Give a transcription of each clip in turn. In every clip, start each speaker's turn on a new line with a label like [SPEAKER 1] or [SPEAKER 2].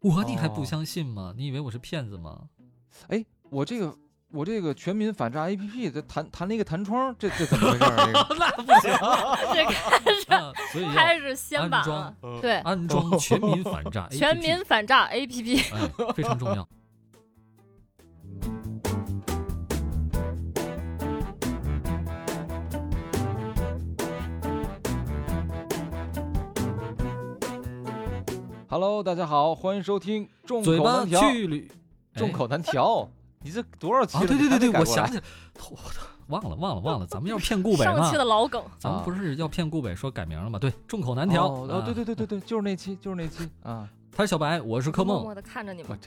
[SPEAKER 1] 我你还不
[SPEAKER 2] 哦
[SPEAKER 1] 相信吗？你以为我是骗子 吗？
[SPEAKER 2] 哎，我这个我这个全民反诈 APP 这弹弹了一个弹窗，这这怎么回事儿？这个
[SPEAKER 1] 那不行，
[SPEAKER 3] 这 开始
[SPEAKER 1] 啊所以
[SPEAKER 3] 开
[SPEAKER 1] 要
[SPEAKER 3] 始先
[SPEAKER 1] 安
[SPEAKER 3] 版了
[SPEAKER 1] 装，啊
[SPEAKER 4] 呃
[SPEAKER 3] 对，
[SPEAKER 1] 安 装全民反诈 APP，
[SPEAKER 3] 全民反诈 APP，
[SPEAKER 1] 哎非常重要。
[SPEAKER 2] Hello，大家好，欢迎收听众
[SPEAKER 1] 嘴
[SPEAKER 2] 口
[SPEAKER 1] 巴
[SPEAKER 2] 难调，
[SPEAKER 1] 去旅，
[SPEAKER 2] 众
[SPEAKER 1] 哎
[SPEAKER 2] 口难调。你这多少期
[SPEAKER 1] 啊，
[SPEAKER 2] 了？
[SPEAKER 1] 对
[SPEAKER 2] 你
[SPEAKER 1] 对
[SPEAKER 2] 还
[SPEAKER 1] 对对，
[SPEAKER 2] 没改
[SPEAKER 1] 我
[SPEAKER 2] 过
[SPEAKER 1] 想
[SPEAKER 2] 来
[SPEAKER 1] 起来，我操忘了忘了忘了，咱们要骗 顾北
[SPEAKER 3] 上
[SPEAKER 1] 嘛
[SPEAKER 3] 期，的老梗，
[SPEAKER 1] 咱们不是要骗顾北说改名了吗？对，众口难调。
[SPEAKER 2] 哦，哦对对
[SPEAKER 1] 啊，
[SPEAKER 2] 对对对，就是那期，就是 那期啊。
[SPEAKER 1] 他是小白，我是柯
[SPEAKER 3] 默
[SPEAKER 1] 梦，
[SPEAKER 3] 默的看着你
[SPEAKER 2] 我
[SPEAKER 3] 们。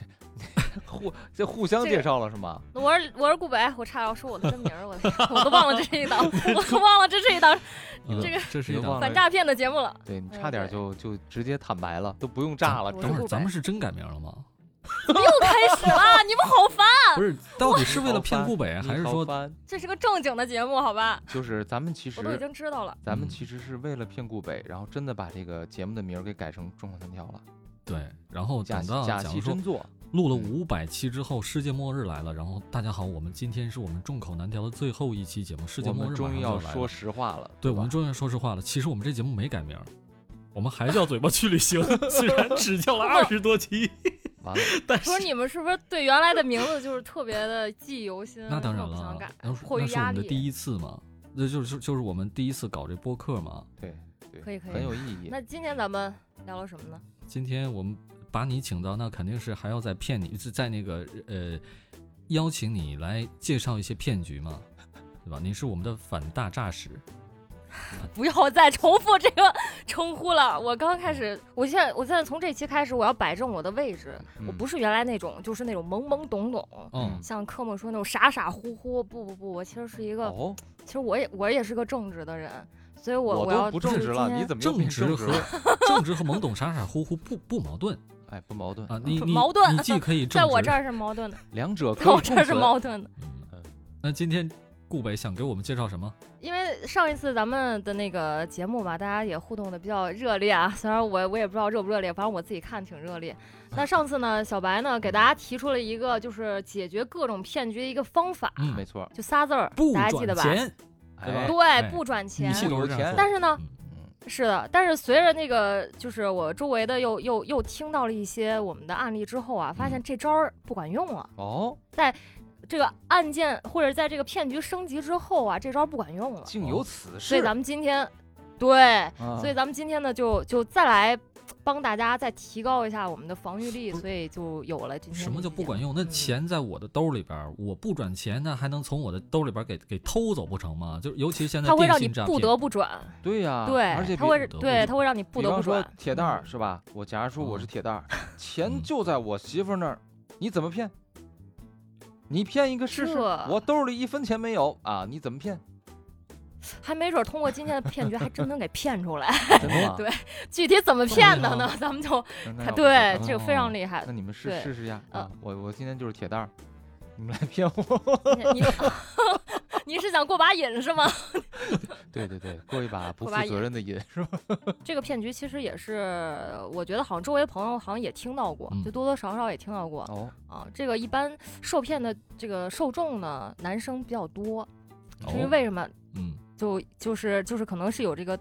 [SPEAKER 2] 这互这互相
[SPEAKER 3] 这
[SPEAKER 2] 介
[SPEAKER 3] 个
[SPEAKER 2] 绍了是吗？
[SPEAKER 3] 我是我是顾北，我差点说我的真名儿，我的我都忘了这是 一档，我都忘了这是一档
[SPEAKER 1] 嗯
[SPEAKER 3] 这个
[SPEAKER 1] 这是一
[SPEAKER 2] 忘
[SPEAKER 1] 档。
[SPEAKER 2] 了
[SPEAKER 3] 反诈骗的节目了。
[SPEAKER 2] 对你
[SPEAKER 3] 哎
[SPEAKER 2] 差点
[SPEAKER 3] 对
[SPEAKER 2] 就就直接坦白了，都不用炸了，
[SPEAKER 3] 我
[SPEAKER 1] 等
[SPEAKER 2] 整
[SPEAKER 1] 会儿
[SPEAKER 3] 顾
[SPEAKER 1] 咱
[SPEAKER 3] 北
[SPEAKER 1] 们是真改名了吗？
[SPEAKER 2] 啊
[SPEAKER 3] 又开始了，你们好烦！
[SPEAKER 1] 不是，到底是为了
[SPEAKER 2] 好
[SPEAKER 1] 骗
[SPEAKER 2] 翻
[SPEAKER 1] 顾北，
[SPEAKER 2] 你
[SPEAKER 1] 还是
[SPEAKER 2] 好
[SPEAKER 1] 说
[SPEAKER 2] 翻
[SPEAKER 3] 这是个正经的节目，好吧？
[SPEAKER 2] 就是咱们其
[SPEAKER 3] 我都已
[SPEAKER 2] 实
[SPEAKER 3] 经知道了。
[SPEAKER 2] 咱们
[SPEAKER 1] 嗯
[SPEAKER 2] 其实是为了骗顾北，然后真的把这个节目的名儿给改成《中国三条》了，
[SPEAKER 1] 对？然后
[SPEAKER 2] 假
[SPEAKER 1] 等
[SPEAKER 2] 戏
[SPEAKER 1] 到
[SPEAKER 2] 假
[SPEAKER 1] 假
[SPEAKER 2] 戏
[SPEAKER 1] 如说
[SPEAKER 2] 真做。
[SPEAKER 1] 录了
[SPEAKER 2] 嗯
[SPEAKER 1] 五百期之后，世界末日来了，然后大家好，我们今天是我们众口难调的最后一期节目，世界
[SPEAKER 2] 我
[SPEAKER 1] 末
[SPEAKER 2] 们
[SPEAKER 1] 日
[SPEAKER 2] 终
[SPEAKER 1] 马
[SPEAKER 2] 于
[SPEAKER 1] 上就
[SPEAKER 2] 要
[SPEAKER 1] 来
[SPEAKER 2] 说
[SPEAKER 1] 了。
[SPEAKER 2] 实话了，
[SPEAKER 1] 对，
[SPEAKER 2] 吧
[SPEAKER 1] 我们终于说实话了，其实我们这节目没改名儿，我们还叫嘴巴去旅 行，虽然只叫了二十多期，
[SPEAKER 2] 完了，
[SPEAKER 1] 但是
[SPEAKER 3] 不是你们是不是对原来的名字就是特别的记忆犹新？
[SPEAKER 1] 那当然
[SPEAKER 3] 不想
[SPEAKER 1] 了啊
[SPEAKER 3] 改，，
[SPEAKER 1] 那是
[SPEAKER 3] 迫
[SPEAKER 1] 那
[SPEAKER 3] 于
[SPEAKER 1] 是我
[SPEAKER 3] 压
[SPEAKER 1] 们的
[SPEAKER 3] 力。
[SPEAKER 1] 第一次嘛，那就是就是我们第一次搞这播客嘛。
[SPEAKER 2] 对对，
[SPEAKER 3] 可以可以
[SPEAKER 2] 很有意义。
[SPEAKER 3] 那今天咱们聊了什么呢？
[SPEAKER 1] 今天我们把你请到，那肯定是还要再骗你，是在那个呃邀请你来介绍一些骗局嘛，对吧？你是我们的反大诈使，
[SPEAKER 3] 不要再重复这个称呼了。我刚开始，我现在我现在从这期开始，我要摆正我的位置。我
[SPEAKER 2] 嗯
[SPEAKER 3] 不是原来那种，就是那种懵懵懂懂，
[SPEAKER 1] 嗯，
[SPEAKER 3] 像科莫说那种傻傻乎乎。不不不，我其实是一个，
[SPEAKER 2] 哦，
[SPEAKER 3] 其实我也我也是个正直的人，所以我要
[SPEAKER 2] 都不正直了，你怎么又
[SPEAKER 1] 正
[SPEAKER 2] 变
[SPEAKER 1] 直
[SPEAKER 2] 正
[SPEAKER 1] 和
[SPEAKER 2] 了？
[SPEAKER 1] 正直和懵懂、傻傻乎乎不不矛 盾
[SPEAKER 2] 哎，不矛盾
[SPEAKER 1] 啊！你
[SPEAKER 3] 不
[SPEAKER 1] 你
[SPEAKER 3] 矛盾
[SPEAKER 1] 你既可以正直，
[SPEAKER 3] 在我这，儿是矛盾的，
[SPEAKER 2] 两 者
[SPEAKER 3] 在
[SPEAKER 2] 可
[SPEAKER 3] 我
[SPEAKER 2] 以
[SPEAKER 3] 这
[SPEAKER 2] 共
[SPEAKER 3] 儿是
[SPEAKER 2] 存。
[SPEAKER 3] 矛盾的。
[SPEAKER 1] 嗯，那今天顾北想给我们介绍什么？
[SPEAKER 3] 因为上一次咱们的那个节目吧，大家也互动的比较热烈啊。 虽然我我也不知道热不热烈，反正我自己看挺热烈。那上次呢，小白呢给大家提出了一个就是解决各种骗局的一个方法，
[SPEAKER 1] 嗯
[SPEAKER 2] 没，错，
[SPEAKER 3] 就仨字儿，
[SPEAKER 1] 不
[SPEAKER 3] 大家记得
[SPEAKER 1] 转
[SPEAKER 3] 吧？
[SPEAKER 1] 钱，
[SPEAKER 2] 哎
[SPEAKER 1] 吧
[SPEAKER 3] 对，不转钱
[SPEAKER 1] 语。气都是这样说的。
[SPEAKER 3] 但是呢，
[SPEAKER 2] 嗯
[SPEAKER 3] 是的，但是随着那个就是我周围的又又又听到了一些我们的案例之后啊，发现这招儿不管用了。
[SPEAKER 2] 哦，
[SPEAKER 3] 这个案件或者在这个骗局升级之后啊，这招儿不管用了。
[SPEAKER 2] 竟有此
[SPEAKER 3] 所以
[SPEAKER 2] 事。
[SPEAKER 3] 咱们今天，对，
[SPEAKER 2] 啊
[SPEAKER 3] 所以咱们今天呢，就就再来帮大家再提高一下我们的防御力，所以就有了今天。
[SPEAKER 1] 什么叫不管？用？
[SPEAKER 3] 嗯
[SPEAKER 1] 那钱在我的兜里边儿，我不转钱，那还能从我的兜里边儿给给偷走不成吗？就是尤其现在
[SPEAKER 3] 它会
[SPEAKER 1] 电
[SPEAKER 3] 让你
[SPEAKER 1] 信诈
[SPEAKER 3] 不
[SPEAKER 1] 骗，哦
[SPEAKER 3] 得不转，
[SPEAKER 2] 对呀，啊而且
[SPEAKER 3] 对，它
[SPEAKER 2] 比
[SPEAKER 3] 会
[SPEAKER 1] 不得
[SPEAKER 3] 对
[SPEAKER 1] 不
[SPEAKER 3] 它会让你不
[SPEAKER 2] 比
[SPEAKER 3] 得
[SPEAKER 2] 方
[SPEAKER 3] 不
[SPEAKER 2] 说
[SPEAKER 3] 转。
[SPEAKER 2] 铁蛋
[SPEAKER 1] 嗯
[SPEAKER 2] 儿是吧？我假如说我是铁 蛋儿，钱就在我媳妇儿那儿，你怎么骗？你骗一个试试？
[SPEAKER 3] 这
[SPEAKER 2] 我兜里一分钱没有啊！你怎 么骗？
[SPEAKER 3] 还没准通过今天的骗局，还真能给骗出来。
[SPEAKER 2] 真的吗？
[SPEAKER 3] 对具体怎么骗的呢
[SPEAKER 1] 哦？
[SPEAKER 3] 咱们就
[SPEAKER 2] 真的吗
[SPEAKER 3] 看对
[SPEAKER 2] 我不知
[SPEAKER 3] 这个非常厉害
[SPEAKER 2] 道那。你们试
[SPEAKER 3] 对
[SPEAKER 2] 试试一下啊
[SPEAKER 3] 呃！
[SPEAKER 2] 我我今天就是铁蛋儿，你们来骗我。
[SPEAKER 3] 你 你是想过把瘾是吗？
[SPEAKER 2] 对对对，过一把不
[SPEAKER 3] 过
[SPEAKER 2] 负
[SPEAKER 3] 把
[SPEAKER 2] 责
[SPEAKER 3] 瘾
[SPEAKER 2] 任的瘾是吧？
[SPEAKER 3] 这个骗局其实也是，我觉得好像周围朋友好像也听到过
[SPEAKER 1] 嗯，
[SPEAKER 3] 就多多少少也听到过。
[SPEAKER 2] 哦，
[SPEAKER 3] 啊，这个一般受骗的这个受众呢，男生比较多，至于
[SPEAKER 1] 哦
[SPEAKER 3] 为什么，
[SPEAKER 1] 嗯，
[SPEAKER 3] 就就是就是可能是有这个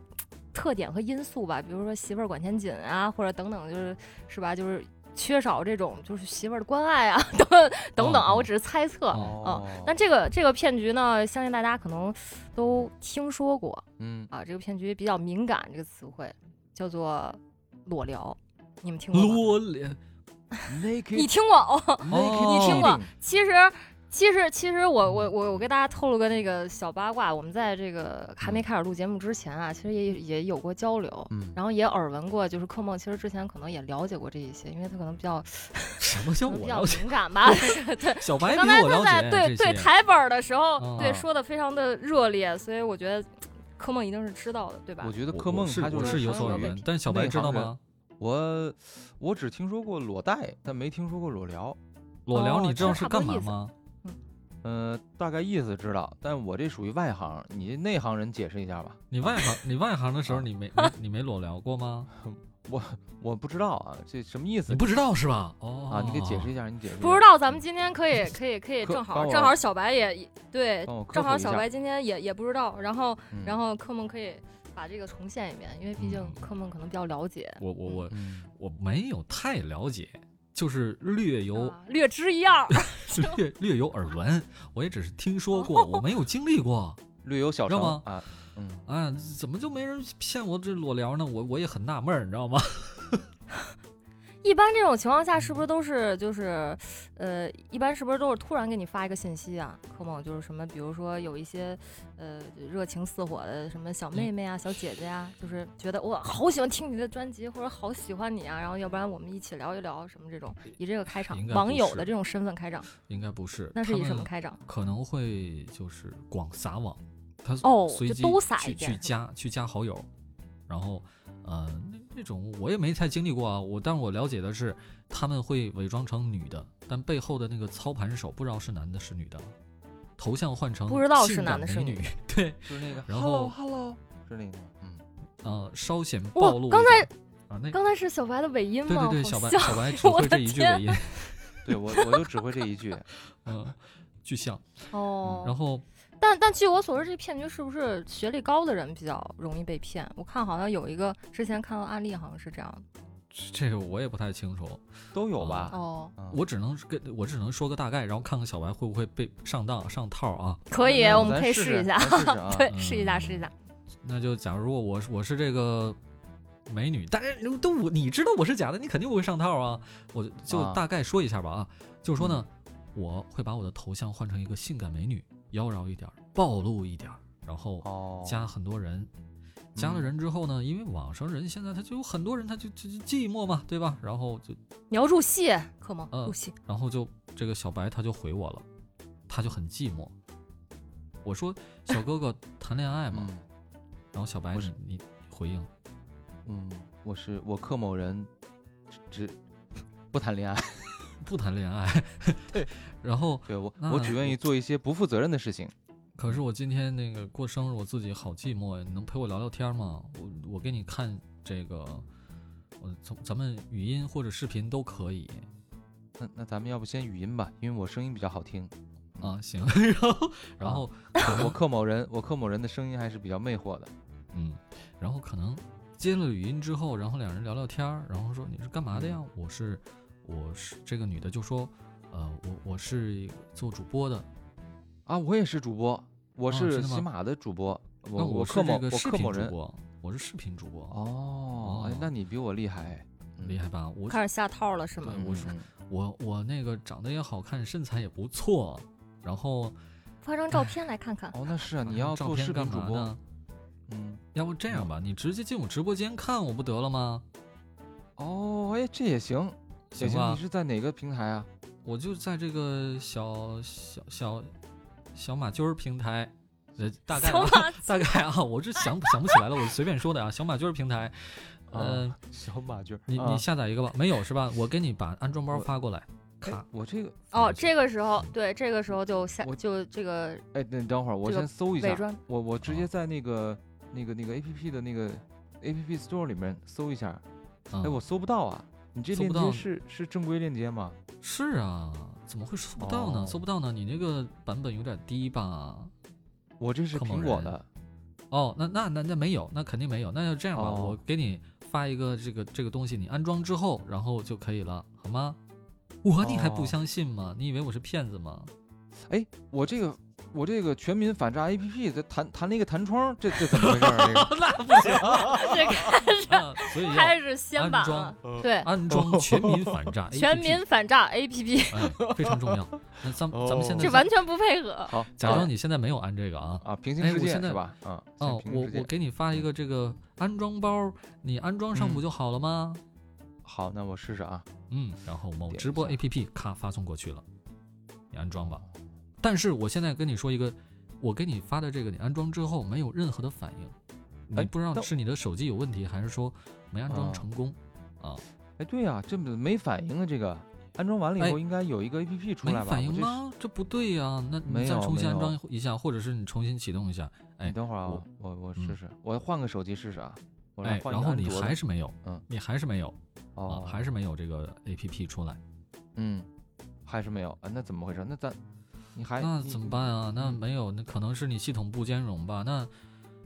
[SPEAKER 3] 特点和因素吧，比如说媳妇儿管钱紧啊，或者等等，就是是吧，就是缺少这种就是媳妇儿的关爱啊， 等等等啊，
[SPEAKER 1] 哦
[SPEAKER 3] 我只是猜测。
[SPEAKER 2] 哦，
[SPEAKER 3] 但这个这个骗局呢，相信大家可能都听说过
[SPEAKER 2] 嗯，
[SPEAKER 3] 啊，这个骗局比较敏感这个词汇，叫做裸聊，你们听过吗？
[SPEAKER 1] 裸脸，
[SPEAKER 3] 你听过哦？
[SPEAKER 1] 哦
[SPEAKER 3] 你听过？其实，其实，其实我我我我给大家透露个那个小八卦，我们在这个还没开始录节目之前啊，其实也也有过交流。
[SPEAKER 2] 嗯，
[SPEAKER 3] 然后也耳闻过，就是克梦其实之前可能也了解过这一些，因为他可能比较
[SPEAKER 1] 什么
[SPEAKER 3] 可
[SPEAKER 1] 叫
[SPEAKER 3] 能
[SPEAKER 1] 我
[SPEAKER 3] 比较
[SPEAKER 1] 了解？
[SPEAKER 3] 敏 感吧。 对，
[SPEAKER 1] 小白比
[SPEAKER 3] 刚才
[SPEAKER 1] 我
[SPEAKER 3] 他
[SPEAKER 1] 了
[SPEAKER 3] 在
[SPEAKER 1] 解
[SPEAKER 3] 对
[SPEAKER 1] 这
[SPEAKER 3] 对
[SPEAKER 1] 些
[SPEAKER 3] 台本儿的时候，
[SPEAKER 1] 嗯
[SPEAKER 3] 对
[SPEAKER 2] 嗯
[SPEAKER 3] 说的非常的热烈，所以我觉得克梦一定是知道的，对吧
[SPEAKER 2] 我？觉得
[SPEAKER 1] 我
[SPEAKER 2] 柯
[SPEAKER 1] 我
[SPEAKER 2] 梦
[SPEAKER 1] 是
[SPEAKER 2] 他就
[SPEAKER 1] 我
[SPEAKER 3] 是
[SPEAKER 1] 是有
[SPEAKER 3] 常
[SPEAKER 1] 所耳
[SPEAKER 3] 常被
[SPEAKER 1] 闻
[SPEAKER 3] 骗，
[SPEAKER 1] 但小白
[SPEAKER 2] 内
[SPEAKER 1] 知道
[SPEAKER 2] 行人
[SPEAKER 1] 吗？
[SPEAKER 2] 我我只听说过裸贷，但没听说过裸聊。
[SPEAKER 1] 裸聊
[SPEAKER 3] 哦
[SPEAKER 1] 你知道
[SPEAKER 3] 这
[SPEAKER 1] 是
[SPEAKER 3] 差不多
[SPEAKER 1] 干嘛
[SPEAKER 3] 意思
[SPEAKER 1] 吗？
[SPEAKER 2] 呃，大概意思知道，但我这属于外行，你内行人解释一下吧。
[SPEAKER 1] 你外行，你外行的时候你没没你没裸聊过吗？
[SPEAKER 2] 我不知道啊，这什么意思
[SPEAKER 1] 你不知道是吧？哦
[SPEAKER 2] 啊？你给解释一下，你解释一下。
[SPEAKER 3] 不知道，咱们今天可以可以可以
[SPEAKER 2] 科
[SPEAKER 3] 正好
[SPEAKER 2] 帮我
[SPEAKER 3] 正好小白也也对，
[SPEAKER 2] 帮我科
[SPEAKER 3] 正好
[SPEAKER 2] 普一
[SPEAKER 3] 小
[SPEAKER 2] 下
[SPEAKER 3] 白今天也也不知道，然后
[SPEAKER 2] 嗯
[SPEAKER 3] 然后科梦可以把这个重现一遍，因为毕竟
[SPEAKER 1] 嗯
[SPEAKER 3] 科梦可能比较了解，
[SPEAKER 1] 我我我
[SPEAKER 2] 嗯
[SPEAKER 1] 我没有太了解，就是略有、
[SPEAKER 3] 啊略知一二。
[SPEAKER 1] 略略有耳闻，我也只是听说过，我没有经历过。
[SPEAKER 2] 略有小
[SPEAKER 1] 知道
[SPEAKER 2] 成
[SPEAKER 1] 吗
[SPEAKER 2] 啊，嗯，
[SPEAKER 1] 哎，怎么就没人骗我这裸聊呢？我我也很纳闷儿，你知道吗？
[SPEAKER 3] 一般这种情况下，是不是都是就是，呃，一般是不是都是突然给你发一个信息啊？科梦就是什么，比如说有一些，呃，热情似火的什么小妹妹啊、小姐姐呀、就是觉得我好喜欢听你的专辑，或者好喜欢你啊，然后要不然我们一起聊一聊什么这种，以这个开场
[SPEAKER 1] 应，该不
[SPEAKER 3] 网友
[SPEAKER 1] 是
[SPEAKER 3] 的这种身份开场，
[SPEAKER 1] 应该不是，
[SPEAKER 3] 那是
[SPEAKER 1] 他
[SPEAKER 3] 以
[SPEAKER 1] 们
[SPEAKER 3] 什么开场？
[SPEAKER 1] 可能会就是广撒网，他
[SPEAKER 3] 哦
[SPEAKER 1] 随
[SPEAKER 3] 就
[SPEAKER 1] 机
[SPEAKER 3] 都撒
[SPEAKER 1] 去
[SPEAKER 3] 一遍
[SPEAKER 1] 去
[SPEAKER 3] 是吧
[SPEAKER 1] 加去加好友，然后呃那那种我也没太经历过啊，我但我了解的是他们会伪装成女的，但背后的那个操盘手不知道是男的是女的，头像换成
[SPEAKER 3] 不知道
[SPEAKER 1] 性
[SPEAKER 3] 是男
[SPEAKER 1] 感
[SPEAKER 3] 的
[SPEAKER 1] 美
[SPEAKER 3] 是
[SPEAKER 1] 女
[SPEAKER 3] 女，
[SPEAKER 1] 对，
[SPEAKER 2] 就是那个
[SPEAKER 1] 然后
[SPEAKER 2] hello hello，是那个吗，嗯，
[SPEAKER 1] 呃稍显
[SPEAKER 3] 哇
[SPEAKER 1] 暴露一下。
[SPEAKER 3] 刚才
[SPEAKER 1] 啊那
[SPEAKER 3] 刚才是小白的尾音
[SPEAKER 1] 对
[SPEAKER 3] 吗？
[SPEAKER 1] 对 对，
[SPEAKER 3] 好
[SPEAKER 1] 小白
[SPEAKER 3] 像
[SPEAKER 1] 小白只
[SPEAKER 3] 我
[SPEAKER 1] 会
[SPEAKER 3] 的
[SPEAKER 1] 这一句
[SPEAKER 3] 天
[SPEAKER 1] 尾音，
[SPEAKER 2] 对我我就只会这一句，
[SPEAKER 1] 嗯，巨像。
[SPEAKER 3] 哦。
[SPEAKER 1] 然后
[SPEAKER 3] 但但据我所知，这骗局是不是学历高的人比较容易被骗？我看好像有一个之前看到案例，好像是这样的。
[SPEAKER 1] 这个我也不太清楚，
[SPEAKER 2] 都有吧？
[SPEAKER 3] 哦，
[SPEAKER 2] 嗯
[SPEAKER 1] 我只能是跟我只能说个大概，然后看看小白会不会被上当上套啊。
[SPEAKER 3] 可以，
[SPEAKER 2] 那
[SPEAKER 3] 我们
[SPEAKER 2] 咱
[SPEAKER 3] 可以
[SPEAKER 2] 试
[SPEAKER 3] 试一下
[SPEAKER 2] 咱。试试啊
[SPEAKER 3] 对，
[SPEAKER 1] 嗯
[SPEAKER 3] 试一下，试一下。
[SPEAKER 1] 那就假如我是我是这个美女，但是都我你知道我是假的，你肯定不会上套啊。我就
[SPEAKER 2] 啊嗯
[SPEAKER 1] 大概说一下吧啊，就是说呢，我会把我的头像换成一个性感美女，妖娆一点儿，暴露一点儿，然后
[SPEAKER 2] 哦，
[SPEAKER 1] 加很多人。加了
[SPEAKER 2] 嗯
[SPEAKER 1] 人之后呢，因为网上人现在他就有很多人，他就就就寂寞嘛，对吧？然后就
[SPEAKER 3] 你要入戏，可吗？
[SPEAKER 1] 嗯
[SPEAKER 3] 入戏。
[SPEAKER 1] 然后就这个小白他就回我了，他就很寂寞。我说小哥哥谈恋爱嘛，
[SPEAKER 2] 嗯
[SPEAKER 1] 然后小白
[SPEAKER 2] 不
[SPEAKER 1] 你
[SPEAKER 2] 是
[SPEAKER 1] 你回应，
[SPEAKER 2] 嗯，我是我克某人，只只不谈恋爱。
[SPEAKER 1] 不谈恋爱。 然后
[SPEAKER 2] 对我，
[SPEAKER 1] 那
[SPEAKER 2] 我只愿意做一些不负责任的事情。
[SPEAKER 1] 可是我今天那个过生日，我自己好寂寞呀，你能陪我聊聊天吗？我我给你看这个，我从咱们语音或者视频都可以
[SPEAKER 2] 那那咱们要不先语音吧，因为我声音比较 好听。
[SPEAKER 1] 啊，行。然后然后
[SPEAKER 2] 我克某人，我克某人的声音还是比较魅惑的。
[SPEAKER 1] 嗯，然后可能接了语音之后，然后两人聊聊天儿，然后说你是干嘛的呀？
[SPEAKER 2] 嗯
[SPEAKER 1] 我是我是这个女的就说，呃，我我是做主播的，
[SPEAKER 2] 啊，我也是主播，我
[SPEAKER 1] 啊真
[SPEAKER 2] 是
[SPEAKER 1] 的吗
[SPEAKER 2] 喜马的主播，
[SPEAKER 1] 那
[SPEAKER 2] 我我
[SPEAKER 1] 是
[SPEAKER 2] 克某
[SPEAKER 1] 这个
[SPEAKER 2] 我
[SPEAKER 1] 视
[SPEAKER 2] 克
[SPEAKER 1] 频
[SPEAKER 2] 某
[SPEAKER 1] 主
[SPEAKER 2] 人。
[SPEAKER 1] 播，我是视频主播，
[SPEAKER 2] 哦，哎
[SPEAKER 1] 哦，
[SPEAKER 2] 那你比我厉害，嗯
[SPEAKER 1] 厉害吧？我
[SPEAKER 3] 开始下套了是吗？
[SPEAKER 1] 对我是
[SPEAKER 2] 嗯
[SPEAKER 1] 我我那个长得也好看，身材也不错，然后
[SPEAKER 3] 发张照片来看看。
[SPEAKER 2] 哦，那是啊，
[SPEAKER 1] 发
[SPEAKER 2] 你
[SPEAKER 1] 张
[SPEAKER 2] 要
[SPEAKER 1] 照
[SPEAKER 2] 做
[SPEAKER 1] 片
[SPEAKER 2] 视
[SPEAKER 1] 干
[SPEAKER 2] 频主
[SPEAKER 1] 嘛
[SPEAKER 2] 播
[SPEAKER 1] 呢，
[SPEAKER 2] 嗯，
[SPEAKER 1] 要不这样吧，你直接进我直播间看我不得了吗？
[SPEAKER 2] 哦，哎，这也行，也
[SPEAKER 1] 行
[SPEAKER 2] 行，
[SPEAKER 1] 吧
[SPEAKER 2] 你，是在哪个平台 啊？
[SPEAKER 1] 我就在这个小小小小马驹儿平台，呃，大概、啊
[SPEAKER 3] 行。 吧
[SPEAKER 1] 大概啊，我这想想不起来了，我随便说的啊。小马驹儿平台，嗯、
[SPEAKER 2] 啊，小马驹儿，
[SPEAKER 1] 你
[SPEAKER 2] 啊
[SPEAKER 1] 你下载一个吧，没有是吧？我给你把安装包
[SPEAKER 2] 我
[SPEAKER 1] 发过来，
[SPEAKER 2] 哎
[SPEAKER 1] 咔，
[SPEAKER 2] 我这个，
[SPEAKER 3] 哦，这个时候对，这个时候就下
[SPEAKER 2] 我
[SPEAKER 3] 就这个
[SPEAKER 2] 哎，等等会儿，我
[SPEAKER 3] 这个
[SPEAKER 2] 先搜一
[SPEAKER 3] 伪
[SPEAKER 2] 下，
[SPEAKER 3] 装。
[SPEAKER 2] 我我直
[SPEAKER 1] 啊
[SPEAKER 2] 接在那个那个那个 A P P 的那个 A P P Store 里面搜一下，
[SPEAKER 1] 嗯
[SPEAKER 2] 哎，我搜不到啊，你这
[SPEAKER 1] 搜不
[SPEAKER 2] 链
[SPEAKER 1] 到
[SPEAKER 2] 接是是正规链接吗？
[SPEAKER 1] 是啊，怎么会搜不到呢？
[SPEAKER 2] 哦
[SPEAKER 1] 搜不到呢？你那个版本有点低吧？
[SPEAKER 2] 我这是
[SPEAKER 1] 克某
[SPEAKER 2] 苹果
[SPEAKER 1] 人
[SPEAKER 2] 的，
[SPEAKER 1] 哦，那那那那没有，那肯定没有。那就这样吧，
[SPEAKER 2] 哦
[SPEAKER 1] 我给你发一个这个这个东西，你安装之后，然后就可以了，好吗？我你还不
[SPEAKER 2] 哦
[SPEAKER 1] 相信吗？你以为我是骗子 吗？
[SPEAKER 2] 我这个我这个全民反诈 A P P 这弹弹了一个弹窗，这这怎么回事儿啊？这个
[SPEAKER 1] 那不 行，
[SPEAKER 3] 这
[SPEAKER 1] 那啊所以要
[SPEAKER 3] 开始先版
[SPEAKER 1] 安
[SPEAKER 3] 了
[SPEAKER 1] 装，
[SPEAKER 2] 啊
[SPEAKER 3] 对，
[SPEAKER 1] 安装全民反 诈 APP，
[SPEAKER 3] 全民反诈 APP，
[SPEAKER 1] 哎，非常重要。那咱们咱们
[SPEAKER 2] 哦
[SPEAKER 1] 现在
[SPEAKER 3] 这完全不配合。
[SPEAKER 2] 好，
[SPEAKER 1] 假
[SPEAKER 2] 啊
[SPEAKER 1] 装你现在没有安这个啊。
[SPEAKER 2] 啊，平行
[SPEAKER 1] 哎
[SPEAKER 2] 世
[SPEAKER 1] 我
[SPEAKER 2] 界
[SPEAKER 1] 现在
[SPEAKER 2] 是吧？嗯，现在
[SPEAKER 1] 哦，
[SPEAKER 2] 平行
[SPEAKER 1] 我
[SPEAKER 2] 世
[SPEAKER 1] 我
[SPEAKER 2] 界
[SPEAKER 1] 给你发一个这个安装包，你安装上不
[SPEAKER 2] 嗯
[SPEAKER 1] 就好了吗？
[SPEAKER 2] 好，那我试试啊。
[SPEAKER 1] 嗯，然后某
[SPEAKER 2] 点
[SPEAKER 1] 直播
[SPEAKER 2] 一
[SPEAKER 1] APP 咔发送过去了，你安装吧。但是我现在跟你说一个，我给你发的这个，你安装之后没有任何的反应，
[SPEAKER 2] 哎
[SPEAKER 1] 你不知道
[SPEAKER 2] 但
[SPEAKER 1] 是你的手机有问题，还是说没安
[SPEAKER 2] 啊
[SPEAKER 1] 装成功？
[SPEAKER 2] 哎，对呀、这么没反应啊，这个安装完了以
[SPEAKER 1] 哎
[SPEAKER 2] 后应该有一个 A P P 出
[SPEAKER 1] 没
[SPEAKER 2] 来吧？
[SPEAKER 1] 反
[SPEAKER 2] 我
[SPEAKER 1] 应
[SPEAKER 2] 这是？
[SPEAKER 1] 吗？这不对呀、那
[SPEAKER 2] 没
[SPEAKER 1] 你再
[SPEAKER 2] 有
[SPEAKER 1] 重新
[SPEAKER 2] 没
[SPEAKER 1] 安装
[SPEAKER 2] 有
[SPEAKER 1] 一下，或者是你重新启动一下。哎
[SPEAKER 2] 你等会儿啊
[SPEAKER 1] 我，
[SPEAKER 2] 我我
[SPEAKER 1] 嗯
[SPEAKER 2] 试试，我换个手机试试啊。我来
[SPEAKER 1] 哎，
[SPEAKER 2] 换一
[SPEAKER 1] 然
[SPEAKER 2] 个
[SPEAKER 1] 后
[SPEAKER 2] 安
[SPEAKER 1] 你
[SPEAKER 2] 卓的
[SPEAKER 1] 还是没有，
[SPEAKER 2] 嗯，
[SPEAKER 1] 你还是没有啊
[SPEAKER 2] 哦，，
[SPEAKER 1] 还是没有这个 A P P 出来，
[SPEAKER 2] 嗯，还是没有啊？那怎么回事？那咱你还
[SPEAKER 1] 那
[SPEAKER 2] 你
[SPEAKER 1] 怎么办啊？那
[SPEAKER 2] 哎嗯
[SPEAKER 1] 没有，那可能是你系统不兼容吧？那，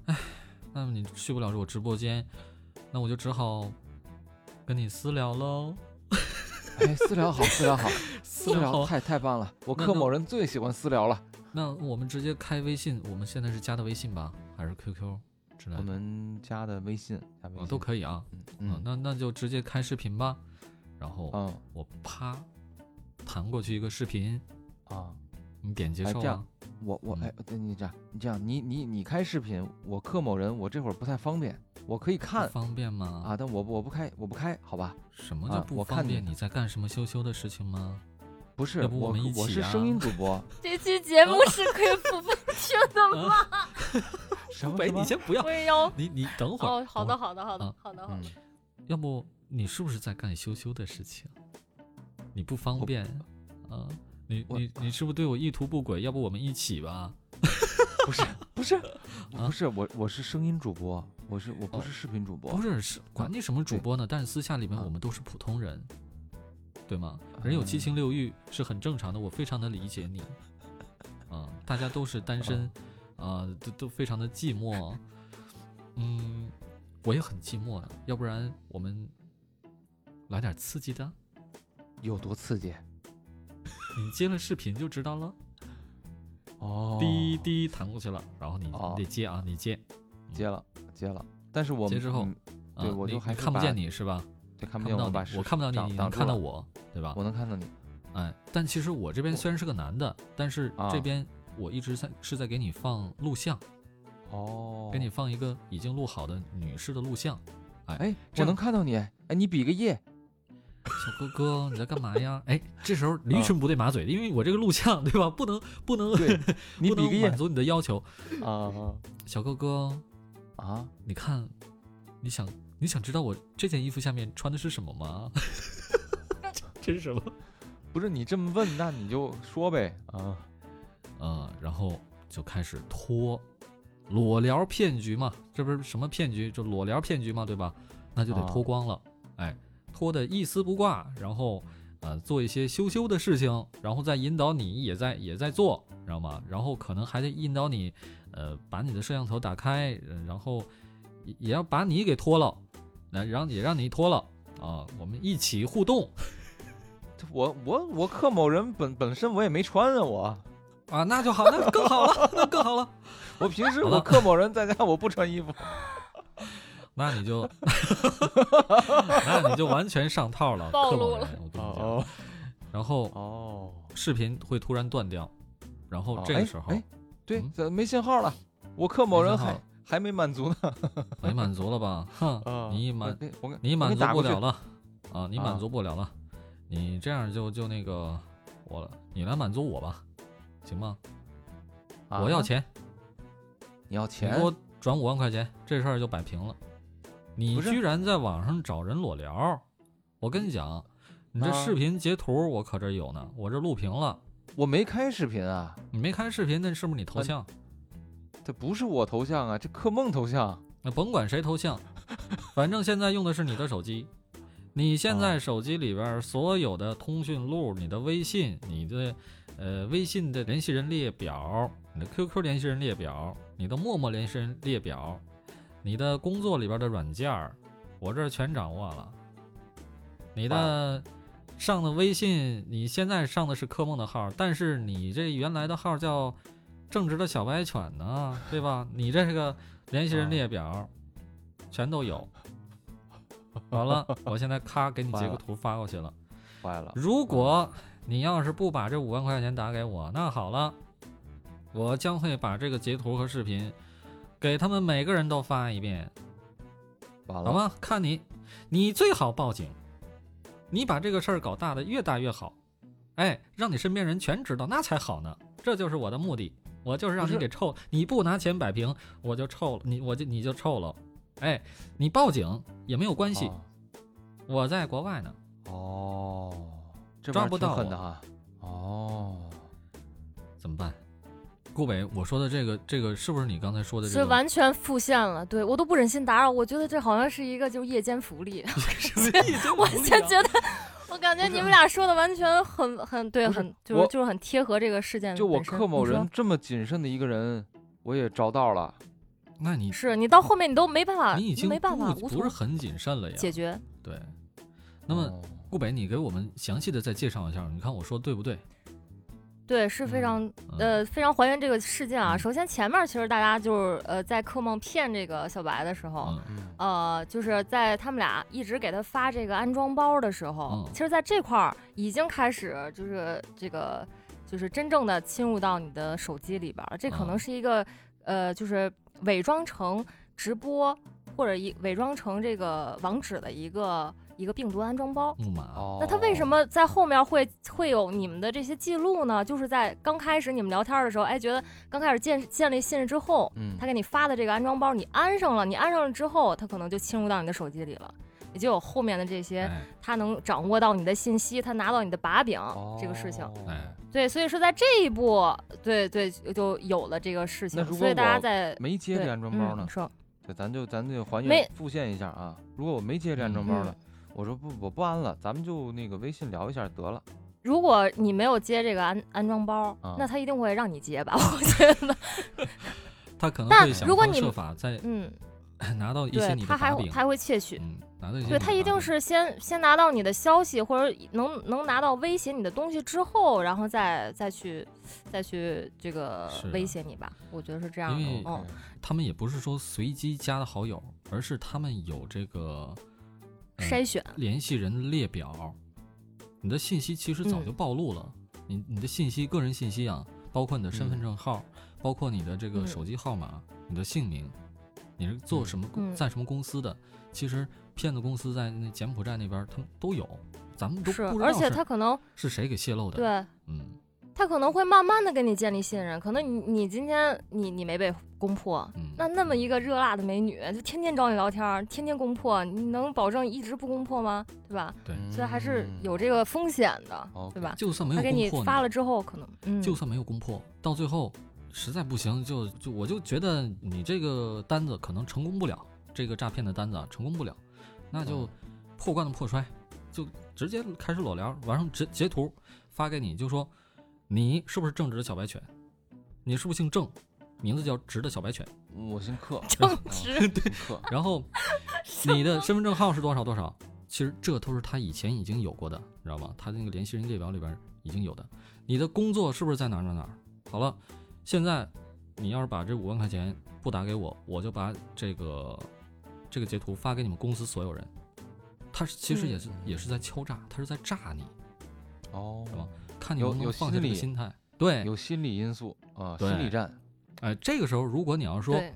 [SPEAKER 1] 唉，那么你去不了我直播间，那我就只好跟你私聊喽。
[SPEAKER 2] 哎，私聊好，私 聊好，
[SPEAKER 1] 私
[SPEAKER 2] 私聊
[SPEAKER 1] 聊，
[SPEAKER 2] 太太棒了！我
[SPEAKER 1] 啊那
[SPEAKER 2] 克
[SPEAKER 1] 那
[SPEAKER 2] 某人最喜欢私聊了。
[SPEAKER 1] 那我们直接开微信，我们现在是加的微信吧，还是 QQ 之类
[SPEAKER 2] 我
[SPEAKER 1] 的？
[SPEAKER 2] 们加的微信，加微
[SPEAKER 1] 啊，
[SPEAKER 2] 信
[SPEAKER 1] 都可以啊。
[SPEAKER 2] 嗯
[SPEAKER 1] 啊
[SPEAKER 2] 嗯
[SPEAKER 1] 那那就直接开视频吧。然后
[SPEAKER 2] 嗯
[SPEAKER 1] 我啪弹过去一个视频，
[SPEAKER 2] 啊，
[SPEAKER 1] 你点接
[SPEAKER 2] 哎
[SPEAKER 1] 受
[SPEAKER 2] 这样
[SPEAKER 1] 啊。
[SPEAKER 2] 我我
[SPEAKER 1] 嗯
[SPEAKER 2] 哎，对你这样你这样，你你你开视频，我克某人，我这会儿不太方便，我可以
[SPEAKER 1] 不
[SPEAKER 2] 看
[SPEAKER 1] 方便吗？
[SPEAKER 2] 啊，但我不我不开，我不开，好吧？
[SPEAKER 1] 什么叫
[SPEAKER 2] 啊
[SPEAKER 1] 不
[SPEAKER 2] 我
[SPEAKER 1] 方
[SPEAKER 2] 看你
[SPEAKER 1] 便？
[SPEAKER 2] 的
[SPEAKER 1] 你在干什么羞羞的事情吗？
[SPEAKER 2] 不是，
[SPEAKER 1] 要不我
[SPEAKER 2] 我
[SPEAKER 1] 们一
[SPEAKER 2] 我
[SPEAKER 1] 起
[SPEAKER 2] 是
[SPEAKER 1] 啊
[SPEAKER 2] 声音主 播，
[SPEAKER 3] 这期节目是可以付费听的吗？
[SPEAKER 2] 嗯 什 么
[SPEAKER 1] 喂，
[SPEAKER 2] 什
[SPEAKER 1] 你
[SPEAKER 2] 么？
[SPEAKER 1] 先不要
[SPEAKER 3] 我，也要。
[SPEAKER 1] 你你等会儿。
[SPEAKER 3] 哦，好
[SPEAKER 1] 等会
[SPEAKER 3] 的，
[SPEAKER 1] 儿，
[SPEAKER 3] 好的，好的
[SPEAKER 1] 啊，
[SPEAKER 3] 好的，好的
[SPEAKER 2] 嗯，
[SPEAKER 1] 要不你是不是在干羞羞的事情？你不方
[SPEAKER 2] 我
[SPEAKER 1] 便啊？你
[SPEAKER 2] 我
[SPEAKER 1] 你你是不是对我意图不轨？要不我们一起吧？
[SPEAKER 2] 不是 不是
[SPEAKER 1] 啊
[SPEAKER 2] 我不是我我是声音主播，我是我不是视频主播
[SPEAKER 1] 哦不，是，是管你什么主
[SPEAKER 2] 对
[SPEAKER 1] 播呢？但是私下里面
[SPEAKER 2] 啊
[SPEAKER 1] 我们都是普通人，对吗？人有七情六欲是很正常的，我非常的理解你。啊，大家都是单身，啊，都都非常的寂寞。嗯，我也很寂寞，啊要不然我们来点刺激的。
[SPEAKER 2] 有多刺激？
[SPEAKER 1] 你接了视频就知道了，
[SPEAKER 2] 哦，
[SPEAKER 1] 滴滴弹过去了，然后你
[SPEAKER 2] 哦
[SPEAKER 1] 你得接啊，你接，
[SPEAKER 2] 接了接了，但是我
[SPEAKER 1] 接
[SPEAKER 2] 们
[SPEAKER 1] 之后
[SPEAKER 2] 嗯
[SPEAKER 1] 啊
[SPEAKER 2] 对我
[SPEAKER 1] 你
[SPEAKER 2] 就
[SPEAKER 1] 你
[SPEAKER 2] 还是
[SPEAKER 1] 看不
[SPEAKER 2] 把
[SPEAKER 1] 见你是吧？
[SPEAKER 2] 对看
[SPEAKER 1] 看
[SPEAKER 2] 不见
[SPEAKER 1] 到
[SPEAKER 2] 我把
[SPEAKER 1] 你，
[SPEAKER 2] 视
[SPEAKER 1] 我看不到
[SPEAKER 2] 挡
[SPEAKER 1] 你，你能
[SPEAKER 2] 挡住
[SPEAKER 1] 看到
[SPEAKER 2] 了，
[SPEAKER 1] 我，对吧
[SPEAKER 2] 我？能看到你，
[SPEAKER 1] 哎，但其实我这边
[SPEAKER 2] 我
[SPEAKER 1] 虽然是个男的，但是
[SPEAKER 2] 啊
[SPEAKER 1] 这边我一直在是在给你放录像，
[SPEAKER 2] 哦，
[SPEAKER 1] 给你放一个已经录好的女士的录像。
[SPEAKER 2] 哎，
[SPEAKER 1] 这样
[SPEAKER 2] 我能看到 你，哎，你比个耶，
[SPEAKER 1] 小哥哥，你在干嘛呀？哎，这时候驴唇不对马嘴的，因为我这个录像对吧？不能不能
[SPEAKER 2] 啊对你
[SPEAKER 1] 不
[SPEAKER 2] 比个
[SPEAKER 1] 能
[SPEAKER 2] 耶
[SPEAKER 1] 满足你的要求。
[SPEAKER 2] 啊
[SPEAKER 1] 小哥哥，
[SPEAKER 2] 啊！
[SPEAKER 1] 你看，你想你想知道我这件衣服下面穿的是什么吗？ 这是什么？
[SPEAKER 2] 不是你这么问，那你就说呗啊！
[SPEAKER 1] 呃，然后就开始拖，裸聊骗局嘛，这不是什么骗局，就裸聊骗局嘛，对吧？那就得脱
[SPEAKER 2] 哦
[SPEAKER 1] 光了，哎，脱的一丝不挂，然后呃做一些羞羞的事情，然后再引导你也在也在做，知道吗？然后可能还得引导你，呃，把你的摄像头打开，呃然后也也要把你给脱了，来让也让你脱了啊，我们一起互动
[SPEAKER 2] 这我我我克某人本本身我也没穿啊，我
[SPEAKER 1] 啊，那就好，那更好了，那更好了。
[SPEAKER 2] 我平时
[SPEAKER 1] 好了
[SPEAKER 2] 我克某人在家我不穿衣服，
[SPEAKER 1] 那你就， 那你就完全上套了，
[SPEAKER 3] 暴
[SPEAKER 1] 克
[SPEAKER 3] 露
[SPEAKER 1] 某
[SPEAKER 3] 了
[SPEAKER 1] 人，我跟你讲。然后
[SPEAKER 2] 哦，
[SPEAKER 1] 视频会突然断掉，然后哦这
[SPEAKER 2] 哎
[SPEAKER 1] 个时候
[SPEAKER 2] 哎，对
[SPEAKER 1] 嗯，
[SPEAKER 2] 怎么没信号了？我克某人
[SPEAKER 1] 没信号
[SPEAKER 2] 还还没满足呢
[SPEAKER 1] 没哎满足了吧？ 哼，你
[SPEAKER 2] 我
[SPEAKER 1] 满
[SPEAKER 2] 给我给
[SPEAKER 1] 你
[SPEAKER 2] 我给
[SPEAKER 1] 满足
[SPEAKER 2] 打
[SPEAKER 1] 不
[SPEAKER 2] 过去
[SPEAKER 1] 了了啊，你满
[SPEAKER 2] 啊
[SPEAKER 1] 足不了了，你这样就就那个我了，你来满足我吧，行吗？
[SPEAKER 2] 啊
[SPEAKER 1] 我要，钱，
[SPEAKER 2] 你要
[SPEAKER 1] 你
[SPEAKER 2] 钱
[SPEAKER 1] 给我转五万块钱，这事儿就摆平了。你
[SPEAKER 2] 不是
[SPEAKER 1] 居然在网上找人裸聊，我跟你讲，你这
[SPEAKER 2] 啊
[SPEAKER 1] 视频截图我可这有呢，我这录屏了。
[SPEAKER 2] 我没开视频啊，
[SPEAKER 1] 你没看视频，那是不是你头像？
[SPEAKER 2] 这不是我头像啊，这克梦头像
[SPEAKER 1] 那甭管谁头像，反正现在用的是你的手机。你现在手机里边所有的通讯录、你的微信、你的呃微信的联系人列表、你的 QQ 联系人列表、你的陌陌联系人列表、你的工作里边的软件儿，我这儿全掌握了。你的上的微信，你现在上的是科梦的号，但是你这原来的号叫正直的小白犬呢，对吧？你这个联系人列表全都有。好了，我现在咔给你截
[SPEAKER 2] 完
[SPEAKER 1] 个
[SPEAKER 2] 了
[SPEAKER 1] 图发过去了。
[SPEAKER 2] 坏了，
[SPEAKER 1] 如果你要是不把这五万块钱打给我，那好了，我将会把这个截图和视频给他们每个人都发一遍。
[SPEAKER 2] 完
[SPEAKER 1] 好
[SPEAKER 2] 了，
[SPEAKER 1] 吗？看你，你最好报警，你把这个事儿搞大的越大越好，哎，让你身边人全知道，那才好呢。这就是我的目的，我就是让你
[SPEAKER 2] 不是
[SPEAKER 1] 给臭，你不拿钱摆平，我就臭了，你我就你就臭了，哎，你报警也没有关系，
[SPEAKER 2] 哦
[SPEAKER 1] 我在国外呢，
[SPEAKER 2] 哦，这
[SPEAKER 1] 抓
[SPEAKER 2] 玩意儿
[SPEAKER 1] 不
[SPEAKER 2] 挺啊
[SPEAKER 1] 到
[SPEAKER 2] 狠
[SPEAKER 1] 我
[SPEAKER 2] 的哈。哦，
[SPEAKER 1] 怎么办？顾北，我说的这个这个是不是你刚才说的这
[SPEAKER 3] 所以
[SPEAKER 1] 个？
[SPEAKER 3] 完全复现了，对我都不忍心打扰，我觉得这好像是一个就是夜间福利，
[SPEAKER 1] 什 么意思？
[SPEAKER 3] 我就觉得，我感觉
[SPEAKER 2] 不是
[SPEAKER 3] 你们俩说的完全很很对，
[SPEAKER 2] 不是
[SPEAKER 3] 很就是
[SPEAKER 2] 我
[SPEAKER 3] 就是很贴合这个事件嗯本
[SPEAKER 2] 就
[SPEAKER 3] 身。
[SPEAKER 2] 我克某
[SPEAKER 3] 你说
[SPEAKER 2] 人这么谨慎的一个人，我也着到了。
[SPEAKER 1] 那你
[SPEAKER 3] 是你到后面你都没办法，
[SPEAKER 1] 你已经
[SPEAKER 3] 啊没办法
[SPEAKER 1] 不
[SPEAKER 3] 无
[SPEAKER 1] 不是
[SPEAKER 3] 从
[SPEAKER 1] 很谨慎了呀？
[SPEAKER 3] 解决。
[SPEAKER 1] 对。那么
[SPEAKER 2] 哦
[SPEAKER 1] 顾北，你给我们详细的再介绍一下，你看我说对不对？
[SPEAKER 3] 对，是非常、
[SPEAKER 1] 嗯、
[SPEAKER 3] 呃非常还原这个事件啊。
[SPEAKER 1] 嗯
[SPEAKER 3] 首先前面其实大家就是呃在克梦骗这个小白的时候，
[SPEAKER 1] 嗯，
[SPEAKER 2] 嗯
[SPEAKER 3] 呃，就是在他们俩一直给他发这个安装包的时候，
[SPEAKER 1] 嗯
[SPEAKER 3] 其实在这块儿已经开始就是这个就是真正的侵入到你的手机里边儿了。这可能
[SPEAKER 1] 嗯
[SPEAKER 3] 是一个、呃，就是伪装成直播或者一伪装成这个网址的一个一个病毒安装包。
[SPEAKER 1] 木马，啊
[SPEAKER 2] 哦，
[SPEAKER 3] 那他为什么在后面会会有你们的这些记录呢？就是在刚开始你们聊天的时候，哎，觉得刚开始建建立信任之后，
[SPEAKER 2] 嗯
[SPEAKER 3] 他给你发的这个安装包，你安上了，你安上了之后，他可能就侵入到你的手机里了，也就有后面的这些，
[SPEAKER 1] 哎，
[SPEAKER 3] 他能掌握到你的信息，他拿到你的把柄，
[SPEAKER 2] 哦
[SPEAKER 3] 这个事情。
[SPEAKER 1] 哎
[SPEAKER 3] 对，所以说在这一步，对对，就有了这个事情
[SPEAKER 2] 那，如果
[SPEAKER 3] 所以大家
[SPEAKER 2] 我
[SPEAKER 3] 在
[SPEAKER 2] 没接
[SPEAKER 3] 对
[SPEAKER 2] 这安装包
[SPEAKER 3] 嗯
[SPEAKER 2] 呢
[SPEAKER 3] 你？说
[SPEAKER 2] 对，咱就咱就还
[SPEAKER 3] 没嗯
[SPEAKER 2] 原复现一下啊。如果我没接这安装包呢，我说不我不安了，咱们就那个微信聊一下得了。
[SPEAKER 3] 如果你没有接这个安安装包，
[SPEAKER 2] 啊
[SPEAKER 3] 那他一定会让你接吧？我觉得，
[SPEAKER 1] 他可能
[SPEAKER 3] 但
[SPEAKER 1] 会想
[SPEAKER 3] 如果
[SPEAKER 1] 方
[SPEAKER 3] 你
[SPEAKER 1] 设法再
[SPEAKER 3] 嗯，
[SPEAKER 1] 拿到一些
[SPEAKER 3] 对
[SPEAKER 1] 你，的
[SPEAKER 3] 他还
[SPEAKER 1] 把
[SPEAKER 3] 会
[SPEAKER 1] 柄，
[SPEAKER 3] 他还会窃取。
[SPEAKER 1] 嗯，拿到一些
[SPEAKER 3] 对
[SPEAKER 1] 你
[SPEAKER 3] 他
[SPEAKER 1] 的
[SPEAKER 3] 一
[SPEAKER 1] 把
[SPEAKER 3] 定
[SPEAKER 1] 柄
[SPEAKER 3] 是先先拿到你的消息，或者能能拿到威胁你的东西之后，然后再再去再去这个
[SPEAKER 1] 是
[SPEAKER 3] 威
[SPEAKER 1] 的
[SPEAKER 3] 胁你吧。我觉得是这样
[SPEAKER 1] 因为
[SPEAKER 3] 的。嗯，
[SPEAKER 1] 他们也不是说随机加的好友，而是他们有这个、呃
[SPEAKER 3] 筛选
[SPEAKER 1] 联系人列表，你的信息其实
[SPEAKER 3] 嗯
[SPEAKER 1] 早就暴露了，你你的信息、个人信息啊，包括你的身份证号，包括你的这个
[SPEAKER 3] 嗯
[SPEAKER 1] 手机号码、你的姓名，你是做什么工、
[SPEAKER 3] 嗯
[SPEAKER 1] 在什么公司的，其实骗子公司在那柬埔寨那边他们都有，咱们都
[SPEAKER 3] 是，
[SPEAKER 1] 不知
[SPEAKER 3] 而
[SPEAKER 1] 道
[SPEAKER 3] 且
[SPEAKER 1] 是
[SPEAKER 3] 他可能
[SPEAKER 1] 是谁给泄露的，
[SPEAKER 3] 对
[SPEAKER 1] 嗯。
[SPEAKER 3] 他可能会慢慢的跟你建立信任，可能你你今天你你没被攻破。
[SPEAKER 1] 嗯
[SPEAKER 3] 那那么一个热辣的美女，就天天找你聊天儿，天天攻破，你能保证一直不攻破吗？对吧？
[SPEAKER 1] 对
[SPEAKER 3] 所以还是
[SPEAKER 2] 嗯
[SPEAKER 3] 有这个风险的，
[SPEAKER 2] OK
[SPEAKER 3] 对吧？
[SPEAKER 1] 就算没有
[SPEAKER 3] 他给你
[SPEAKER 1] 攻破
[SPEAKER 3] 发了之后，可能嗯，
[SPEAKER 1] 就算没有攻破，到最后实在不行，就就我就觉得你这个单子可能成功不了，这个诈骗的单子啊成功不了，那就
[SPEAKER 2] 嗯
[SPEAKER 1] 破罐子破摔，就直接开始裸聊，完上截截图发给你，就说你是不是正直的小白犬？你是不是姓郑？名字叫直的小白犬？
[SPEAKER 2] 我姓 克，
[SPEAKER 3] 正
[SPEAKER 2] 啊
[SPEAKER 3] 直
[SPEAKER 2] 姓克。
[SPEAKER 1] 然后你的身份证号是多少多少？其实这都是他以前已经有过的，你知道吗？他那个联系人列表里边已经有的。你的工作是不是在哪儿哪儿哪儿？好了，现在你要是把这五万块钱不打给我，我就把这个这个截图发给你们公司所有人。他是其实也是、
[SPEAKER 2] 嗯
[SPEAKER 1] 也是在敲诈，他是在诈你，
[SPEAKER 2] 哦，
[SPEAKER 1] 是吧看你
[SPEAKER 2] 有
[SPEAKER 1] 能不
[SPEAKER 2] 有
[SPEAKER 1] 能放下
[SPEAKER 2] 心
[SPEAKER 1] 这个
[SPEAKER 2] 理
[SPEAKER 1] 心态。对，
[SPEAKER 2] 嗯有心理因素啊，
[SPEAKER 1] 对
[SPEAKER 2] 心理战。
[SPEAKER 1] 哎，这个时候如果你要说
[SPEAKER 3] 对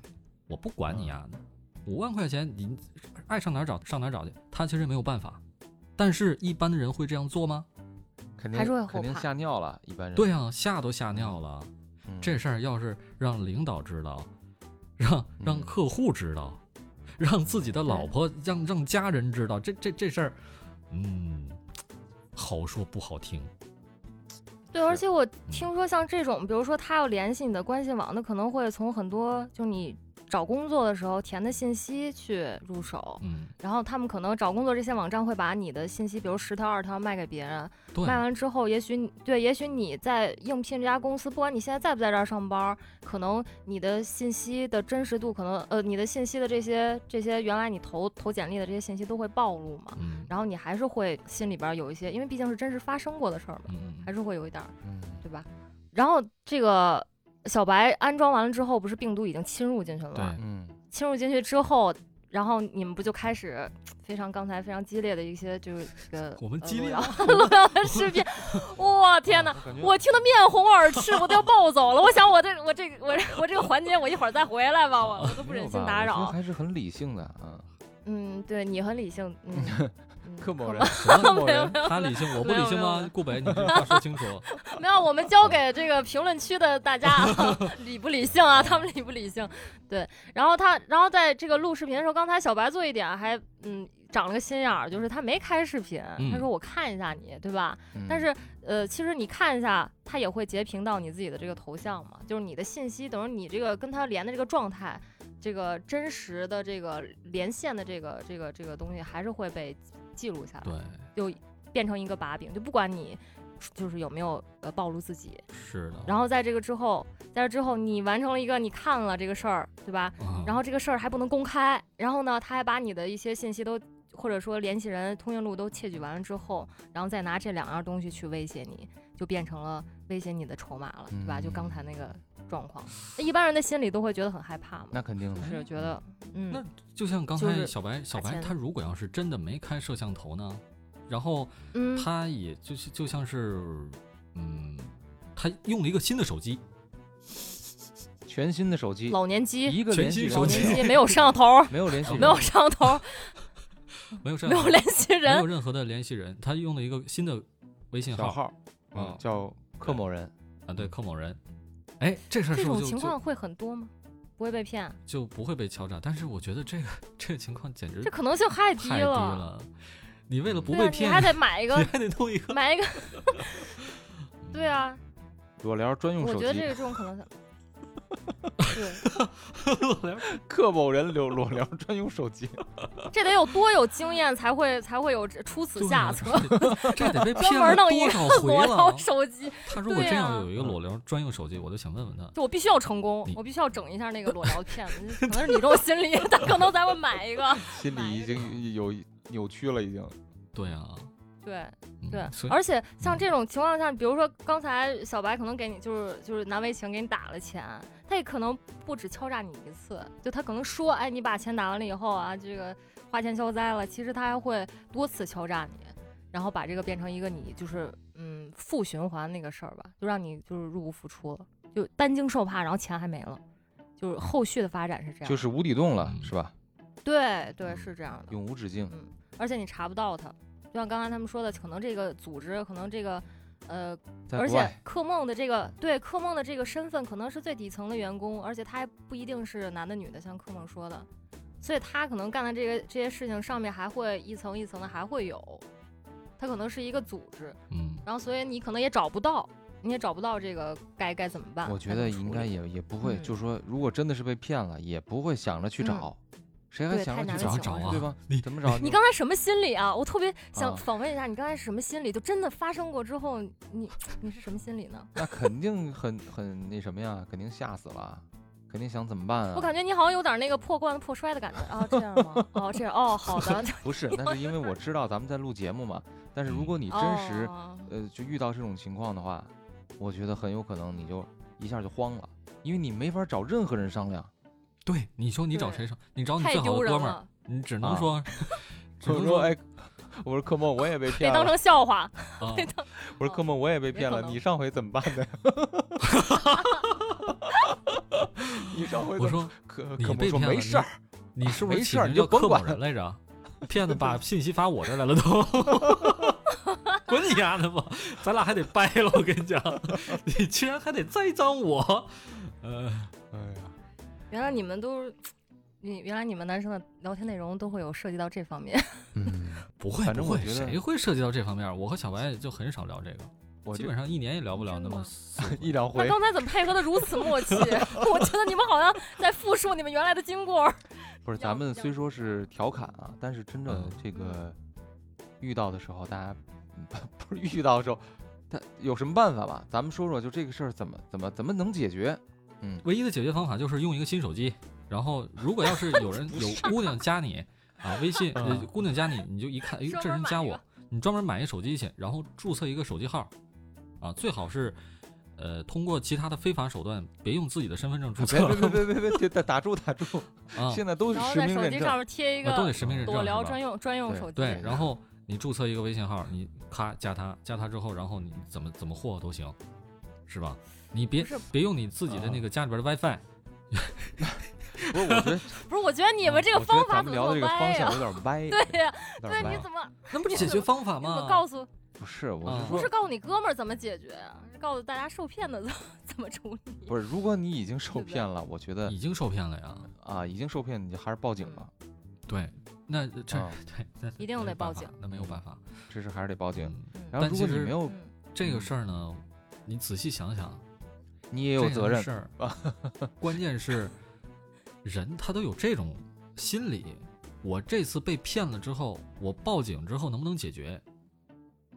[SPEAKER 1] 我不管你
[SPEAKER 2] 嗯
[SPEAKER 1] 丫的，五万块钱你爱上哪儿找上哪儿找去，他其实没有办法。但是，一般的人会这样做吗？
[SPEAKER 2] 肯定
[SPEAKER 3] 还是会后
[SPEAKER 2] 肯定
[SPEAKER 3] 怕
[SPEAKER 2] 吓尿了，一般人。
[SPEAKER 1] 对啊，吓都吓尿了。
[SPEAKER 2] 嗯，
[SPEAKER 1] 这事儿要是让领导知道，让
[SPEAKER 2] 嗯
[SPEAKER 1] 让客户知道，让自己的老婆、让让家人知道，这这这事儿，嗯，好说不好听。
[SPEAKER 3] 对，而且我听说像这种，比如说他要联系你的关系网，那可能会从很多就你找工作的时候填的信息去入手，
[SPEAKER 1] 嗯，
[SPEAKER 3] 然后他们可能找工作这些网站会把你的信息，比如十条二条卖给别人，
[SPEAKER 1] 对，
[SPEAKER 3] 卖完之后，也许你对，也许你在应聘这家公司，不管你现在在不在这儿上班儿，可能你的信息的真实度，可能呃你的信息的这些这些原来你投投简历的这些信息都会暴露嘛，
[SPEAKER 1] 嗯
[SPEAKER 3] 然后你还是会心里边儿有一些，因为毕竟是真实发生过的事儿嘛，
[SPEAKER 1] 嗯
[SPEAKER 3] 还
[SPEAKER 1] 嗯，
[SPEAKER 3] 是会有一点儿。
[SPEAKER 2] 嗯，
[SPEAKER 3] 对吧？然后这个小白安装完了之后，不是病毒已经侵入进去了吗？
[SPEAKER 1] 对，
[SPEAKER 2] 嗯，
[SPEAKER 3] 侵入进去之后，然后你们不就开始非常刚才非常激烈的一些就是这个
[SPEAKER 1] 我们激烈
[SPEAKER 3] 呃
[SPEAKER 1] 啊
[SPEAKER 3] 裸聊裸聊的视频，哇天哪！
[SPEAKER 2] 啊！感觉
[SPEAKER 3] 我听得面红耳赤，我都要暴走了。我想我这我这个我这我这个环节，我一会儿再回来吧，我我都不
[SPEAKER 2] 没有
[SPEAKER 3] 忍心
[SPEAKER 2] 吧
[SPEAKER 3] 打
[SPEAKER 2] 我觉得
[SPEAKER 3] 扰。
[SPEAKER 2] 还是很理性的 啊。
[SPEAKER 3] 嗯，对你很理性，嗯，嗯
[SPEAKER 2] 克某
[SPEAKER 3] 克
[SPEAKER 2] 人，
[SPEAKER 1] 什
[SPEAKER 2] 克
[SPEAKER 1] 么
[SPEAKER 2] 某人，
[SPEAKER 1] 他理性，我不
[SPEAKER 3] 没有
[SPEAKER 1] 理性
[SPEAKER 3] 没有没
[SPEAKER 1] 吗
[SPEAKER 3] 有？
[SPEAKER 1] 顾北，你这话说清楚。
[SPEAKER 3] 没有，我们交给这个评论区的大家、啊、 理不理性啊？他 们理不理性？对，然后他，然后在这个录视频的时候，刚才小白做一点还嗯长了个心眼儿，就是他没开视频，他
[SPEAKER 1] 嗯
[SPEAKER 3] 说我看一下你，对吧？
[SPEAKER 2] 嗯
[SPEAKER 3] 但是呃，其实你看一下，它也会截屏到你自己的这个头像嘛，就是你的信息，等于你这个跟它连的这个状态，这个真实的这个连线的这个这个这个东西，还是会被记录下来，
[SPEAKER 1] 对，
[SPEAKER 3] 就变成一个把柄，就不管你就是有没有呃暴露自己，
[SPEAKER 1] 是的。
[SPEAKER 3] 然后在这个之后，在这之后你完成了一个你看了这个事儿，对吧？
[SPEAKER 1] 后
[SPEAKER 3] 然后这个事儿还不能公开，然后呢，他还把你的一些信息都，或者说联系人、通讯录都窃取完了之后，然后再拿这两样东西去威胁你，就变成了威胁你的筹码了，对吧？就刚才那个状况，那一般人的心里都会觉得很害怕嘛，
[SPEAKER 2] 那肯定的
[SPEAKER 3] 就，是觉得，
[SPEAKER 1] 那
[SPEAKER 3] 嗯，
[SPEAKER 1] 就像刚
[SPEAKER 3] 就
[SPEAKER 1] 才
[SPEAKER 3] 是
[SPEAKER 1] 小白，小
[SPEAKER 3] 把
[SPEAKER 1] 白
[SPEAKER 3] 钱
[SPEAKER 1] 他如果要是真的没开摄像头呢，然后
[SPEAKER 3] 嗯，
[SPEAKER 1] 他也就是就像是，嗯，他用了一个新的手机，
[SPEAKER 2] 全新的手机，
[SPEAKER 3] 老年机，
[SPEAKER 2] 一个
[SPEAKER 1] 全
[SPEAKER 2] 联
[SPEAKER 1] 新
[SPEAKER 2] 系人
[SPEAKER 1] 手
[SPEAKER 3] 老
[SPEAKER 2] 没
[SPEAKER 1] 机
[SPEAKER 3] 年
[SPEAKER 2] 有，
[SPEAKER 3] 机没有摄 像头，
[SPEAKER 2] 没有联系人，
[SPEAKER 3] 没有摄像头，
[SPEAKER 1] 没有摄
[SPEAKER 3] 没
[SPEAKER 1] 像
[SPEAKER 3] 有
[SPEAKER 1] 头，
[SPEAKER 3] 联系
[SPEAKER 1] 没
[SPEAKER 3] 人
[SPEAKER 1] 有，任何的联系人，他用了一个新的微信
[SPEAKER 2] 小
[SPEAKER 1] 号
[SPEAKER 2] 号，嗯
[SPEAKER 1] 嗯，
[SPEAKER 2] 叫克某人，
[SPEAKER 1] 啊，对，克某人。哎，这事儿
[SPEAKER 3] 这
[SPEAKER 1] 是不
[SPEAKER 3] 种
[SPEAKER 1] 是就呃
[SPEAKER 3] 情
[SPEAKER 1] 就
[SPEAKER 3] 况会很多吗？不会被骗，啊
[SPEAKER 1] 就不会被敲诈？但是我觉得这个这个情况简直
[SPEAKER 3] 这可能性太低
[SPEAKER 1] 太低了。你为了不
[SPEAKER 3] 对
[SPEAKER 1] 被
[SPEAKER 3] 啊，你
[SPEAKER 1] 骗，
[SPEAKER 3] 还得买一
[SPEAKER 1] 你
[SPEAKER 3] 个，
[SPEAKER 1] 还得弄一个。
[SPEAKER 3] 买一个，对啊，
[SPEAKER 2] 裸聊专用
[SPEAKER 3] 我
[SPEAKER 2] 手
[SPEAKER 3] 觉得这
[SPEAKER 2] 机，
[SPEAKER 3] 个这种可能性，对。
[SPEAKER 2] 克某人裸裸聊专用手 机，
[SPEAKER 3] 这得有多有经验才会才会有这出此
[SPEAKER 1] 对
[SPEAKER 3] 下
[SPEAKER 1] 啊
[SPEAKER 3] 策，
[SPEAKER 1] 这得被
[SPEAKER 3] 专
[SPEAKER 1] 骗
[SPEAKER 3] 门
[SPEAKER 1] 了
[SPEAKER 3] 弄一
[SPEAKER 1] 多
[SPEAKER 3] 个
[SPEAKER 1] 少回
[SPEAKER 3] 裸
[SPEAKER 1] 了啊
[SPEAKER 3] 聊？手机，
[SPEAKER 1] 他如果
[SPEAKER 3] 对
[SPEAKER 1] 真要
[SPEAKER 3] 啊
[SPEAKER 1] 有一个裸聊专用手机，我就想问问他，
[SPEAKER 3] 就我必须要成功
[SPEAKER 1] 你，
[SPEAKER 3] 我必须要整一下那个裸聊骗子，可能是你这种心理，他可能才会买一个。
[SPEAKER 2] 心里已经有扭曲了，已经。
[SPEAKER 1] 对啊，
[SPEAKER 3] 对
[SPEAKER 1] 嗯
[SPEAKER 3] 对，
[SPEAKER 1] 所以
[SPEAKER 3] 而且像这种情况下，比如说刚才小白可能给你就是就是难为情给你打了钱，他也可能不止敲诈你一次，就他可能说，哎，你把钱打完了以后啊，这个花钱消灾了，其实他还会多次敲诈你，然后把这个变成一个你就是嗯负循环那个事儿吧，就让你就是入不敷出了，就担惊受怕，然后钱还没了，就是后续的发展是这样，
[SPEAKER 2] 就是无底洞了
[SPEAKER 1] 嗯，
[SPEAKER 2] 是吧？
[SPEAKER 3] 对对
[SPEAKER 1] 嗯
[SPEAKER 3] 是这样的。
[SPEAKER 2] 永无止境。
[SPEAKER 3] 嗯，而且你查不到他，就像刚才他们说的，可能这个组织，可能这个，呃，
[SPEAKER 2] 在
[SPEAKER 3] 而
[SPEAKER 2] 国
[SPEAKER 3] 且
[SPEAKER 2] 外，
[SPEAKER 3] 克梦的这个对克梦的这个身份可能是最底层的员工，而且他还不一定是男的女的，像克梦说的，所以他可能干的这个这些事情上面还会一层一层的还会有，他可能是一个组织，
[SPEAKER 1] 嗯，
[SPEAKER 3] 然后所以你可能也找不到，你也找不到这个该该怎么办。
[SPEAKER 2] 我觉
[SPEAKER 3] 怎么
[SPEAKER 2] 得
[SPEAKER 3] 处
[SPEAKER 2] 应该
[SPEAKER 3] 理
[SPEAKER 2] 也也不会，
[SPEAKER 3] 啊嗯
[SPEAKER 2] 就说如果真的是被骗了，也不会想着去找，谁还
[SPEAKER 3] 对
[SPEAKER 2] 想
[SPEAKER 3] 太
[SPEAKER 2] 着
[SPEAKER 3] 难
[SPEAKER 2] 去
[SPEAKER 1] 怎
[SPEAKER 3] 了
[SPEAKER 1] 么
[SPEAKER 2] 找
[SPEAKER 3] 想？
[SPEAKER 1] 找啊？
[SPEAKER 2] 对 吧
[SPEAKER 1] 你
[SPEAKER 2] 怎么找？
[SPEAKER 3] 你刚才什么心理啊？我特别想
[SPEAKER 2] 啊
[SPEAKER 3] 访问一下，你刚才什么心理？就真的发生过之后，你你是什么心理呢？
[SPEAKER 2] 那肯定很很那什么呀，肯定吓死了，肯定想怎么办啊？
[SPEAKER 3] 我感觉你好像有点那个破罐子破摔的感觉啊，这样吗？哦，这样哦，好 的。
[SPEAKER 2] 不是，那是因为我知道咱们在录节目嘛。但是如果你真实，
[SPEAKER 3] 哦
[SPEAKER 2] 呃，就遇到这种情况的话，我觉得很有可能你就一下就慌了，因为你没法找任何人商量。
[SPEAKER 1] 对，你说你找
[SPEAKER 3] 对
[SPEAKER 1] 谁上？你哦找你
[SPEAKER 3] 太
[SPEAKER 1] 最好
[SPEAKER 3] 丢
[SPEAKER 1] 的
[SPEAKER 3] 人
[SPEAKER 1] 哥们儿，
[SPEAKER 3] 了，
[SPEAKER 1] 你只能
[SPEAKER 2] 啊
[SPEAKER 1] 说，只能
[SPEAKER 2] 我
[SPEAKER 1] 说，
[SPEAKER 2] 哎，我说科梦，我也被
[SPEAKER 3] 被
[SPEAKER 2] 骗
[SPEAKER 3] 当
[SPEAKER 2] 了。
[SPEAKER 3] 成笑话。
[SPEAKER 1] 啊，
[SPEAKER 2] 我说科梦，我也被骗
[SPEAKER 3] 也
[SPEAKER 2] 了，
[SPEAKER 3] 可能
[SPEAKER 2] 你上回怎么办呢？ 你上
[SPEAKER 1] 我
[SPEAKER 2] 回怎么
[SPEAKER 1] 说
[SPEAKER 2] 科
[SPEAKER 1] 你
[SPEAKER 2] 科
[SPEAKER 1] 被
[SPEAKER 2] 梦
[SPEAKER 1] 骗
[SPEAKER 2] 说
[SPEAKER 1] 了，
[SPEAKER 2] 没事儿，
[SPEAKER 1] 你是不是
[SPEAKER 2] 没
[SPEAKER 1] 起
[SPEAKER 2] 事儿
[SPEAKER 1] 名
[SPEAKER 2] 你
[SPEAKER 1] 叫
[SPEAKER 2] 就甭
[SPEAKER 1] 克某
[SPEAKER 2] 管
[SPEAKER 1] 人来 着？骗子把信息发我这儿来了都， 滚你丫的吧！咱俩还得掰了，我跟你讲，你居然还得栽赃我，呃，
[SPEAKER 2] 哎呀，
[SPEAKER 3] 原来你们都是，你原来你们男生的聊天内容都会有涉及到这方面。
[SPEAKER 2] 嗯，
[SPEAKER 1] 不会
[SPEAKER 2] 反
[SPEAKER 1] 不
[SPEAKER 2] 正我
[SPEAKER 1] 会，
[SPEAKER 2] 觉得
[SPEAKER 1] 谁会涉及到这方面？我和小白就很少聊这个，
[SPEAKER 2] 我
[SPEAKER 1] 基
[SPEAKER 2] 这
[SPEAKER 1] 本上一年也聊不了那么
[SPEAKER 3] 真的
[SPEAKER 1] 四五
[SPEAKER 2] 一两
[SPEAKER 3] 那
[SPEAKER 2] 回
[SPEAKER 3] 刚才怎么配合的如此默契？我觉得你们好像在复述你们原来的经过。
[SPEAKER 2] 不是
[SPEAKER 3] 要
[SPEAKER 2] 咱们
[SPEAKER 3] 要
[SPEAKER 2] 虽说是调侃啊，但是真正
[SPEAKER 1] 嗯
[SPEAKER 2] 这个遇到的时候，大家嗯不 不是遇到的时候，他有什么办法吧？咱们说说，就这个事儿怎么怎么怎么能解决？嗯，
[SPEAKER 1] 唯一的解决方法就是用一个新手机，然后如果要是有 人有姑娘加你啊，微信呃
[SPEAKER 2] 嗯
[SPEAKER 1] 姑娘加你，你就一看，哎呦，
[SPEAKER 3] 专
[SPEAKER 1] 这
[SPEAKER 3] 门
[SPEAKER 1] 人
[SPEAKER 3] 买
[SPEAKER 1] 加
[SPEAKER 3] 一
[SPEAKER 1] 我
[SPEAKER 3] 个，
[SPEAKER 1] 你专门买一手机去，然后注册一个手机号，啊，最好是呃通过其他的非法手段，别用自己的身份证注
[SPEAKER 2] 啊别
[SPEAKER 1] 册
[SPEAKER 2] 别别别别别打打住打住！
[SPEAKER 1] 啊，
[SPEAKER 2] 现在都是
[SPEAKER 3] 然后
[SPEAKER 2] 实
[SPEAKER 3] 在
[SPEAKER 2] 名
[SPEAKER 3] 手
[SPEAKER 2] 认
[SPEAKER 3] 机上
[SPEAKER 2] 证，
[SPEAKER 3] 面贴一
[SPEAKER 1] 啊都得
[SPEAKER 3] 个
[SPEAKER 1] 实名认证
[SPEAKER 3] 裸聊
[SPEAKER 1] 是吧
[SPEAKER 3] 专用专用
[SPEAKER 2] 对
[SPEAKER 3] 手机。
[SPEAKER 1] 对，然后你注册一个微信号，你咔加他，加他之后，然后你怎么怎么霍都行，是吧？你别
[SPEAKER 3] 不是啊
[SPEAKER 1] 别用你自己的那个家里边的 WiFi，
[SPEAKER 2] 不是？我觉得
[SPEAKER 3] 不是，我觉得你们这个
[SPEAKER 2] 嗯我觉
[SPEAKER 3] 方
[SPEAKER 2] 得
[SPEAKER 3] 法
[SPEAKER 2] 咱
[SPEAKER 3] 怎
[SPEAKER 2] 们
[SPEAKER 3] 么
[SPEAKER 2] 聊的这
[SPEAKER 3] 那么
[SPEAKER 2] 个
[SPEAKER 3] 歪
[SPEAKER 2] 方向
[SPEAKER 3] 呀？
[SPEAKER 2] 有点 歪，有
[SPEAKER 3] 对
[SPEAKER 2] 点
[SPEAKER 3] 呀，对，
[SPEAKER 2] 歪
[SPEAKER 3] 你怎么
[SPEAKER 1] 那不
[SPEAKER 3] 你
[SPEAKER 1] 解
[SPEAKER 3] 怎
[SPEAKER 1] 决
[SPEAKER 3] 么
[SPEAKER 1] 方法
[SPEAKER 3] 你怎么
[SPEAKER 1] 吗？
[SPEAKER 3] 告诉
[SPEAKER 2] 不是，我
[SPEAKER 1] 嗯
[SPEAKER 2] 是
[SPEAKER 3] 不是
[SPEAKER 2] 说，
[SPEAKER 3] 告诉你哥们儿怎么解决啊，是告诉大家受骗的怎么 怎么处理。
[SPEAKER 2] 不是，如果你已经受
[SPEAKER 3] 对不
[SPEAKER 1] 嗯
[SPEAKER 3] 对
[SPEAKER 2] 骗了，我觉得嗯
[SPEAKER 1] 已经受骗了呀，
[SPEAKER 2] 啊，已经受骗，你还是报警吧。
[SPEAKER 1] 对，那这、
[SPEAKER 2] 啊嗯
[SPEAKER 1] 对，那
[SPEAKER 3] 一定
[SPEAKER 1] 没
[SPEAKER 3] 得
[SPEAKER 1] 办
[SPEAKER 3] 报
[SPEAKER 1] 法
[SPEAKER 3] 警
[SPEAKER 1] 那没有办法。
[SPEAKER 2] 这事还是得报警。
[SPEAKER 1] 嗯，
[SPEAKER 3] 嗯
[SPEAKER 2] 然
[SPEAKER 1] 但
[SPEAKER 2] 后如
[SPEAKER 1] 其
[SPEAKER 2] 果你
[SPEAKER 1] 实
[SPEAKER 2] 没有，
[SPEAKER 3] 嗯
[SPEAKER 1] 这个事儿呢，你仔细想想，
[SPEAKER 2] 你也有
[SPEAKER 1] 这
[SPEAKER 2] 责
[SPEAKER 1] 个
[SPEAKER 2] 任啊
[SPEAKER 1] 事。儿，关键是人他都有这种心理。我这次被骗了之后，我报警之后能不能解决？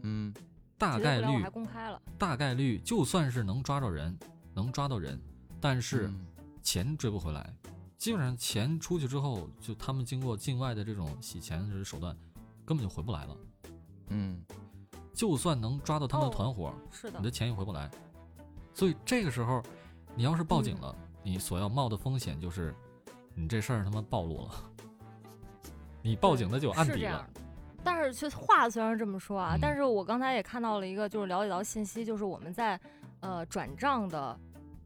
[SPEAKER 2] 嗯，
[SPEAKER 1] 大
[SPEAKER 3] 解决
[SPEAKER 1] 概
[SPEAKER 3] 不了我
[SPEAKER 1] 率
[SPEAKER 3] 还公开了，
[SPEAKER 1] 大概率就算是能抓着人，能抓到人，但是
[SPEAKER 2] 嗯
[SPEAKER 1] 钱追不回来。基本上钱出去之后，就他们经过境外的这种洗钱的手段，根本就回不来了。
[SPEAKER 2] 嗯，
[SPEAKER 1] 就算能抓到他们的
[SPEAKER 3] 哦
[SPEAKER 1] 团伙，
[SPEAKER 3] 是的
[SPEAKER 1] 你的，钱也回不来。所以这个时候，你要是报警
[SPEAKER 3] 嗯
[SPEAKER 1] 了，你所要冒的风险就是你这事儿他妈暴露了， 你报警的就有案
[SPEAKER 3] 是
[SPEAKER 1] 底
[SPEAKER 3] 这
[SPEAKER 1] 了
[SPEAKER 3] 样。。但是，其实话虽然这么说啊，
[SPEAKER 1] 嗯
[SPEAKER 3] 但是我刚才也看到了一个，就是了解到信息，就是我们在呃转账的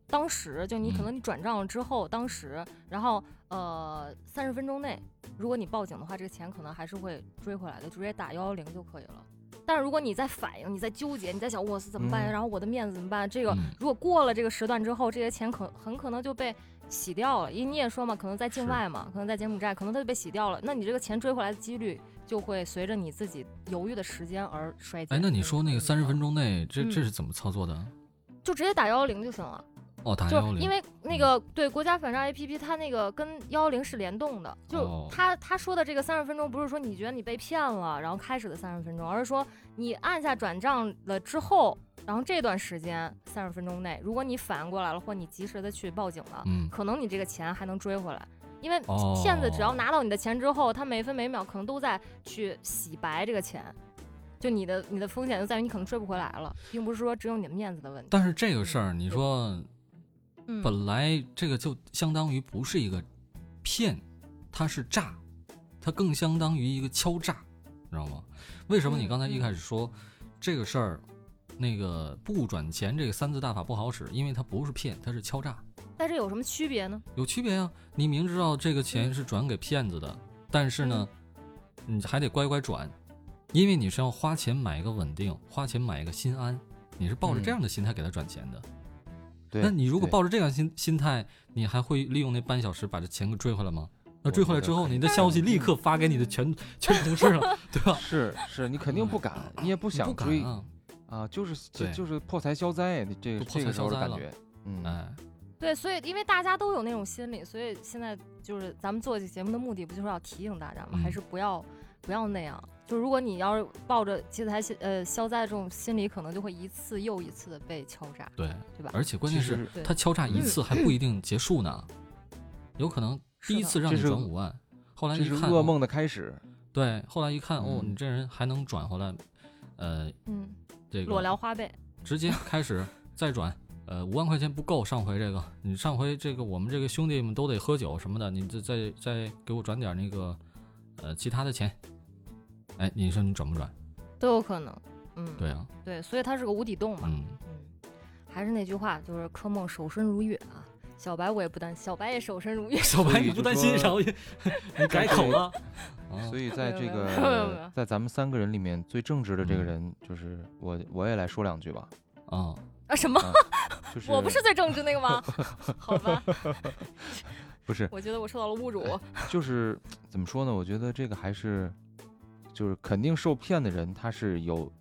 [SPEAKER 3] 当时，就你可
[SPEAKER 1] 嗯
[SPEAKER 3] 能你转账了之后，当时，然后呃三十分钟内，如果你报警的话，这个钱可能还是会追回来的，直接打幺幺零就可以了。但是如果你在反应，你在纠结，你在想我是怎么办，
[SPEAKER 2] 嗯
[SPEAKER 3] 然后我的面子怎么办？这个
[SPEAKER 1] 嗯
[SPEAKER 3] 如果过了这个时段之后，这些钱可很可能就被洗掉了，因为你也说嘛，可能在境
[SPEAKER 1] 是
[SPEAKER 3] 外嘛，可能在柬埔寨，可能它就被洗掉了。那你这个钱追回来的几率就会随着你自己犹豫的时间而衰减。
[SPEAKER 1] 哎，那你说那个三十分钟
[SPEAKER 3] 钟
[SPEAKER 1] 内，这
[SPEAKER 3] 嗯
[SPEAKER 1] 这是怎么操作的？
[SPEAKER 3] 就直接打幺幺零就行了，
[SPEAKER 1] 哦，打幺
[SPEAKER 3] 就
[SPEAKER 1] 幺
[SPEAKER 3] 是
[SPEAKER 1] 零，
[SPEAKER 3] 因为那个对国家反诈 APP 它那个跟幺幺零是联动的，
[SPEAKER 1] 哦
[SPEAKER 3] 就他他说的这个三十分钟不是说你觉得你被骗了然后开始的三十分钟，而是说你按下转账了之后，然后这段时间三十分钟内，如果你反应过来了或你及时的去报警了，
[SPEAKER 1] 嗯，
[SPEAKER 3] 可能你这个钱还能追回来，因为
[SPEAKER 1] 哦
[SPEAKER 3] 骗子只要拿到你的钱之后，他每分每秒可能都在去洗白这个钱，就你的你的风险就在于你可能追不回来了，并不是说只有你的面子的问题。
[SPEAKER 1] 但是这个事儿，你说
[SPEAKER 3] 嗯，
[SPEAKER 1] 本来这个就相当于不是一个骗，它是诈，它更相当于一个敲诈，你知道吗？为什么你
[SPEAKER 3] 嗯
[SPEAKER 1] 刚才一
[SPEAKER 3] 嗯
[SPEAKER 1] 开始说这个事儿，那个不转钱这个三字大法不好使，因为它不是骗，它是敲诈，
[SPEAKER 3] 但这有什么区别呢？
[SPEAKER 1] 有区别啊！你明知道这个钱是转给骗子的，但是呢，你还得乖乖转，因为你是要花钱买一个稳定，花钱买一个心安，你是抱着这样的心态给他转钱的。
[SPEAKER 2] 对。
[SPEAKER 1] 那你如果
[SPEAKER 2] 对
[SPEAKER 1] 抱着这样心心态，你还会利用那半小时把这钱给追回来吗？那
[SPEAKER 2] 我
[SPEAKER 1] 追
[SPEAKER 2] 觉
[SPEAKER 1] 回来
[SPEAKER 2] 得
[SPEAKER 1] 之后，
[SPEAKER 2] 肯
[SPEAKER 1] 你的
[SPEAKER 2] 定
[SPEAKER 1] 消息
[SPEAKER 2] 不
[SPEAKER 1] 立
[SPEAKER 2] 会
[SPEAKER 1] 刻发给你的全 全同事了，对吧？
[SPEAKER 2] 是是，你肯定不敢，你也 不
[SPEAKER 1] 不
[SPEAKER 2] 想
[SPEAKER 1] 嗯不
[SPEAKER 2] 追
[SPEAKER 1] 敢啊，
[SPEAKER 2] 啊，就是
[SPEAKER 1] 对
[SPEAKER 2] 就就是破财消灾，你这个
[SPEAKER 1] 就破
[SPEAKER 2] 这个
[SPEAKER 1] 财
[SPEAKER 2] 时候
[SPEAKER 1] 消
[SPEAKER 2] 的
[SPEAKER 1] 灾
[SPEAKER 2] 感
[SPEAKER 1] 了
[SPEAKER 2] 觉，嗯，
[SPEAKER 1] 哎，
[SPEAKER 3] 对，所以因为大家都有那种心理，所以现在就是咱们做这节目的目的，不就是要提醒大家吗？
[SPEAKER 1] 嗯
[SPEAKER 3] 还是不要不要那样。就如果你要是抱着劫财呃消灾这种心理，可能就会一次又一次的被敲诈，
[SPEAKER 1] 对
[SPEAKER 3] 对吧
[SPEAKER 1] 而且关
[SPEAKER 2] 其
[SPEAKER 1] 键是
[SPEAKER 2] 实
[SPEAKER 3] 对
[SPEAKER 1] 他敲诈一
[SPEAKER 3] 嗯
[SPEAKER 1] 次还不一定结束呢，有可能第一
[SPEAKER 3] 是的
[SPEAKER 1] 次让
[SPEAKER 2] 这
[SPEAKER 1] 你
[SPEAKER 2] 是
[SPEAKER 1] 转五万，后来
[SPEAKER 2] 这
[SPEAKER 1] 一
[SPEAKER 2] 是
[SPEAKER 1] 看，
[SPEAKER 2] 噩梦的开始，
[SPEAKER 1] 对，后来一看，哦，
[SPEAKER 2] 嗯
[SPEAKER 1] 你这人还能转回来，呃，
[SPEAKER 3] 嗯，
[SPEAKER 1] 这
[SPEAKER 3] 裸
[SPEAKER 1] 个
[SPEAKER 3] 聊花呗，
[SPEAKER 1] 直接开 始再转，呃，五万块钱不够，上回这个，你上回这个我们这个兄弟们都得喝酒什么的，你这再再给我转点那个，呃，其他的钱，哎，你说你转不转？
[SPEAKER 3] 都有可能。嗯，
[SPEAKER 1] 对啊，
[SPEAKER 3] 对所以它是个无底洞嘛。
[SPEAKER 1] 嗯，
[SPEAKER 3] 嗯，还是那句话，就是科梦守身如玉啊。小白我也不担，小白也守身如玉。
[SPEAKER 1] 小白
[SPEAKER 2] 所以
[SPEAKER 1] 你不
[SPEAKER 2] 就
[SPEAKER 1] 担
[SPEAKER 2] 说
[SPEAKER 1] 心， 然后也你改口了，啊
[SPEAKER 2] 所以在
[SPEAKER 3] 没
[SPEAKER 2] 这
[SPEAKER 3] 有没有没有没
[SPEAKER 2] 个
[SPEAKER 3] 有
[SPEAKER 2] 在咱们三个人里面最正直的这个
[SPEAKER 1] 嗯
[SPEAKER 2] 人，就是我，我也来说两句吧，
[SPEAKER 1] 啊，
[SPEAKER 3] 啊什么？
[SPEAKER 2] 就是
[SPEAKER 3] 我不是最正直那个吗？ 好吧，
[SPEAKER 2] 不是
[SPEAKER 3] 我觉得我受到了侮辱。
[SPEAKER 2] 哎就是怎么说呢？我觉得这个还是，就是肯定受骗的人他是有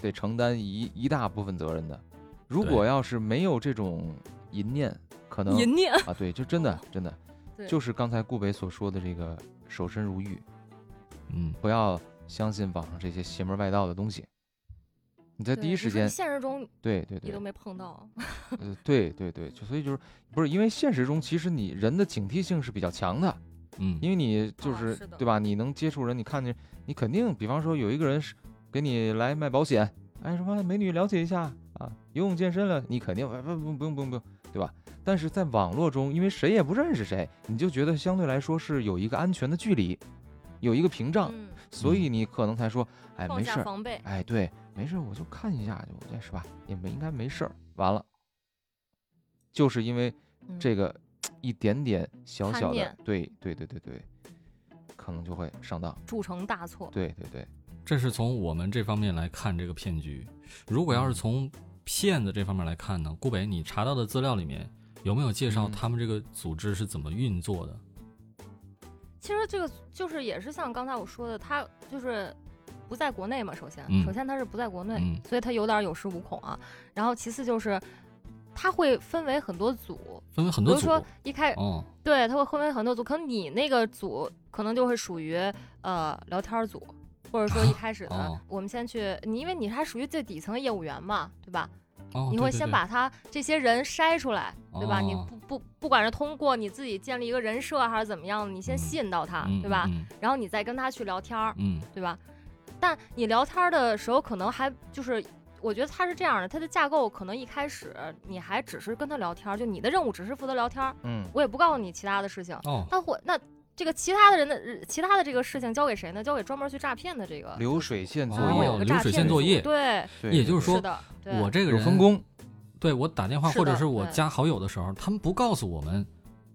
[SPEAKER 2] 得承担一一大部分责任的。如
[SPEAKER 1] 对
[SPEAKER 2] 果要是没有这种淫念，可能
[SPEAKER 3] 淫念，
[SPEAKER 2] 啊，对，就真的真的
[SPEAKER 3] 哦对，
[SPEAKER 2] 就是刚才顾北所说的这个守身如玉，
[SPEAKER 1] 嗯，
[SPEAKER 2] 不要相信网上这些邪门外道的东西。你在
[SPEAKER 3] 对
[SPEAKER 2] 第一
[SPEAKER 3] 你
[SPEAKER 2] 时
[SPEAKER 3] 说你
[SPEAKER 2] 间，
[SPEAKER 3] 现实中
[SPEAKER 2] 对对
[SPEAKER 3] 你
[SPEAKER 2] 对
[SPEAKER 3] 都，没碰到，啊
[SPEAKER 2] 呃，对对对，就所以就是不是因为现实中其实你人的警惕性是比较强的，
[SPEAKER 1] 嗯，
[SPEAKER 2] 因为你就
[SPEAKER 3] 啊
[SPEAKER 2] 是,、
[SPEAKER 3] 是的
[SPEAKER 2] 对吧？你能接触人，你看见你肯定，比方说有一个人是给你来卖保险，哎，什么美女了解一下啊，游泳健身了，你肯定哎不不不用不用不用，对吧？但是在网络中，因为谁也不认识谁，你就觉得相对来说是有一个安全的距离，有一个屏障，
[SPEAKER 3] 嗯，
[SPEAKER 2] 所以你可能才说，哎，
[SPEAKER 3] 放
[SPEAKER 2] 没
[SPEAKER 3] 下
[SPEAKER 2] 事儿，
[SPEAKER 3] 防备，
[SPEAKER 2] 哎，对，没事儿，我就看一下就，这是吧？也没应该没事儿。完了，就是因为
[SPEAKER 3] 嗯
[SPEAKER 2] 这个一点点小
[SPEAKER 3] 贪
[SPEAKER 2] 小的
[SPEAKER 3] 念，
[SPEAKER 2] 对对对对对，可能就会上当。
[SPEAKER 3] 铸成大错。
[SPEAKER 2] 对对对，
[SPEAKER 1] 这是从我们这方面来看这个骗局。如果要是
[SPEAKER 2] 嗯
[SPEAKER 1] 从骗子这方面来看呢，顾北，你查到的资料里面有没有介绍
[SPEAKER 2] 嗯
[SPEAKER 1] 他们这个组织是怎么运作的？
[SPEAKER 3] 其实这个就是也是像刚才我说的，他就是不在国内嘛，首先，
[SPEAKER 1] 嗯
[SPEAKER 3] 首先他是不在国内，
[SPEAKER 1] 嗯
[SPEAKER 3] 所以他有点有恃无恐啊。然后其次就是他会分为很多组，
[SPEAKER 1] 分为很
[SPEAKER 3] 比
[SPEAKER 1] 多
[SPEAKER 3] 如
[SPEAKER 1] 组，
[SPEAKER 3] 说一开，
[SPEAKER 1] 哦，
[SPEAKER 3] 对，他会分为很多组，可能你那个组可能就会属于呃聊天儿组，或者说一开始呢，
[SPEAKER 1] 哦
[SPEAKER 3] 我们先去你，因为你还属于最底层业务员嘛，对吧？
[SPEAKER 1] 哦，
[SPEAKER 3] 你
[SPEAKER 1] 对
[SPEAKER 3] 会
[SPEAKER 1] 对
[SPEAKER 3] 先
[SPEAKER 1] 对
[SPEAKER 3] 把他这些人筛出来，对吧？你
[SPEAKER 1] 哦
[SPEAKER 3] 不不不管是通过你自己建立一个人设还是怎么样，你先
[SPEAKER 1] 嗯
[SPEAKER 3] 吸引到他，
[SPEAKER 1] 嗯
[SPEAKER 3] 对吧？
[SPEAKER 1] 嗯
[SPEAKER 3] 然后你再跟他去聊天儿，
[SPEAKER 1] 嗯
[SPEAKER 3] 对吧？但你聊天儿的时候，可能还就是，我觉得他是这样的，他的架构可能一开始你还只是跟他聊天儿，就你的任务只是负责聊天儿，
[SPEAKER 2] 嗯
[SPEAKER 3] 我也不告诉你其他的事情。
[SPEAKER 1] 哦，
[SPEAKER 3] 那或那这个其他的人的其他的这个事情交给谁呢？交给专门去诈骗的这个，
[SPEAKER 2] 流水线作
[SPEAKER 3] 然后
[SPEAKER 1] 哦
[SPEAKER 3] 有
[SPEAKER 2] 业
[SPEAKER 3] 个
[SPEAKER 1] 流
[SPEAKER 3] 诈
[SPEAKER 1] 水
[SPEAKER 3] 骗
[SPEAKER 1] 线作
[SPEAKER 3] 组
[SPEAKER 1] 业
[SPEAKER 3] 对，
[SPEAKER 2] 对，
[SPEAKER 1] 也就是说
[SPEAKER 3] 是的，对
[SPEAKER 1] 哦我这个
[SPEAKER 2] 有
[SPEAKER 1] 人
[SPEAKER 2] 分工，
[SPEAKER 1] 对我打电话
[SPEAKER 3] 是
[SPEAKER 1] 或者
[SPEAKER 3] 的
[SPEAKER 1] 是我
[SPEAKER 3] 对
[SPEAKER 1] 加好友的时候，他们不告诉我们，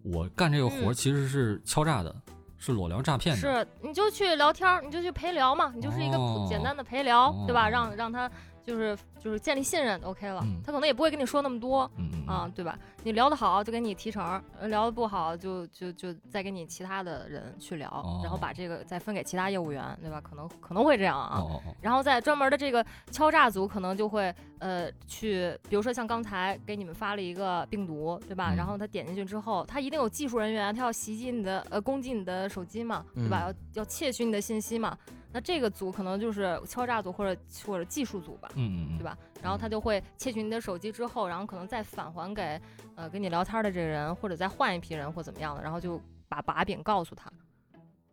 [SPEAKER 1] 我干这个活儿
[SPEAKER 3] 嗯
[SPEAKER 1] 其实是敲诈的，是裸聊诈骗的。
[SPEAKER 3] 是，你就去聊天儿，你就去陪聊嘛，你就是一个普简
[SPEAKER 1] 哦
[SPEAKER 3] 单的陪聊，对
[SPEAKER 1] 哦
[SPEAKER 3] 吧？让让他就是就是建立信任，OK 了。
[SPEAKER 1] 嗯
[SPEAKER 3] 他可能也不会跟你说那么多
[SPEAKER 1] 嗯嗯
[SPEAKER 3] 啊，对吧？你聊得好就给你提成儿，呃聊得不好就就就再给你其他的人去聊，然后把
[SPEAKER 1] 哦
[SPEAKER 3] 这个再分给其他业务员，对吧？可能可能会这样啊。
[SPEAKER 1] 哦哦哦，
[SPEAKER 3] 然后在专门的这个敲诈组，可能就会呃去，比如说像刚才给你们发了一个病毒，对吧？
[SPEAKER 1] 嗯
[SPEAKER 3] 然后他点进去之后，他一定有技术人员，他要袭击你的呃攻击你的手机嘛，
[SPEAKER 1] 嗯
[SPEAKER 3] 对吧？要要窃取你的信息嘛。那这个组可能就是敲诈组或者或者技术组吧，
[SPEAKER 1] 嗯嗯嗯，
[SPEAKER 3] 对吧？然后他就会窃取你的手机之后，然后可能再返还给呃跟你聊天的这个人，或者再换一批人或怎么样的，然后就把把柄告诉他，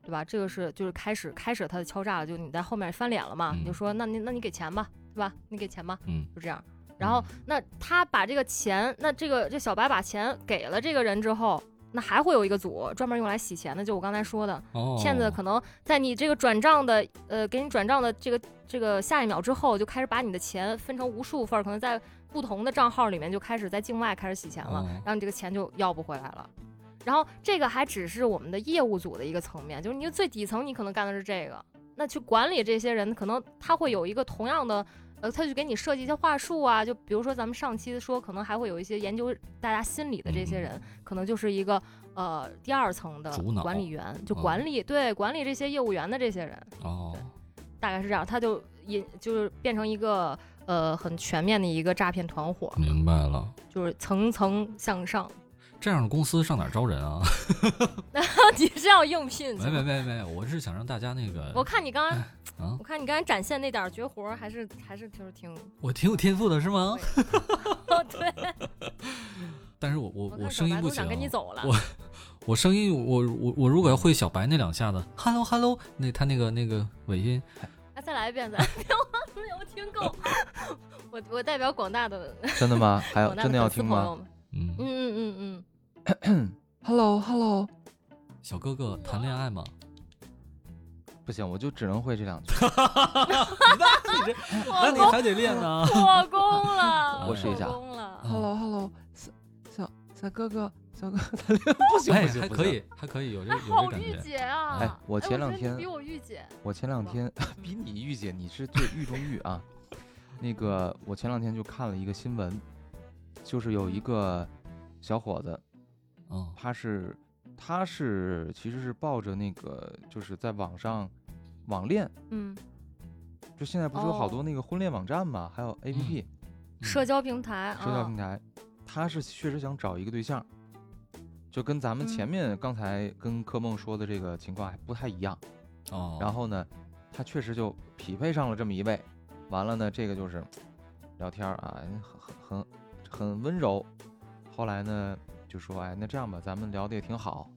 [SPEAKER 3] 对吧？这个是就是开始开始他的敲诈了，就你在后面翻脸了嘛，
[SPEAKER 1] 嗯
[SPEAKER 3] 你就说那你那你给钱吧，对吧？你给钱吧，
[SPEAKER 1] 嗯，
[SPEAKER 3] 就这样。然后那他把这个钱，那这个这小白把钱给了这个人之后。那还会有一个组专门用来洗钱的，就我刚才说的，
[SPEAKER 1] 哦，
[SPEAKER 3] 骗子可能在你这个转账的，呃，给你转账的这个这个下一秒之后，就开始把你的钱分成无数份儿，可能在不同的账号里面就开始在境外开始洗钱了，
[SPEAKER 1] 哦
[SPEAKER 3] 然后你这个钱就要不回来了。然后这个还只是我们的业务组的一个层面，就是你最底层你可能干的是这个，那去管理这些人，可能他会有一个同样的。呃，他就给你设计一些话术啊，就比如说咱们上期说，可能还会有一些研究大家心理的这些人，可能就是一个呃第二层的
[SPEAKER 1] 嗯主脑
[SPEAKER 3] 管理员，就
[SPEAKER 1] 嗯
[SPEAKER 3] 管理、对管理这些业务员的这些人，
[SPEAKER 1] 哦，
[SPEAKER 3] 大概是这样，他就引就是变成一个呃很全面的一个诈骗团伙，
[SPEAKER 1] 明白了。
[SPEAKER 3] 就是层层向上。
[SPEAKER 1] 这样的公司上哪儿招人啊？
[SPEAKER 3] 你是要应聘
[SPEAKER 1] 没
[SPEAKER 3] 是
[SPEAKER 1] 没
[SPEAKER 3] 吗？
[SPEAKER 1] 没没，我是想让大家那个
[SPEAKER 3] 我看你刚刚，
[SPEAKER 1] 啊
[SPEAKER 3] 我，看你刚才展现那点儿绝活儿，还是还是就 是挺，
[SPEAKER 1] 我挺有天赋的是吗？
[SPEAKER 3] 对，
[SPEAKER 1] 但是我我
[SPEAKER 3] 我
[SPEAKER 1] 我
[SPEAKER 3] 看小
[SPEAKER 1] 声音
[SPEAKER 3] 白
[SPEAKER 1] 不
[SPEAKER 3] 都
[SPEAKER 1] 行啊
[SPEAKER 3] 想，跟你走了。
[SPEAKER 1] 我声音我我我如果要会小白那两下子，hello hello，那他那个那个尾音，
[SPEAKER 3] 哎，再来一遍，再来一遍，我没有听够。 我我代表广大的
[SPEAKER 2] 嗯真的吗？ 还有
[SPEAKER 3] 广大
[SPEAKER 2] 哎真的要
[SPEAKER 3] 粉丝
[SPEAKER 2] 听
[SPEAKER 3] 朋
[SPEAKER 2] 吗
[SPEAKER 3] 友们，
[SPEAKER 1] 嗯
[SPEAKER 3] 嗯，嗯嗯
[SPEAKER 2] ？Hello Hello，
[SPEAKER 1] 小哥哥谈恋爱吗？
[SPEAKER 2] 不行，我就只能会这两句。
[SPEAKER 1] 那你这那
[SPEAKER 3] 嗯，破
[SPEAKER 1] 你
[SPEAKER 3] 功
[SPEAKER 1] 还得练呢。
[SPEAKER 3] 破功了，
[SPEAKER 1] 我
[SPEAKER 2] 试一下
[SPEAKER 3] 破功了。
[SPEAKER 1] Hello
[SPEAKER 2] Hello，小小小哥哥，小哥， 不行
[SPEAKER 1] 哎，
[SPEAKER 2] 不行，
[SPEAKER 1] 还
[SPEAKER 2] 不
[SPEAKER 1] 可
[SPEAKER 2] 行。
[SPEAKER 1] 以，还可以，有这
[SPEAKER 3] 哎，
[SPEAKER 1] 有这
[SPEAKER 3] 好
[SPEAKER 1] 感
[SPEAKER 3] 御
[SPEAKER 1] 觉。
[SPEAKER 3] 姐啊！
[SPEAKER 2] 哎我前
[SPEAKER 3] 觉得
[SPEAKER 2] 两天
[SPEAKER 3] 你比我御姐，
[SPEAKER 2] 我前两 天比你御姐，你是对狱中狱啊。那个，我前两天就看了一个新闻，就是有一个小伙子，
[SPEAKER 1] 嗯
[SPEAKER 2] 他是他是其实是抱着那个就是在网上网恋，
[SPEAKER 3] 嗯，
[SPEAKER 2] 就现在不是有好多
[SPEAKER 3] 哦嗯
[SPEAKER 2] 那个婚恋网站嘛，还有 APP、
[SPEAKER 3] 社交平台，
[SPEAKER 2] 社交平
[SPEAKER 3] 啊，
[SPEAKER 2] 台，他是确实想找一个对象，就跟咱们前
[SPEAKER 3] 嗯
[SPEAKER 2] 面刚才跟柯梦说的这个情况还不太一样。
[SPEAKER 1] 哦，
[SPEAKER 2] 然后呢，他确实就匹配上了这么一位，完了呢，这个就是聊天儿啊，很很很很温柔。后来呢，就说哎，那这样吧，咱们聊的也挺好，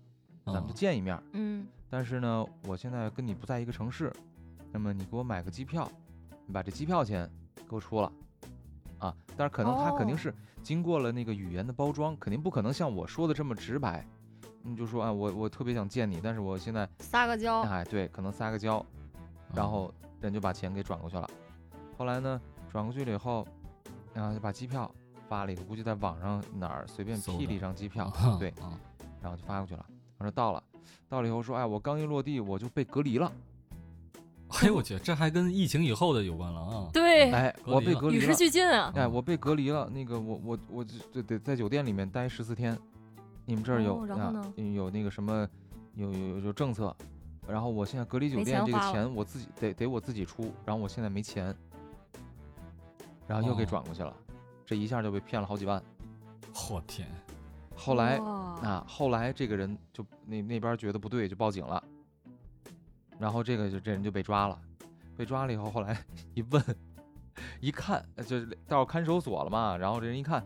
[SPEAKER 2] 咱们
[SPEAKER 1] 嗯
[SPEAKER 2] 就见一面儿。
[SPEAKER 3] 嗯
[SPEAKER 2] 但是呢，我现在跟你不在一个城市，那么你给我买个机票，你把这机票钱给我出了，啊，但是可能他肯定
[SPEAKER 3] 哦
[SPEAKER 2] 是经过了那个语言的包装，肯定不可能像我说的这么直白。你就说啊，我我特别想见你，但是我现在
[SPEAKER 3] 撒个娇，
[SPEAKER 2] 哎，对，可能撒个
[SPEAKER 1] 嗯
[SPEAKER 2] 娇，
[SPEAKER 1] 哦
[SPEAKER 2] 然后人就把钱给转过去了。后来呢，转过去了以后，然后就把机票发了一个，估计在网上哪儿随便
[SPEAKER 1] 搜
[SPEAKER 2] 批了
[SPEAKER 1] 的
[SPEAKER 2] 一张 机票，
[SPEAKER 1] 嗯
[SPEAKER 2] 对，，
[SPEAKER 1] 嗯
[SPEAKER 2] 然后就发过去了。我说到了，到了以后说，哎，我刚一落地我就被隔离了，
[SPEAKER 1] 哎呦我去，这还跟疫情以后的有关了啊。
[SPEAKER 3] 对，
[SPEAKER 2] 哎，
[SPEAKER 1] 隔
[SPEAKER 2] 我
[SPEAKER 1] 离
[SPEAKER 2] 被
[SPEAKER 1] 了嗯
[SPEAKER 2] 隔
[SPEAKER 3] 与
[SPEAKER 2] 离
[SPEAKER 3] 时
[SPEAKER 2] 了，
[SPEAKER 3] 俱进啊！
[SPEAKER 2] 哎，我被隔离了，那个我我我就得得在酒店里面待十四天。你们这儿有、
[SPEAKER 3] 哦然后
[SPEAKER 2] 啊
[SPEAKER 3] 呢
[SPEAKER 2] 有那个什么有有有有政策，然后我现在隔离酒
[SPEAKER 3] 没
[SPEAKER 2] 店
[SPEAKER 3] 钱
[SPEAKER 2] 这个
[SPEAKER 3] 花了
[SPEAKER 2] 钱我自己得得我自己出，然后我现在没钱，然后又给
[SPEAKER 1] 哦
[SPEAKER 2] 转过去了，这一下就被骗了好几万。
[SPEAKER 1] 我嗯天，
[SPEAKER 2] 后
[SPEAKER 3] 哦
[SPEAKER 2] 来
[SPEAKER 3] 哇
[SPEAKER 2] 啊，后来这个人就那那边觉得不对，就报警了。然后这个就这人就被抓了，被抓了以后，后来一问，一看呃就是到看守所了嘛。然后这人一看，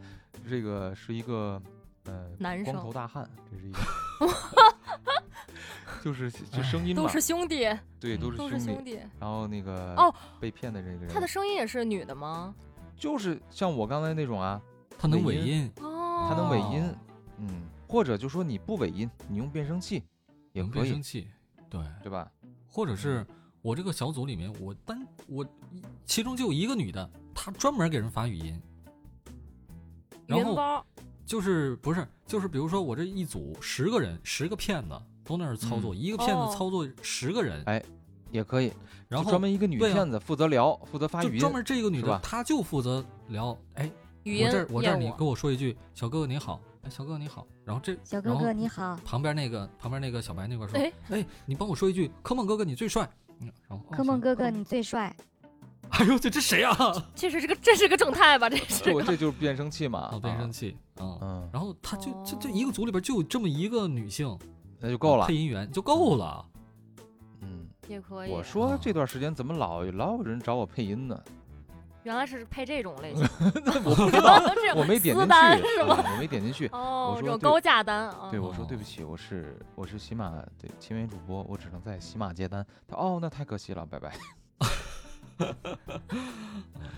[SPEAKER 2] 这个是一个呃
[SPEAKER 3] 男
[SPEAKER 2] 光
[SPEAKER 3] 生
[SPEAKER 2] 头大汉，这 是一个，就是这声音嘛
[SPEAKER 3] 都，是兄弟，
[SPEAKER 2] 对，都是
[SPEAKER 3] 都
[SPEAKER 2] 兄
[SPEAKER 3] 是
[SPEAKER 2] 弟。嗯
[SPEAKER 3] 兄弟。
[SPEAKER 2] 然后那个
[SPEAKER 3] 哦，
[SPEAKER 2] 被骗的这个人，
[SPEAKER 3] 他的声音也是女的吗？
[SPEAKER 2] 就是像我刚才那种啊，
[SPEAKER 1] 他能
[SPEAKER 2] 尾
[SPEAKER 1] 尾音，
[SPEAKER 3] 哦，
[SPEAKER 2] 他能尾音，
[SPEAKER 1] 哦
[SPEAKER 2] 嗯，或者就说你不尾音，你用变声器也
[SPEAKER 1] 能
[SPEAKER 2] 可
[SPEAKER 1] 变
[SPEAKER 2] 以嗯
[SPEAKER 1] 声，器，对，
[SPEAKER 2] 对吧？
[SPEAKER 1] 或者是我这个小组里面，我单我其中就有一个女的，她专门给人发语音，然
[SPEAKER 3] 云
[SPEAKER 1] 后
[SPEAKER 3] 包，
[SPEAKER 1] 就是不是就是比如说我这一组十个人，十个骗子都那儿操作，一个骗
[SPEAKER 3] 哦
[SPEAKER 1] 子操作十个人，
[SPEAKER 2] 嗯哎也可以，
[SPEAKER 1] 然
[SPEAKER 2] 就
[SPEAKER 1] 后
[SPEAKER 2] 专门一个女
[SPEAKER 1] 对啊
[SPEAKER 2] 骗子负责聊，负责发
[SPEAKER 1] 就
[SPEAKER 2] 语音，
[SPEAKER 1] 专门这个女
[SPEAKER 2] 是
[SPEAKER 1] 的
[SPEAKER 2] 吧，
[SPEAKER 1] 她就负责聊，哎，
[SPEAKER 3] 语音
[SPEAKER 1] 我这儿我这儿你
[SPEAKER 3] 业务
[SPEAKER 1] 跟我说一句，小哥哥你好，哎，小哥哥你好，然后这
[SPEAKER 4] 小
[SPEAKER 1] 然
[SPEAKER 4] 哥
[SPEAKER 1] 后
[SPEAKER 4] 哥你好，
[SPEAKER 1] 旁边那个旁边那个小白那边说，
[SPEAKER 3] 哎
[SPEAKER 1] 哎，你帮我说一句，科梦哥哥你最帅，嗯，然后哦
[SPEAKER 4] 科梦
[SPEAKER 1] 行
[SPEAKER 4] 哥哥你最帅，
[SPEAKER 1] 哎呦这这谁 啊？
[SPEAKER 3] 这是这个这是个正太吧？这是
[SPEAKER 2] 这
[SPEAKER 3] 个
[SPEAKER 2] 这就是变声器嘛，
[SPEAKER 1] 啊，
[SPEAKER 2] 啊
[SPEAKER 1] 变声，器啊，
[SPEAKER 2] 嗯，
[SPEAKER 1] 然后他就就
[SPEAKER 4] 哦
[SPEAKER 1] 就一个组里边就有这么一个女性
[SPEAKER 2] 那就够了
[SPEAKER 1] 配，音员就够了，
[SPEAKER 2] 嗯，
[SPEAKER 3] 也可以。
[SPEAKER 2] 我说
[SPEAKER 1] 啊
[SPEAKER 2] 这段时间怎么老老有人找我配音呢？
[SPEAKER 3] 原来是配这种 类型，
[SPEAKER 2] 我不知道，
[SPEAKER 3] 这
[SPEAKER 2] 我没点进
[SPEAKER 3] 私
[SPEAKER 2] 去，
[SPEAKER 3] 单
[SPEAKER 2] 对
[SPEAKER 3] 是吗？
[SPEAKER 2] 我没点进去，
[SPEAKER 3] 哦
[SPEAKER 2] 我，说
[SPEAKER 3] 这种
[SPEAKER 2] 对
[SPEAKER 3] 高价单啊，
[SPEAKER 2] 对，我说对
[SPEAKER 1] 哦
[SPEAKER 2] 不起，我是我是喜马的签约主播，我只能在喜马接单。他哦，那太可惜了，拜拜。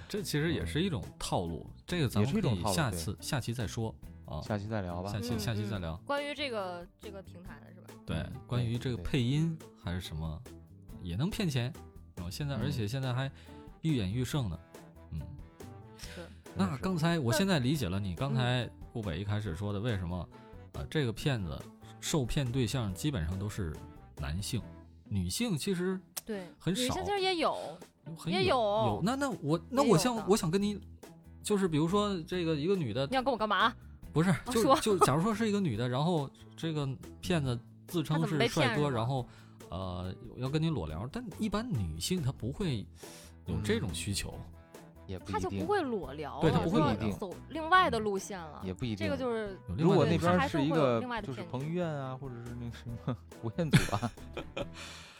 [SPEAKER 1] 这其实也是一种套路，这个咱
[SPEAKER 2] 也
[SPEAKER 1] 们
[SPEAKER 2] 是一
[SPEAKER 1] 可
[SPEAKER 2] 种
[SPEAKER 1] 以
[SPEAKER 2] 套路
[SPEAKER 1] 下
[SPEAKER 2] 对
[SPEAKER 1] 次下期再说啊，
[SPEAKER 2] 下期再聊吧
[SPEAKER 1] 下。期
[SPEAKER 3] 嗯
[SPEAKER 1] 下期再
[SPEAKER 3] 嗯
[SPEAKER 1] 聊。
[SPEAKER 3] 关于这个这个平台的是吧？
[SPEAKER 1] 对
[SPEAKER 2] 嗯，
[SPEAKER 1] 关
[SPEAKER 2] 对
[SPEAKER 1] 于这个
[SPEAKER 2] 对
[SPEAKER 1] 配音还是什么，也能骗钱。然后现在，而
[SPEAKER 2] 嗯
[SPEAKER 1] 且现在还愈演愈盛呢。嗯，
[SPEAKER 3] 是，
[SPEAKER 2] 真的
[SPEAKER 1] 那
[SPEAKER 2] 是
[SPEAKER 1] 刚才我
[SPEAKER 3] 那
[SPEAKER 1] 现在理解了你刚
[SPEAKER 3] 嗯
[SPEAKER 1] 才顾北一开始说的，为什么呃这个骗子受骗对象基本上都是男性，女性其实
[SPEAKER 3] 对，
[SPEAKER 1] 很
[SPEAKER 3] 女
[SPEAKER 1] 少
[SPEAKER 3] 性其实也有，
[SPEAKER 1] 很
[SPEAKER 3] 也
[SPEAKER 1] 有
[SPEAKER 3] 有
[SPEAKER 1] 有。那那我那
[SPEAKER 3] 也
[SPEAKER 1] 我
[SPEAKER 3] 有的
[SPEAKER 1] 想我想跟你，就是比如说这个一个女的
[SPEAKER 3] 你，想跟我干嘛？
[SPEAKER 1] 不是
[SPEAKER 3] 哦
[SPEAKER 1] 就
[SPEAKER 3] 说
[SPEAKER 1] 就假如说是一个女的，然后这个骗子自
[SPEAKER 3] 她
[SPEAKER 1] 称
[SPEAKER 3] 怎么被
[SPEAKER 1] 是帅
[SPEAKER 3] 骗
[SPEAKER 1] 哥，
[SPEAKER 3] 是吗
[SPEAKER 1] 然后呃要跟你裸聊，但一般女性她不会有这种需求，
[SPEAKER 2] 也不
[SPEAKER 3] 他
[SPEAKER 2] 一
[SPEAKER 3] 就不
[SPEAKER 2] 定，
[SPEAKER 3] 会裸聊了，
[SPEAKER 1] 对
[SPEAKER 2] 他不会
[SPEAKER 3] 就
[SPEAKER 2] 裸
[SPEAKER 3] 要
[SPEAKER 2] 聊
[SPEAKER 3] 走另外的路线了
[SPEAKER 2] 也。不一定。
[SPEAKER 3] 这个就是
[SPEAKER 1] 有另
[SPEAKER 2] 如
[SPEAKER 1] 外
[SPEAKER 2] 果
[SPEAKER 1] 的
[SPEAKER 2] 那
[SPEAKER 1] 女性
[SPEAKER 3] 他
[SPEAKER 2] 边
[SPEAKER 3] 还
[SPEAKER 2] 是
[SPEAKER 3] 是
[SPEAKER 2] 一
[SPEAKER 3] 会有
[SPEAKER 2] 个
[SPEAKER 3] 另外的
[SPEAKER 2] 就是
[SPEAKER 3] 骗局
[SPEAKER 2] 彭于晏啊，或者是那个什么 吴彦祖啊，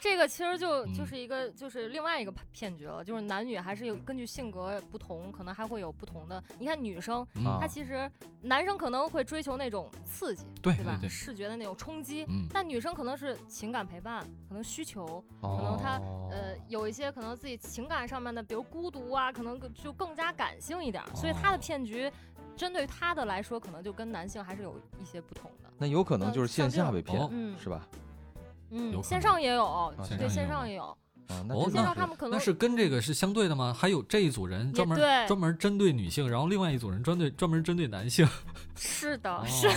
[SPEAKER 3] 这个其实就就
[SPEAKER 1] 嗯
[SPEAKER 3] 是一个就是另外一个骗局了，就是男女还是有根据性格不同，可能还会有不同的。你看女生，
[SPEAKER 1] 嗯
[SPEAKER 2] 啊
[SPEAKER 3] 她其实男生可能会追求那种刺激，
[SPEAKER 1] 对
[SPEAKER 3] 对吧？
[SPEAKER 1] 对，
[SPEAKER 3] 视觉的那种冲击。
[SPEAKER 1] 嗯，
[SPEAKER 3] 但女生可能是情感陪伴，可能需求，
[SPEAKER 2] 可
[SPEAKER 3] 能他
[SPEAKER 1] 哦
[SPEAKER 3] 呃，有一些可能自己情感上面的，比如孤独啊，可能更就更加感性一点儿，所以她的
[SPEAKER 1] 哦
[SPEAKER 3] 骗局，针对她的来说，可能就跟男性还是有一些不同的。
[SPEAKER 2] 那有可能
[SPEAKER 3] 呃
[SPEAKER 2] 就是线
[SPEAKER 3] 像这
[SPEAKER 2] 下
[SPEAKER 3] 种
[SPEAKER 2] 被
[SPEAKER 1] 哦
[SPEAKER 2] 骗，
[SPEAKER 3] 嗯
[SPEAKER 2] 是吧？
[SPEAKER 1] 有
[SPEAKER 3] 嗯，
[SPEAKER 1] 可
[SPEAKER 3] 线
[SPEAKER 1] 能啊
[SPEAKER 3] 上也有，
[SPEAKER 2] 线
[SPEAKER 1] 上也
[SPEAKER 3] 对，线
[SPEAKER 1] 有
[SPEAKER 3] 上也有，
[SPEAKER 2] 啊，那
[SPEAKER 1] 哦
[SPEAKER 2] 真
[SPEAKER 3] 线
[SPEAKER 1] 那
[SPEAKER 3] 上
[SPEAKER 2] 是
[SPEAKER 3] 他们可能
[SPEAKER 1] 那是跟这个是相对的吗？还有这一组人专
[SPEAKER 3] 也
[SPEAKER 1] 门
[SPEAKER 3] 对
[SPEAKER 1] 专门针对女性，然后另外一组人专对专门针对男性，
[SPEAKER 3] 是的，
[SPEAKER 1] 哦
[SPEAKER 3] 是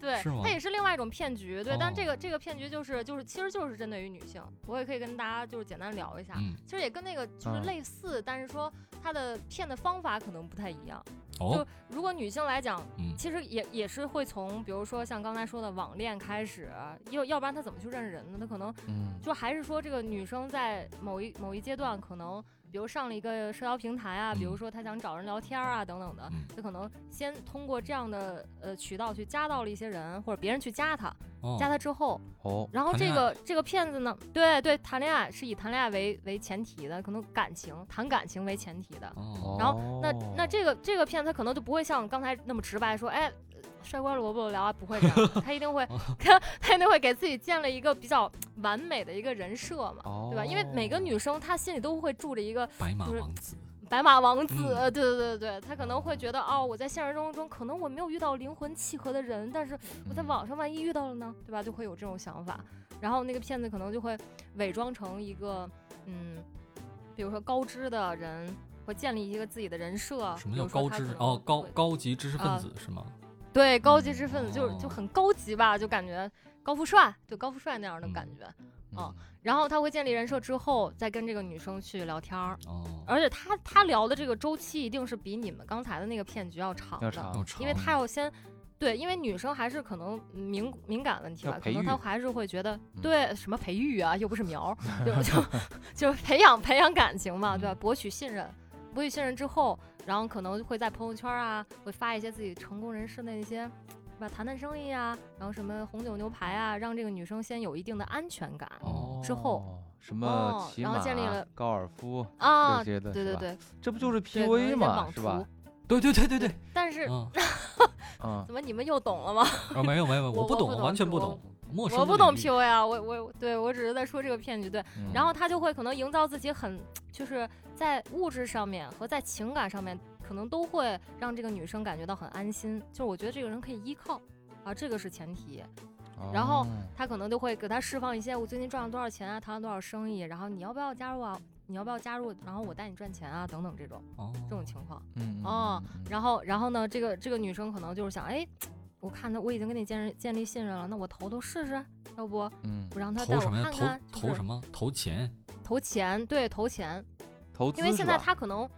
[SPEAKER 3] 对，
[SPEAKER 1] 是吗
[SPEAKER 3] 它也是另外一种骗局，对，但
[SPEAKER 1] 哦
[SPEAKER 3] 这个这个骗局就是就是其实就是针对于女性，我也可以跟大家就是简单聊一下，
[SPEAKER 1] 嗯
[SPEAKER 3] 其实也跟那个就是
[SPEAKER 2] 嗯
[SPEAKER 3] 类似，但是说它的骗的方法可能不太一样。
[SPEAKER 1] 哦
[SPEAKER 3] 就如果女性来讲，
[SPEAKER 1] 嗯
[SPEAKER 3] 其实也也是会从比如说像刚才说的网恋开始，啊要要不然她怎么去认识人呢？她可能
[SPEAKER 2] 嗯，
[SPEAKER 3] 就还是说这个女生在某一某一阶段，可能比如上了一个社交平台啊，比如
[SPEAKER 1] 嗯
[SPEAKER 3] 说她想找人聊天啊等等的，
[SPEAKER 1] 嗯
[SPEAKER 3] 就可能先通过这样的呃渠道去加到了一些人，或者别人去加她，
[SPEAKER 1] 哦
[SPEAKER 3] 加她之后，
[SPEAKER 2] 哦，
[SPEAKER 3] 然后
[SPEAKER 1] 谈
[SPEAKER 3] 这
[SPEAKER 1] 恋
[SPEAKER 3] 个这个骗子呢，对对，谈恋爱是以谈恋爱为为前提的，可能感情谈感情为前提的，
[SPEAKER 1] 哦
[SPEAKER 3] 然后那那这个这个骗他可能就不会像刚才那么直白说，哎，呃帅哥萝卜聊啊，不会这样的，他一 定会 他他一定会给自己建了一个比较完美的一个人设嘛，
[SPEAKER 2] 哦，
[SPEAKER 3] 对吧？因为每个女生她心里都会住着一个
[SPEAKER 1] 白马
[SPEAKER 3] 就是
[SPEAKER 1] 王子，
[SPEAKER 3] 白马王子，
[SPEAKER 1] 嗯
[SPEAKER 3] 呃对对对对，她可能会觉得哦，我在现实生活中可能我没有遇到灵魂契合的人，但是我在
[SPEAKER 2] 嗯
[SPEAKER 3] 网上万一遇到了呢，对吧？就会有这种想法，然后那个骗子可能就会伪装成一个嗯，比如说高知的人。会建立一个自己的人设，
[SPEAKER 1] 什么
[SPEAKER 3] 比
[SPEAKER 1] 叫
[SPEAKER 3] 如说
[SPEAKER 1] 高
[SPEAKER 3] 他
[SPEAKER 1] 知
[SPEAKER 3] 可能
[SPEAKER 1] 哦高
[SPEAKER 3] 会
[SPEAKER 1] 高级知识分
[SPEAKER 3] 啊
[SPEAKER 1] 子是吗？
[SPEAKER 3] 对，高级知识分子就是就
[SPEAKER 1] 哦
[SPEAKER 3] 很高级吧，就感觉高富帅，对高富帅那样的
[SPEAKER 1] 嗯
[SPEAKER 3] 感觉。哦然后他会建立人设之后，再跟这个女生去聊天儿，
[SPEAKER 1] 哦，
[SPEAKER 3] 而且他他聊的这个周期一定是比你们刚才的那个骗局要长
[SPEAKER 2] 要
[SPEAKER 3] 的，
[SPEAKER 2] 长
[SPEAKER 1] 要
[SPEAKER 3] 因为
[SPEAKER 1] 长
[SPEAKER 3] 他要先对，因为女生还是可能敏敏感问题
[SPEAKER 2] 要
[SPEAKER 3] 吧，可
[SPEAKER 2] 培
[SPEAKER 3] 能
[SPEAKER 2] 育
[SPEAKER 3] 她还是会觉得
[SPEAKER 2] 嗯
[SPEAKER 3] 对什么培育啊，又不 是苗儿，就就就是培养培养感情嘛，对吧？
[SPEAKER 1] 嗯
[SPEAKER 3] 博取信任，博取信任之后，然后可能会在朋友圈啊，会发一些自己成功人士的一些，是吧？谈谈生意啊，然后什么红酒牛排啊，让这个女生先有一定的安全感
[SPEAKER 1] 哦
[SPEAKER 3] 之后
[SPEAKER 2] 哦什么
[SPEAKER 3] 哦
[SPEAKER 2] 骑
[SPEAKER 3] 然后
[SPEAKER 2] 马、
[SPEAKER 3] 建立了
[SPEAKER 2] 高尔夫
[SPEAKER 3] 啊
[SPEAKER 2] 这。些的，
[SPEAKER 3] 对
[SPEAKER 2] 是
[SPEAKER 3] 对
[SPEAKER 2] 吧？
[SPEAKER 3] 对，
[SPEAKER 2] 这不就是
[SPEAKER 3] 对可能
[SPEAKER 2] PUA
[SPEAKER 3] 有点
[SPEAKER 2] 嘛，
[SPEAKER 3] 网
[SPEAKER 2] 是吧
[SPEAKER 3] 图？
[SPEAKER 1] 对对对对对，
[SPEAKER 3] 但是
[SPEAKER 1] 嗯，
[SPEAKER 2] 嗯，
[SPEAKER 3] 怎么你们又懂了吗？
[SPEAKER 2] 哦
[SPEAKER 1] 啊没有没有，没有我不
[SPEAKER 3] 我我不
[SPEAKER 1] 懂，
[SPEAKER 3] 懂
[SPEAKER 1] 完全不
[SPEAKER 3] 我
[SPEAKER 1] 懂，陌生
[SPEAKER 3] 我
[SPEAKER 1] 的
[SPEAKER 3] 不懂
[SPEAKER 1] 领域
[SPEAKER 3] PUA 啊，我我对我只是在说这个骗局，对。
[SPEAKER 2] 嗯
[SPEAKER 3] 然后他就会可能营造自己很，就是在物质上面和在情感上面，可能都会让这个女生感觉到很安心，就是我觉得这个人可以依靠啊，这个是前提。然后
[SPEAKER 2] 哦
[SPEAKER 3] 他可能就会给他释放一些我最近赚了多少钱啊，谈了多少生意，然后你要不要加入啊？你要不要加入？然后我带你赚钱啊，等等这种
[SPEAKER 1] 哦，
[SPEAKER 3] 这种情况。
[SPEAKER 2] 嗯
[SPEAKER 3] 哦，
[SPEAKER 2] 嗯嗯嗯
[SPEAKER 3] 然后然后呢，这个这个女生可能就是想，哎，我看他我已经跟你建立建立信任了，那我投投试试，要不
[SPEAKER 2] 嗯
[SPEAKER 3] 我让他
[SPEAKER 1] 投
[SPEAKER 3] 带我
[SPEAKER 1] 什么呀？
[SPEAKER 3] 看看，
[SPEAKER 1] 投投什
[SPEAKER 3] 么？
[SPEAKER 1] 么？投钱？
[SPEAKER 3] 投钱，对，投钱。
[SPEAKER 2] 投资
[SPEAKER 3] 因为
[SPEAKER 2] 是
[SPEAKER 3] 现在
[SPEAKER 2] 吧
[SPEAKER 3] 他可能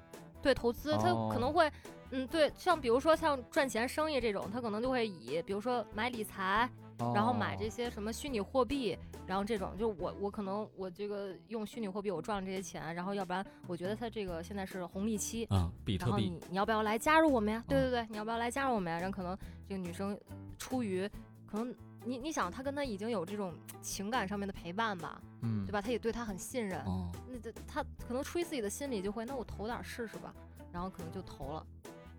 [SPEAKER 3] 对投资，他
[SPEAKER 2] 哦
[SPEAKER 3] 可能会，嗯，对，像比如说像赚钱生意这种，他可能就会以，比如说买理财，然后买这
[SPEAKER 2] 哦
[SPEAKER 3] 些什么虚拟货币，然后这种，就我我可能我这个用虚拟货币我赚了这些钱，然后要不然我觉得他这个现在是红利
[SPEAKER 2] 啊
[SPEAKER 3] 期。
[SPEAKER 1] 嗯，比
[SPEAKER 3] 然
[SPEAKER 1] 特
[SPEAKER 3] 后
[SPEAKER 1] 币
[SPEAKER 3] 你你要不要来加入我们呀？对
[SPEAKER 1] 嗯
[SPEAKER 3] 对对，你要不要来加入我们呀？然后可能这个女生出于可能你你想，她跟他已经有这种情感上面的陪伴吧，
[SPEAKER 2] 嗯
[SPEAKER 3] 对吧？他也对他很信任，
[SPEAKER 1] 哦，
[SPEAKER 3] 那这他可能出于自己的心理就会，那我投点儿试试吧，然后可能就投了。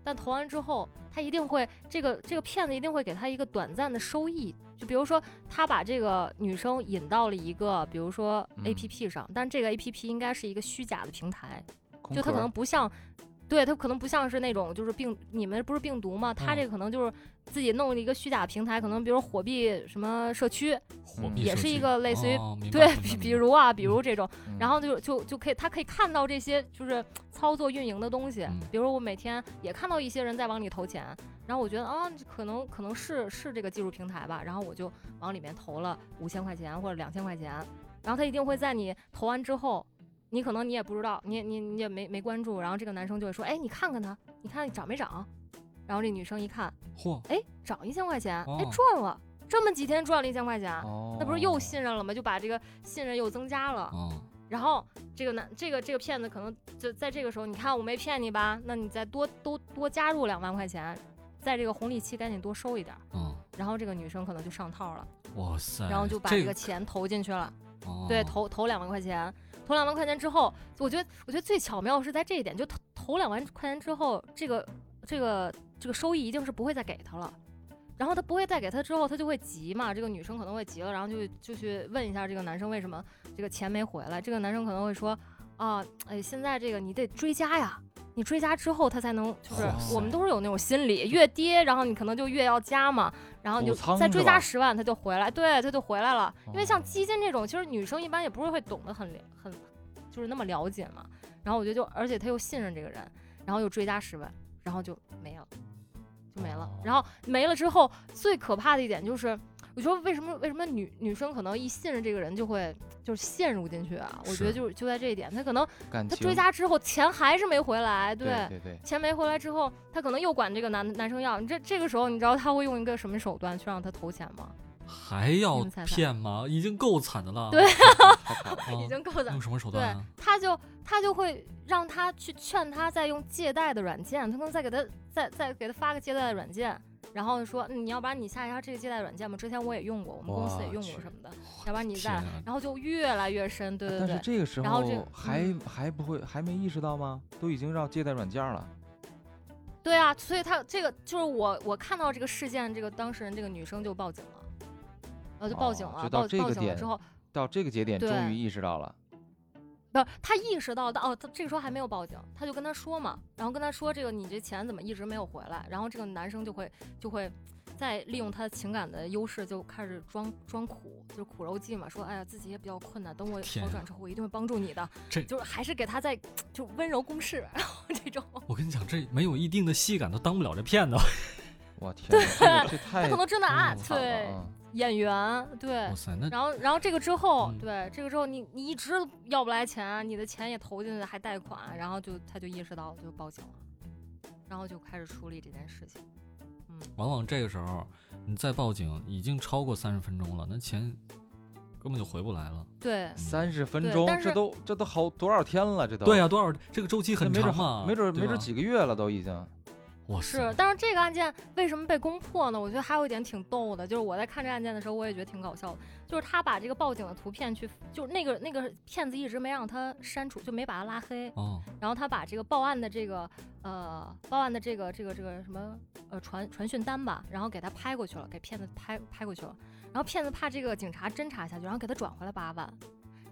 [SPEAKER 3] 但投完之后，他一定会这个这个骗子一定会给他一个短暂的收益，就比如说他把这个女生引到了一个，比如说
[SPEAKER 2] 嗯
[SPEAKER 3] A P P 上，但这个 A P P 应该是一个虚假的平台，
[SPEAKER 2] 空
[SPEAKER 3] 就它
[SPEAKER 2] 壳
[SPEAKER 3] 可
[SPEAKER 2] 儿
[SPEAKER 3] 能不像，对它可能不像是那种就是病，你们不是病毒吗？它
[SPEAKER 1] 嗯
[SPEAKER 3] 这个可能就是自己弄了一个虚假平台，可能比如火币什么社区，
[SPEAKER 1] 火
[SPEAKER 2] 嗯
[SPEAKER 1] 币
[SPEAKER 3] 也
[SPEAKER 1] 社
[SPEAKER 3] 是一
[SPEAKER 1] 区
[SPEAKER 3] 个类似于
[SPEAKER 1] 哦明白
[SPEAKER 3] 对
[SPEAKER 1] 明白，
[SPEAKER 3] 比
[SPEAKER 1] 明
[SPEAKER 3] 比
[SPEAKER 1] 白
[SPEAKER 3] 如啊，比如这种。
[SPEAKER 2] 嗯
[SPEAKER 3] 然后就就就可以，他可以看到这些就是操作运营的东西
[SPEAKER 1] 嗯。
[SPEAKER 3] 比如我每天也看到一些人在往里投钱，然后我觉得啊，这可能可能是是这个技术平台吧，然后我就往里面投了五千块钱或者两千块钱，然后他一定会在你投完之后。你可能你也不知道，你也你你也没没关注，然后这个男生就会说，哎，你看看他，你看涨没涨？然后这女生一看，
[SPEAKER 1] 嚯，
[SPEAKER 3] 哎，涨一千块钱，哎
[SPEAKER 1] 哦，
[SPEAKER 3] 赚了，这么几天赚了一千块钱，
[SPEAKER 2] 哦
[SPEAKER 3] 那不是又信任了吗？就把这个信任又增加了。
[SPEAKER 1] 哦，
[SPEAKER 3] 然后这个男这个这个骗子可能就在这个时候，你看我没骗你吧？那你再多多多加入两万块钱，在这个红利期赶紧多收一点儿。
[SPEAKER 1] 哦，
[SPEAKER 3] 然后这个女生可能就上套了，
[SPEAKER 1] 哇塞，
[SPEAKER 3] 然后就把
[SPEAKER 1] 哎这
[SPEAKER 3] 这个钱投进去了，
[SPEAKER 1] 哦
[SPEAKER 3] 对，投投两万块钱，投两万块钱之后，我觉得我觉得最巧妙是在这一点，就投投两万块钱之后，这个这个这个收益一定是不会再给他了。然后他不会再给他之后，他就会急嘛，这个女生可能会急了，然后就就去问一下这个男生为什么这个钱没回来，这个男生可能会说啊，哎，现在这个你得追加呀。你追加之后，他才能就是
[SPEAKER 1] 哇塞
[SPEAKER 3] 我们都是有那种心理，越跌，然后你可能就越要加嘛，然后你就
[SPEAKER 2] 补仓
[SPEAKER 3] 再追
[SPEAKER 2] 是吧
[SPEAKER 3] 加十万，他就回来，对，他就回来了。因为
[SPEAKER 2] 哦
[SPEAKER 3] 像基金这种，其实女生一般也不是会懂得很了很，就是那么了解嘛。然后我觉得就，而且他又信任这个人，然后又追加十万，然后就没了，就没了
[SPEAKER 2] 哦。
[SPEAKER 3] 然后没了之后，最可怕的一点就是，我觉得为什么为什么女女生可能一信任这个人就会就是陷入进去啊？我觉得
[SPEAKER 1] 是
[SPEAKER 3] 就是就在这一点，她可能
[SPEAKER 2] 感
[SPEAKER 3] 她
[SPEAKER 2] 情
[SPEAKER 3] 追加之后钱还是没回来，对。
[SPEAKER 2] 对对对，
[SPEAKER 3] 钱没回来之后，她可能又管这个男男生要，你这这个时候你知道她会用一个什么手段去让他投钱吗？
[SPEAKER 1] 还要
[SPEAKER 3] 你们猜猜
[SPEAKER 1] 骗吗？已经够惨的了，
[SPEAKER 3] 对
[SPEAKER 2] 太惨了
[SPEAKER 1] 啊
[SPEAKER 3] 已经够
[SPEAKER 2] 嗯
[SPEAKER 3] 的
[SPEAKER 1] 用什么手
[SPEAKER 3] 对
[SPEAKER 1] 段啊？
[SPEAKER 3] 他就他就会让他去劝他再用借贷的软件，他可能再给他再再给他发个借贷的软件，然后说、嗯、你要不然你下一下这个借贷软件吧，之前我也用过，我们公司也
[SPEAKER 2] 哇
[SPEAKER 3] 用
[SPEAKER 2] 去
[SPEAKER 3] 过什么的，要不然你
[SPEAKER 1] 天
[SPEAKER 3] 再来，
[SPEAKER 1] 啊，
[SPEAKER 3] 然后就越来越深，对对
[SPEAKER 2] 但是
[SPEAKER 3] 对，
[SPEAKER 2] 这个时
[SPEAKER 3] 然后
[SPEAKER 2] 候
[SPEAKER 3] 嗯这
[SPEAKER 2] 还还不会还没意识到吗？都已经让借贷软件儿了，
[SPEAKER 3] 对啊，所以他这个就是我我看到这个事件，这个当事人这个女生就报警了。呃，就报警
[SPEAKER 2] 哦
[SPEAKER 3] 了，
[SPEAKER 2] 就到
[SPEAKER 3] 报
[SPEAKER 2] 这
[SPEAKER 3] 报
[SPEAKER 2] 个
[SPEAKER 3] 警了
[SPEAKER 2] 点
[SPEAKER 3] 之后，
[SPEAKER 2] 到这个节点终
[SPEAKER 3] 对
[SPEAKER 2] 于意识到了。
[SPEAKER 3] 不是他意识到的哦，他这个时候还没有报警，他就跟他说嘛，然后跟他说这个你这钱怎么一直没有回来，然后这个男生就会就会再利用他的情感的优势，就开始装装苦，就是苦肉计嘛，说哎呀自己也比较困难，等我
[SPEAKER 1] 天
[SPEAKER 3] 好
[SPEAKER 1] 啊
[SPEAKER 3] 转之后我一定会帮助你的，
[SPEAKER 1] 这
[SPEAKER 3] 就是还是给他在就温柔攻势，然后这种
[SPEAKER 1] 我跟你讲，这没有一定的戏感都当不了这骗子。
[SPEAKER 2] 我天哪，这个这
[SPEAKER 3] 他
[SPEAKER 2] 太
[SPEAKER 3] 可能真的啊，
[SPEAKER 1] 嗯
[SPEAKER 2] 惨
[SPEAKER 3] 对
[SPEAKER 2] 了啊！
[SPEAKER 3] 演员对
[SPEAKER 1] 哇。塞，那
[SPEAKER 3] 然后，然后这个之后，
[SPEAKER 1] 嗯
[SPEAKER 3] 对这个之后你，你一直要不来钱，你的钱也投进去，还贷款，然后就他就意识到，就报警了，然后就开始处理这件事情。嗯，嗯
[SPEAKER 1] 往往这个时候你再报警，已经超过三十分钟了，那钱根本就回不来了。
[SPEAKER 3] 对，
[SPEAKER 2] 三十分
[SPEAKER 3] 对
[SPEAKER 2] 钟
[SPEAKER 3] 但，
[SPEAKER 2] 这
[SPEAKER 3] 是
[SPEAKER 2] 都这都好多少天了，这都
[SPEAKER 1] 对呀、啊多少这个周期
[SPEAKER 2] 这
[SPEAKER 1] 很
[SPEAKER 2] 没准
[SPEAKER 1] 长嘛，
[SPEAKER 2] 没准
[SPEAKER 1] 对
[SPEAKER 2] 没准
[SPEAKER 1] 吧
[SPEAKER 2] 几个月了都已经。
[SPEAKER 1] 哇
[SPEAKER 3] 是
[SPEAKER 1] 塞，，
[SPEAKER 3] 但是这个案件为什么被攻破呢？我觉得还有一点挺逗的，就是我在看这案件的时候，我也觉得挺搞笑的，就是他把这个报警的图片去，就是那个那个骗子一直没让他删除，就没把他拉黑，
[SPEAKER 1] 哦，
[SPEAKER 3] 然后他把这个报案的这个呃报案的这个这个这个什么呃传传讯单吧，然后给他拍过去了，给骗子拍拍过去了，然后骗子怕这个警察侦查下去，然后给他转回来八万。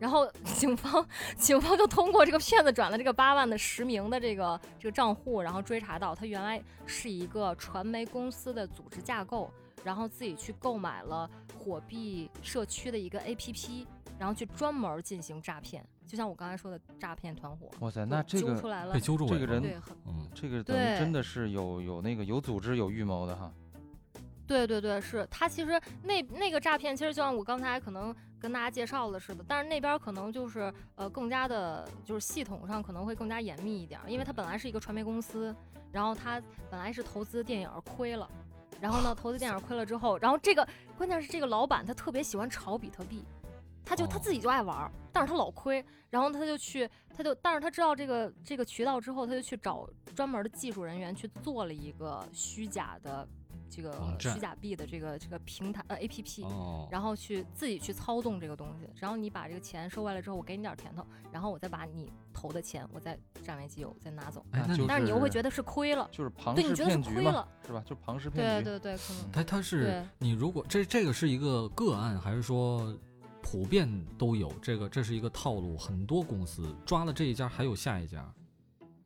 [SPEAKER 3] 然后 警方，警方就通过这个骗子转的这个八万的实名的这个这个账户，然后追查到他原来是一个传媒公司的组织架构，然后自己去购买了火币社区的一个 APP，然后去专门进行诈骗，就像我刚才说的诈骗团伙。
[SPEAKER 2] 哇塞，
[SPEAKER 3] 就
[SPEAKER 2] 那这
[SPEAKER 3] 揪
[SPEAKER 2] 个
[SPEAKER 3] 出来了
[SPEAKER 1] 被，揪住
[SPEAKER 2] 这
[SPEAKER 1] 尾
[SPEAKER 2] 个
[SPEAKER 1] 巴了
[SPEAKER 2] 人
[SPEAKER 3] 对，很
[SPEAKER 1] 嗯，
[SPEAKER 2] 这个等于
[SPEAKER 3] 对
[SPEAKER 2] 真的是有有那个有组织有预谋的哈。
[SPEAKER 3] 对对对，是他其实那那个诈骗，其实就像我刚才可能跟大家介绍的似的，但是那边儿可能就是呃更加的，就是系统上可能会更加严密一点儿，因为它本来是一个传媒公司，然后它本来是投资电影儿亏了，然 后呢投资电影儿亏了之后，然后这个关键是这个老板他特别喜欢炒比特币。他就他
[SPEAKER 1] 哦
[SPEAKER 3] 自己就爱玩儿，但是他老亏，然后他就去，他就，但是他知道这个这个渠道之后，他就去找专门的技术人员去做了一个虚假的这个
[SPEAKER 1] 网站
[SPEAKER 3] 虚假币的这个这个平台呃 APP，、
[SPEAKER 1] 哦，
[SPEAKER 3] 然后去自己去操纵这个东西，然后你把这个钱收回来之后，我给你点儿甜头，然后我再把你投的钱我再占为己有，再拿走，
[SPEAKER 1] 哎，那
[SPEAKER 2] 就
[SPEAKER 1] 你
[SPEAKER 3] 但是你又会
[SPEAKER 2] 是
[SPEAKER 3] 觉得是亏了，
[SPEAKER 2] 就是庞
[SPEAKER 3] 对，你
[SPEAKER 2] 氏
[SPEAKER 3] 觉得是
[SPEAKER 2] 骗局
[SPEAKER 3] 亏
[SPEAKER 2] 嘛，
[SPEAKER 3] 了，
[SPEAKER 2] 是吧？就是庞氏
[SPEAKER 3] 对
[SPEAKER 2] 骗局。
[SPEAKER 3] 对对，可能
[SPEAKER 2] 嗯
[SPEAKER 1] 他他是
[SPEAKER 3] 对
[SPEAKER 1] 你如果这这个是一个个案，还是说普遍都有这个？这是一个套路，很多公司抓了这一家，还有下一家。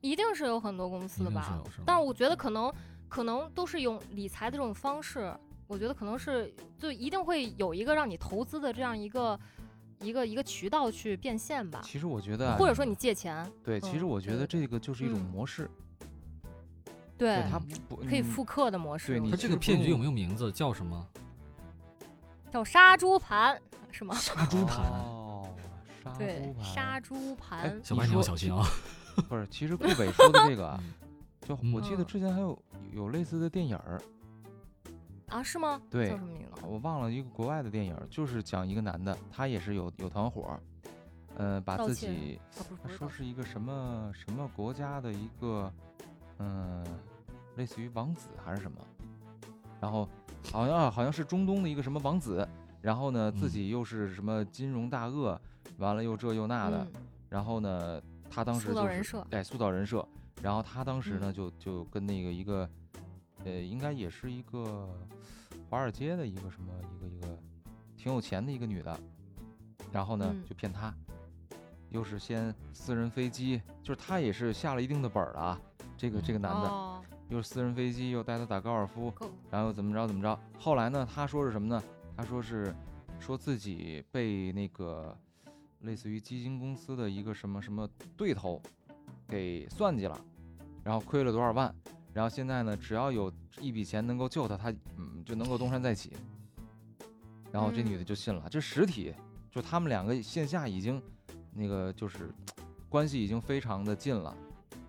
[SPEAKER 3] 一定是有很多公司的
[SPEAKER 1] 一定是
[SPEAKER 3] 吧
[SPEAKER 1] 有是吗？
[SPEAKER 3] 但是我觉得可能可能都是用理财的这种方式，我觉得可能是就一定会有一个让你投资的这样一个一个一个渠道去变现吧，
[SPEAKER 2] 其实我觉得啊
[SPEAKER 3] 或，者说你借钱，
[SPEAKER 2] 对，其实
[SPEAKER 3] 嗯
[SPEAKER 2] 我觉
[SPEAKER 3] 对
[SPEAKER 2] 得这个就是一种
[SPEAKER 3] 嗯
[SPEAKER 2] 模式，
[SPEAKER 3] 对
[SPEAKER 2] 对，它不
[SPEAKER 3] 可以
[SPEAKER 2] 嗯
[SPEAKER 3] 复刻的模式
[SPEAKER 2] 对
[SPEAKER 3] 嘛，
[SPEAKER 2] 你
[SPEAKER 1] 他
[SPEAKER 2] 其
[SPEAKER 1] 这
[SPEAKER 2] 实
[SPEAKER 1] 个
[SPEAKER 2] 不
[SPEAKER 1] 骗局有
[SPEAKER 2] 用
[SPEAKER 1] 没有名字？叫什么？
[SPEAKER 3] 叫杀猪盘是吗？
[SPEAKER 1] 杀猪盘。
[SPEAKER 2] 哦，杀
[SPEAKER 3] 对
[SPEAKER 2] 猪，盘，哎
[SPEAKER 3] 杀猪盘，
[SPEAKER 1] 小
[SPEAKER 2] 你
[SPEAKER 1] 白你要
[SPEAKER 2] 说
[SPEAKER 1] 小心啊！
[SPEAKER 2] 不是， 其实顾北说的这个啊
[SPEAKER 1] 嗯，
[SPEAKER 2] 就
[SPEAKER 1] 嗯
[SPEAKER 2] 我记得
[SPEAKER 3] 嗯
[SPEAKER 2] 之前还有有类似的电影儿，
[SPEAKER 3] 啊是吗？
[SPEAKER 2] 对哦
[SPEAKER 3] 叫什么名字？
[SPEAKER 2] 我忘了一个国外的电影儿，就是讲一个男的，他也是有有团伙儿，呃，把
[SPEAKER 3] 盗
[SPEAKER 2] 自
[SPEAKER 3] 窃
[SPEAKER 2] 己
[SPEAKER 3] 啊不是不是
[SPEAKER 2] 说
[SPEAKER 3] 盗窃，
[SPEAKER 2] 是一个什么什么国家的一个，嗯、类似于王子还是什么，然后好像啊好像是中东的一个什么王子，然后呢自
[SPEAKER 1] 嗯
[SPEAKER 2] 己又是什么金融大鳄，完了又这又那的，
[SPEAKER 3] 嗯
[SPEAKER 2] 然后呢他当时
[SPEAKER 3] 塑造
[SPEAKER 2] 就
[SPEAKER 3] 人
[SPEAKER 2] 是
[SPEAKER 3] 设
[SPEAKER 2] 哎塑造人设，然后他当时呢
[SPEAKER 3] 嗯
[SPEAKER 2] 就就跟那个一个，呃应该也是一个华尔街的一个什么一个一个挺有钱的一个女的，然后呢
[SPEAKER 3] 嗯
[SPEAKER 2] 就骗她，又是先私人飞机，就是他也是下了一定的本儿了啊，这个这个男的、
[SPEAKER 3] 哦，
[SPEAKER 2] 又是私人飞机，又带她打高尔夫，
[SPEAKER 3] 够
[SPEAKER 2] 然后怎么着怎么着，后来呢他说是什么呢？他说是说自己被那个类似于基金公司的一个什么什么对头给算计了，然后亏了多少万，然后现在呢，只要有一笔钱能够救他，他嗯就能够东山再起。然后这女的
[SPEAKER 3] 嗯
[SPEAKER 2] 就信了，这实体就他们两个线下已经那个就是关系已经非常的近了。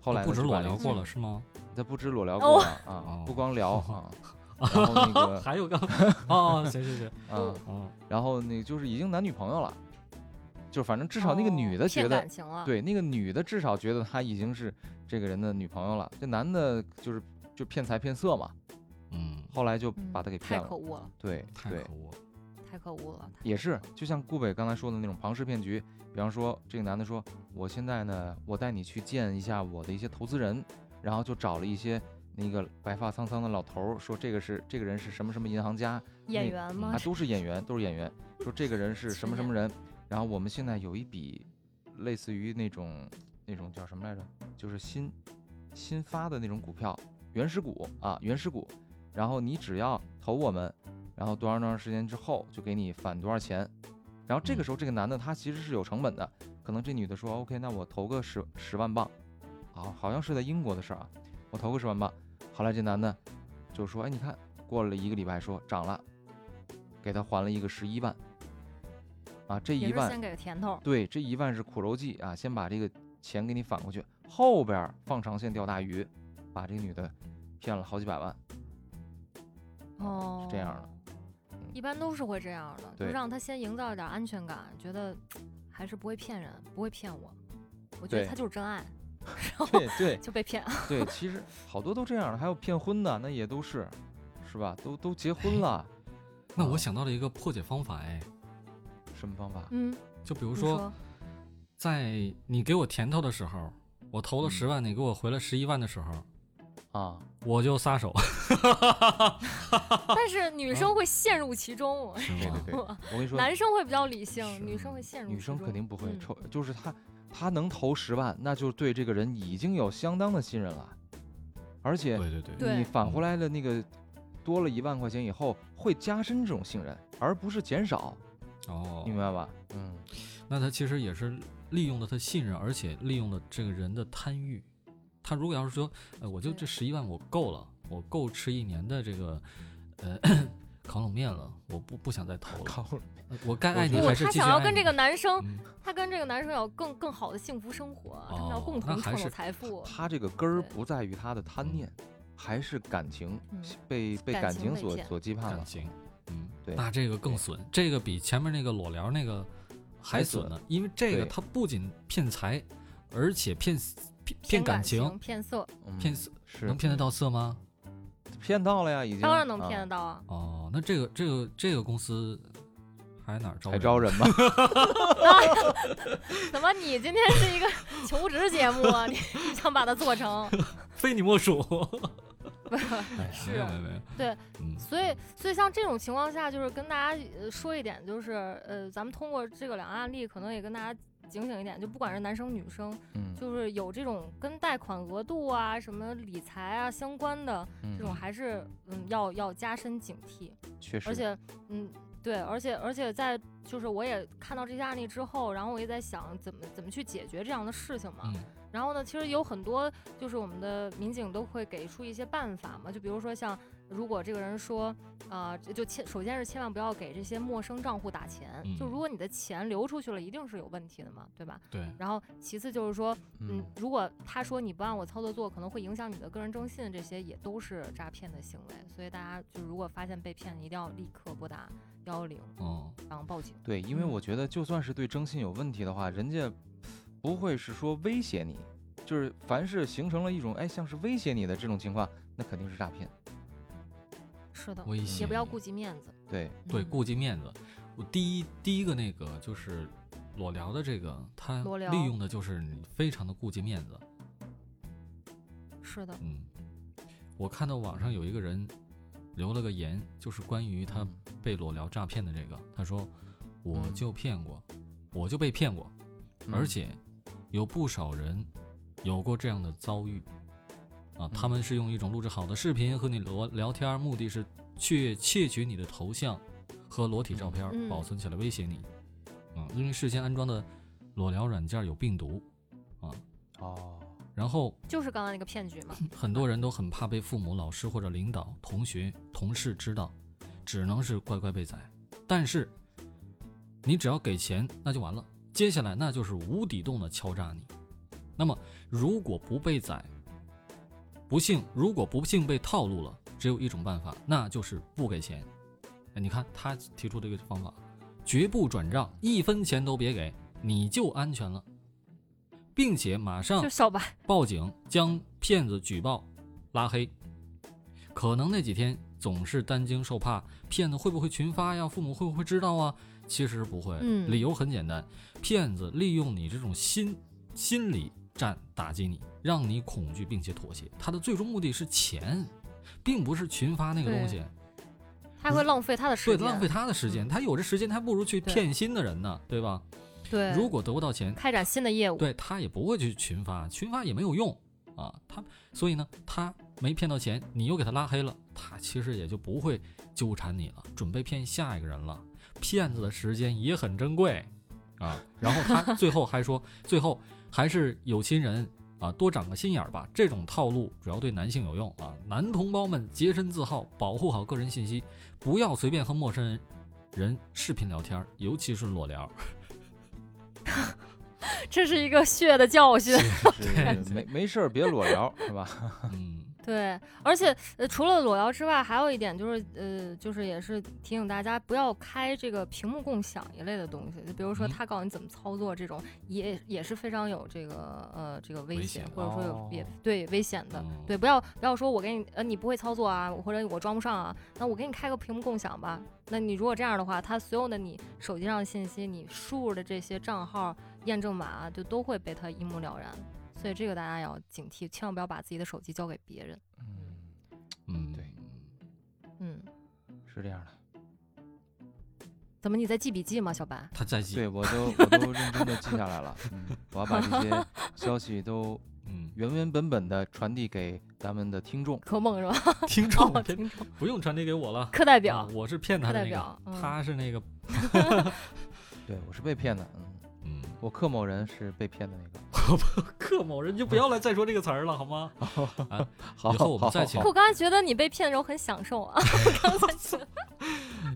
[SPEAKER 2] 后来呢
[SPEAKER 1] 不止
[SPEAKER 2] 就把
[SPEAKER 1] 裸
[SPEAKER 2] 这
[SPEAKER 1] 聊
[SPEAKER 2] 个
[SPEAKER 1] 过
[SPEAKER 3] 嗯
[SPEAKER 1] 了是吗？
[SPEAKER 2] 他不止裸聊
[SPEAKER 3] 哦
[SPEAKER 2] 过了啊，不
[SPEAKER 1] 哦
[SPEAKER 2] 光聊啊，然后那个
[SPEAKER 1] 还有个哦，行行行，
[SPEAKER 3] 嗯
[SPEAKER 2] 啊，
[SPEAKER 1] 哦，
[SPEAKER 2] 然后那就是已经男女朋友了，就反正至少那个
[SPEAKER 3] 哦
[SPEAKER 2] 女的
[SPEAKER 3] 骗
[SPEAKER 2] 觉得
[SPEAKER 3] 感情了，
[SPEAKER 2] 对，那个女的至少觉得他已经是这个人的女朋友了，这男的就是就骗财骗色嘛，
[SPEAKER 1] 嗯，
[SPEAKER 2] 后来就
[SPEAKER 3] 嗯，
[SPEAKER 2] 把他给
[SPEAKER 3] 太
[SPEAKER 2] 骗了。
[SPEAKER 3] 可恶了，
[SPEAKER 2] 对
[SPEAKER 1] 太
[SPEAKER 2] 对
[SPEAKER 1] 可，恶了，
[SPEAKER 3] 太可恶了，太
[SPEAKER 2] 也
[SPEAKER 3] 可恶
[SPEAKER 2] 是
[SPEAKER 3] 了，
[SPEAKER 2] 就像顾北刚才说的那种庞氏骗局，比方说这个男的说，我现在呢，我带你去见一下我的一些投资人，然后就找了一些那个白发苍苍的老头儿，说这个是这个人是什么什么银行家，
[SPEAKER 3] 演
[SPEAKER 2] 那
[SPEAKER 3] 员
[SPEAKER 2] 啊
[SPEAKER 3] 吗？
[SPEAKER 2] 都是演 员，都是演员，说这个人是什么什么
[SPEAKER 3] 是
[SPEAKER 2] 人，然后我们现在有一笔类似于那种那种叫什么来着，就是新新发的那种股票，原始股啊，原始股，然后你只要投我们，然后多长多长时间之后就给你返多少钱。然后这个
[SPEAKER 1] 嗯
[SPEAKER 2] 时候，这个男的他其实是有成本的，可能这女的说 OK，那我投个十十万镑，啊，好像是在英国的事儿啊，我投个十万镑。后来这男的就说，哎，你看，过了一个礼拜说涨了，给他还了一个十一万，啊，这
[SPEAKER 3] 也
[SPEAKER 2] 一
[SPEAKER 3] 是
[SPEAKER 2] 万
[SPEAKER 3] 先给个甜头，
[SPEAKER 2] 对，这一万是苦肉计啊，先把这个钱给你返过去，后边儿放长线钓大鱼，把这个女的骗了好几百万。
[SPEAKER 3] 哦，
[SPEAKER 2] 是这样的。
[SPEAKER 3] 一般都是会这样的，就
[SPEAKER 2] 对
[SPEAKER 3] 让他先营造一点安全感，觉得还是不会骗人，不会骗我。我觉得
[SPEAKER 2] 对
[SPEAKER 3] 他就是真爱，
[SPEAKER 2] 对对
[SPEAKER 3] 就被骗。
[SPEAKER 2] 对，其实好多都这样的，还有骗婚的，那也都是，是吧？都都结婚了，
[SPEAKER 1] 哎
[SPEAKER 2] 啊
[SPEAKER 1] 那
[SPEAKER 2] 嗯
[SPEAKER 1] 我想到了一个破解方法，哎，
[SPEAKER 2] 什么方法？
[SPEAKER 3] 嗯，
[SPEAKER 1] 就比如
[SPEAKER 3] 你
[SPEAKER 1] 说，在你给我甜头的时候，我投了
[SPEAKER 2] 嗯
[SPEAKER 1] 十万，你给我回了十一万的时候，
[SPEAKER 2] 啊，
[SPEAKER 1] 我就撒手，
[SPEAKER 3] 但是女生会陷入其中，
[SPEAKER 1] 是
[SPEAKER 2] 对
[SPEAKER 1] 吗
[SPEAKER 2] 对？对，我跟你说，
[SPEAKER 3] 男生会比较理性，
[SPEAKER 1] 是
[SPEAKER 3] 女生会陷入其中。
[SPEAKER 2] 女生肯定不会
[SPEAKER 3] 嗯
[SPEAKER 2] 抽，就是她，她能投十万，那就对这个人已经有相当的信任了，而 且
[SPEAKER 1] 对嗯对对
[SPEAKER 3] 对
[SPEAKER 2] 你返回来的那个多了一万块钱以后，会加深这种信任，而不是减少，
[SPEAKER 1] 哦
[SPEAKER 2] 明，白吧？ 嗯，
[SPEAKER 1] 那他其实也是利用了他信任，而且利用了这个人的贪欲。他如果要是说，呃，我就这
[SPEAKER 3] 对
[SPEAKER 1] 十一万我够了，我够吃一年的这个，呃， 烤冷面了，我不不想再投了，
[SPEAKER 2] 靠，
[SPEAKER 1] 呃我该
[SPEAKER 2] 我
[SPEAKER 1] 爱你
[SPEAKER 2] 觉得
[SPEAKER 3] 不，
[SPEAKER 1] 还是
[SPEAKER 3] 他
[SPEAKER 1] 继续
[SPEAKER 3] 想要
[SPEAKER 1] 爱
[SPEAKER 3] 跟这个
[SPEAKER 1] 你
[SPEAKER 3] 男生，
[SPEAKER 1] 嗯
[SPEAKER 3] 他跟这个男生有更更好的幸福生活，他们要
[SPEAKER 1] 哦
[SPEAKER 3] 共
[SPEAKER 1] 那
[SPEAKER 3] 同
[SPEAKER 1] 还
[SPEAKER 3] 创
[SPEAKER 1] 是
[SPEAKER 3] 造财富。
[SPEAKER 2] 他这个根儿
[SPEAKER 3] 对
[SPEAKER 2] 不在于他的贪
[SPEAKER 1] 嗯
[SPEAKER 2] 念，还是感情
[SPEAKER 3] 嗯
[SPEAKER 2] 被被
[SPEAKER 3] 感
[SPEAKER 2] 感
[SPEAKER 3] 情
[SPEAKER 2] 情
[SPEAKER 3] 被
[SPEAKER 2] 所
[SPEAKER 3] 骗
[SPEAKER 2] 所羁绊
[SPEAKER 1] 感
[SPEAKER 2] 了。
[SPEAKER 1] 情，嗯，
[SPEAKER 2] 对
[SPEAKER 1] 那这个更
[SPEAKER 2] 对
[SPEAKER 1] 损，这个比前面那个裸聊那个还
[SPEAKER 2] 还
[SPEAKER 1] 损
[SPEAKER 2] 损
[SPEAKER 1] 呢，因为这个
[SPEAKER 2] 对
[SPEAKER 1] 他不仅骗财，而且骗骗
[SPEAKER 3] 骗
[SPEAKER 1] 感
[SPEAKER 3] 情、骗色，
[SPEAKER 2] 嗯
[SPEAKER 1] 骗色
[SPEAKER 2] 是
[SPEAKER 1] 能骗得到色吗？
[SPEAKER 2] 骗到了呀，已经
[SPEAKER 3] 当然能
[SPEAKER 2] 啊
[SPEAKER 3] 骗得到啊！
[SPEAKER 1] 哦，那这个这个这个公司还哪儿招
[SPEAKER 2] 还招
[SPEAKER 1] 人？
[SPEAKER 2] 人 吗？
[SPEAKER 3] 怎么你今天是一个求职节目啊？你 你想把它做成？
[SPEAKER 1] 非你莫属。 哎
[SPEAKER 3] 是
[SPEAKER 1] 没有没有没有，
[SPEAKER 3] 对，
[SPEAKER 1] 嗯，
[SPEAKER 3] 所以，所以像这种情况下，就是跟大家呃说一点，就是呃，咱们通过这个两个案例，可能也跟大家警醒一点，就不管是男生女生，
[SPEAKER 2] 嗯，
[SPEAKER 3] 就是有这种跟贷款额度啊、什么理财啊相关的
[SPEAKER 2] 嗯
[SPEAKER 3] 这种，还是嗯要要加深警惕，
[SPEAKER 2] 确实，
[SPEAKER 3] 而且嗯。对，而且而且在就是我也看到这些案例之后，然后我也在想怎么怎么去解决这样的事情嘛。
[SPEAKER 1] 嗯
[SPEAKER 3] 然后呢，其实有很多就是我们的民警都会给出一些办法嘛，就比如说像如果这个人说，呃，就千首先是千万不要给这些陌生账户打钱，就
[SPEAKER 1] 嗯
[SPEAKER 3] 如果你的钱流出去了，一定是有问题的嘛，对吧？
[SPEAKER 1] 对，
[SPEAKER 3] 然后其次就是说，嗯
[SPEAKER 2] 嗯，，
[SPEAKER 3] 如果他说你不按我操作做，可能会影响你的个人征信，这些也都是诈骗的行为，所以大家就如果发现被骗，一定要立刻拨打幺幺零，
[SPEAKER 1] 哦，
[SPEAKER 3] 然后报警。
[SPEAKER 2] 对，因为
[SPEAKER 3] 嗯
[SPEAKER 2] 我觉得就算是对征信有问题的话，人家不会是说威胁你，就是凡是形成了一种哎像是威胁你的这种情况，那肯定是诈骗。
[SPEAKER 3] 是的，
[SPEAKER 1] 危险
[SPEAKER 3] 也不要
[SPEAKER 1] 你
[SPEAKER 3] 顾及面子。
[SPEAKER 2] 对，
[SPEAKER 1] 嗯对，
[SPEAKER 3] 嗯
[SPEAKER 1] 顾及面子。我第一第一个那个就是裸聊的这个，他
[SPEAKER 3] 裸聊
[SPEAKER 1] 利用的就是你非常的顾及面子。
[SPEAKER 3] 是的，
[SPEAKER 1] 嗯，我看到网上有一个人留了个言，就是关于他
[SPEAKER 2] 嗯
[SPEAKER 1] 被裸聊诈骗的这个，他说我
[SPEAKER 2] 嗯
[SPEAKER 1] 就骗过，我就被骗过，
[SPEAKER 2] 嗯
[SPEAKER 1] 而且有不少人有过这样的遭遇啊，他
[SPEAKER 2] 嗯
[SPEAKER 1] 们是用一种录制好的视频和你聊聊天儿，目的是去窃取你的头像和裸体照片儿
[SPEAKER 3] 嗯
[SPEAKER 1] 保存起来威胁你，啊，因为事先安装的裸聊软件儿有病毒，
[SPEAKER 2] 哦，
[SPEAKER 1] 然后
[SPEAKER 3] 就是刚刚那个 骗局嘛。
[SPEAKER 1] 很多人都很怕被父母、老师或者领导、同学、同事知道，只能是乖乖被宰。但是，你只要给钱，那就完了。接下来那就是无底洞的敲诈你。那么，如果不被宰，不幸如果不幸被套路了，只有一种办法，那就是不给钱。哎，你看他提出这个方法，绝不转账，一分钱都别给，你就安全了，并且马上
[SPEAKER 3] 就小白，
[SPEAKER 1] 报警将骗子举报、拉黑。可能那几天总是担惊受怕，骗子会不会群发呀？父母会不会知道啊？其实不会，
[SPEAKER 3] 嗯
[SPEAKER 1] 理由很简单，骗子利用你这种心心理战打击你，让你恐惧并且妥协。他的最终目的是钱，并不是群发那个东西，
[SPEAKER 3] 他会浪费他的时
[SPEAKER 1] 对，
[SPEAKER 3] 间，
[SPEAKER 1] 浪费他的时间。
[SPEAKER 3] 嗯
[SPEAKER 1] 他有这时间，他不如去
[SPEAKER 3] 对
[SPEAKER 1] 骗新的人呢，对吧？
[SPEAKER 3] 对，
[SPEAKER 1] 如果得不到钱，
[SPEAKER 3] 开展新的业务，
[SPEAKER 1] 对他也不会去群发，群发也没有用啊。他所以呢，他没骗到钱，你又给他拉黑了，他其实也就不会纠缠你了，准备骗下一个人了。骗子的时间也很珍贵啊。然后他最后还说，最后还是有心人啊，多长个心眼儿吧。这种套路主要对男性有用啊，男同胞们洁身自好，保护好个人信息，不要随便和陌生人人视频聊天儿，尤其是裸聊。
[SPEAKER 3] 这是一个血的教训。
[SPEAKER 2] 是没没事儿别裸聊是吧？
[SPEAKER 1] 嗯，
[SPEAKER 3] 对，而且呃，除了裸聊之外，还有一点就是呃，就是也是提醒大家不要开这个屏幕共享一类的东西，就比如说
[SPEAKER 1] 嗯
[SPEAKER 3] 他告诉你怎么操作这种，也也是非常有这个呃这个危
[SPEAKER 1] 危
[SPEAKER 3] 险，
[SPEAKER 1] 险
[SPEAKER 3] 或者说有、
[SPEAKER 2] 哦
[SPEAKER 3] 也对危险的。
[SPEAKER 1] 嗯
[SPEAKER 3] 对，不要不要说我给你呃你不会操作啊，或者我装不上啊，那我给你开个屏幕共享吧。那你如果这样的话，它所有的你手机上的信息，你输入的这些账号验证码啊就都会被它一目了然。所以这个大家要警惕，千万不要把自己的手机交给别人。
[SPEAKER 2] 嗯，
[SPEAKER 1] 嗯，
[SPEAKER 2] 对，
[SPEAKER 3] 嗯，
[SPEAKER 2] 是这样的。
[SPEAKER 3] 怎么你在记笔记吗，小白？
[SPEAKER 1] 他在记
[SPEAKER 2] 对，，我都我都认真的记下来了，嗯，我要把这些消息都
[SPEAKER 1] 嗯，
[SPEAKER 2] 原原本本的传递给咱们的听众。
[SPEAKER 3] 可梦是吧？
[SPEAKER 1] 听众
[SPEAKER 3] 哦，
[SPEAKER 1] 这
[SPEAKER 3] 听众
[SPEAKER 1] 不用传递给我了，
[SPEAKER 3] 课代表
[SPEAKER 1] 啊，
[SPEAKER 2] 哦
[SPEAKER 1] 我是骗他的那
[SPEAKER 3] 课代
[SPEAKER 1] 个
[SPEAKER 3] 表，嗯
[SPEAKER 1] 他是那个，
[SPEAKER 2] 对我是被骗的，嗯，
[SPEAKER 1] 嗯，
[SPEAKER 2] 我克某人是被骗的那个。
[SPEAKER 1] 克某人就不要来再说这个词儿了，好 吗？
[SPEAKER 2] 好，
[SPEAKER 1] 啊以后我们
[SPEAKER 2] 好
[SPEAKER 1] 再请
[SPEAKER 2] 好
[SPEAKER 3] 我刚才觉得你被骗的时候很享受啊，刚才觉得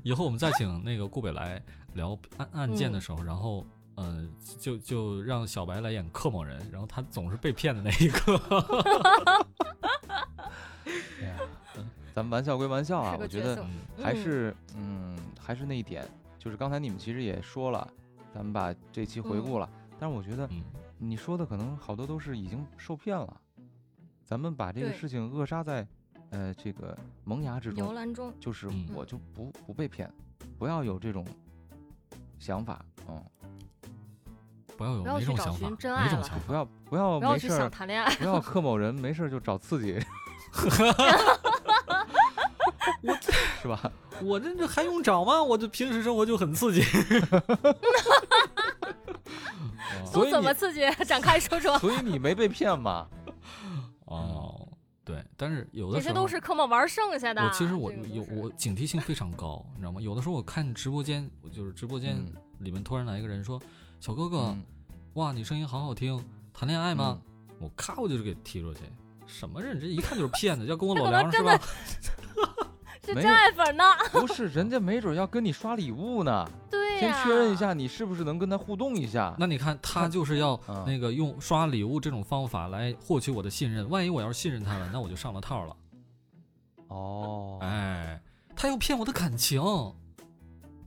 [SPEAKER 1] 以后我们再请那个顾北来聊案案件的时候，
[SPEAKER 3] 嗯
[SPEAKER 1] 然后。呃，就就让小白来演克某人，然后他总是被骗的那一 个。
[SPEAKER 2] 哎呀 咱们玩笑归玩笑啊
[SPEAKER 3] 是，
[SPEAKER 2] 我
[SPEAKER 3] 个
[SPEAKER 2] 觉
[SPEAKER 3] 角
[SPEAKER 2] 得
[SPEAKER 3] 色。
[SPEAKER 1] 嗯
[SPEAKER 2] 还
[SPEAKER 3] 嗯
[SPEAKER 2] 是嗯，还是那一点，就是刚才你们其实也说了，咱们把这期回顾了，但是我觉得
[SPEAKER 1] 嗯，
[SPEAKER 2] 你说的可能好多都是已经受骗了，咱们把这个
[SPEAKER 3] 对
[SPEAKER 2] 事情扼杀在呃这哦个萌芽之
[SPEAKER 3] 摇
[SPEAKER 2] 中，
[SPEAKER 3] 篮中，
[SPEAKER 2] 就是
[SPEAKER 1] 嗯
[SPEAKER 2] 我就不不被骗，不要有这种想法，嗯，
[SPEAKER 1] 不要有
[SPEAKER 3] 不要
[SPEAKER 1] 哪
[SPEAKER 3] 去
[SPEAKER 1] 种
[SPEAKER 3] 找
[SPEAKER 1] 想法，
[SPEAKER 3] 寻真
[SPEAKER 1] 哪
[SPEAKER 3] 爱
[SPEAKER 1] 种
[SPEAKER 3] 了
[SPEAKER 1] 想法
[SPEAKER 2] 不。要不要
[SPEAKER 3] 不要
[SPEAKER 2] 没
[SPEAKER 3] 去
[SPEAKER 2] 事
[SPEAKER 3] 想
[SPEAKER 2] 儿
[SPEAKER 3] 谈恋爱。
[SPEAKER 2] 不要克某人没事儿就找刺激，是吧？
[SPEAKER 1] 我这这还用找吗？我这平时生活就很刺 激。
[SPEAKER 2] 所
[SPEAKER 3] 都
[SPEAKER 2] 以
[SPEAKER 3] 怎
[SPEAKER 2] 你
[SPEAKER 3] 么刺激？展开说说。
[SPEAKER 2] 所以你没被 骗嘛？嗯
[SPEAKER 1] 哦，对，但是有的
[SPEAKER 3] 这
[SPEAKER 1] 时候
[SPEAKER 3] 些都是科目玩剩下的啊。
[SPEAKER 1] 我其实我
[SPEAKER 3] 这个都
[SPEAKER 1] 有
[SPEAKER 3] 是
[SPEAKER 1] 我警惕性非常高，你知道吗？有的时候我看直播间，我就是直播间
[SPEAKER 2] 嗯
[SPEAKER 1] 里面突然来一个人说：“小哥哥，
[SPEAKER 2] 嗯，
[SPEAKER 1] 哇，你声音好好听，谈恋爱吗？”我咔我就给踢出去。什么人？这一看就是骗子，要跟我裸
[SPEAKER 3] 这可
[SPEAKER 1] 聊
[SPEAKER 3] 能
[SPEAKER 1] 是
[SPEAKER 3] 真
[SPEAKER 1] 吧
[SPEAKER 3] 的？是
[SPEAKER 2] 没
[SPEAKER 3] 真
[SPEAKER 2] 有
[SPEAKER 3] 爱粉呢。
[SPEAKER 2] 嗯？不是，人家没准要跟你刷礼物呢。
[SPEAKER 3] 对
[SPEAKER 2] 先
[SPEAKER 3] 呀、
[SPEAKER 2] 确认一。下你是不是能跟他互动一下。
[SPEAKER 1] 那你看， 他就是要
[SPEAKER 2] 嗯
[SPEAKER 1] 那个用刷礼物这种方法来获取我的信任。万一我要是信任他了，那我就上了套了。
[SPEAKER 2] 哦，
[SPEAKER 1] 哎，他要骗我的感情，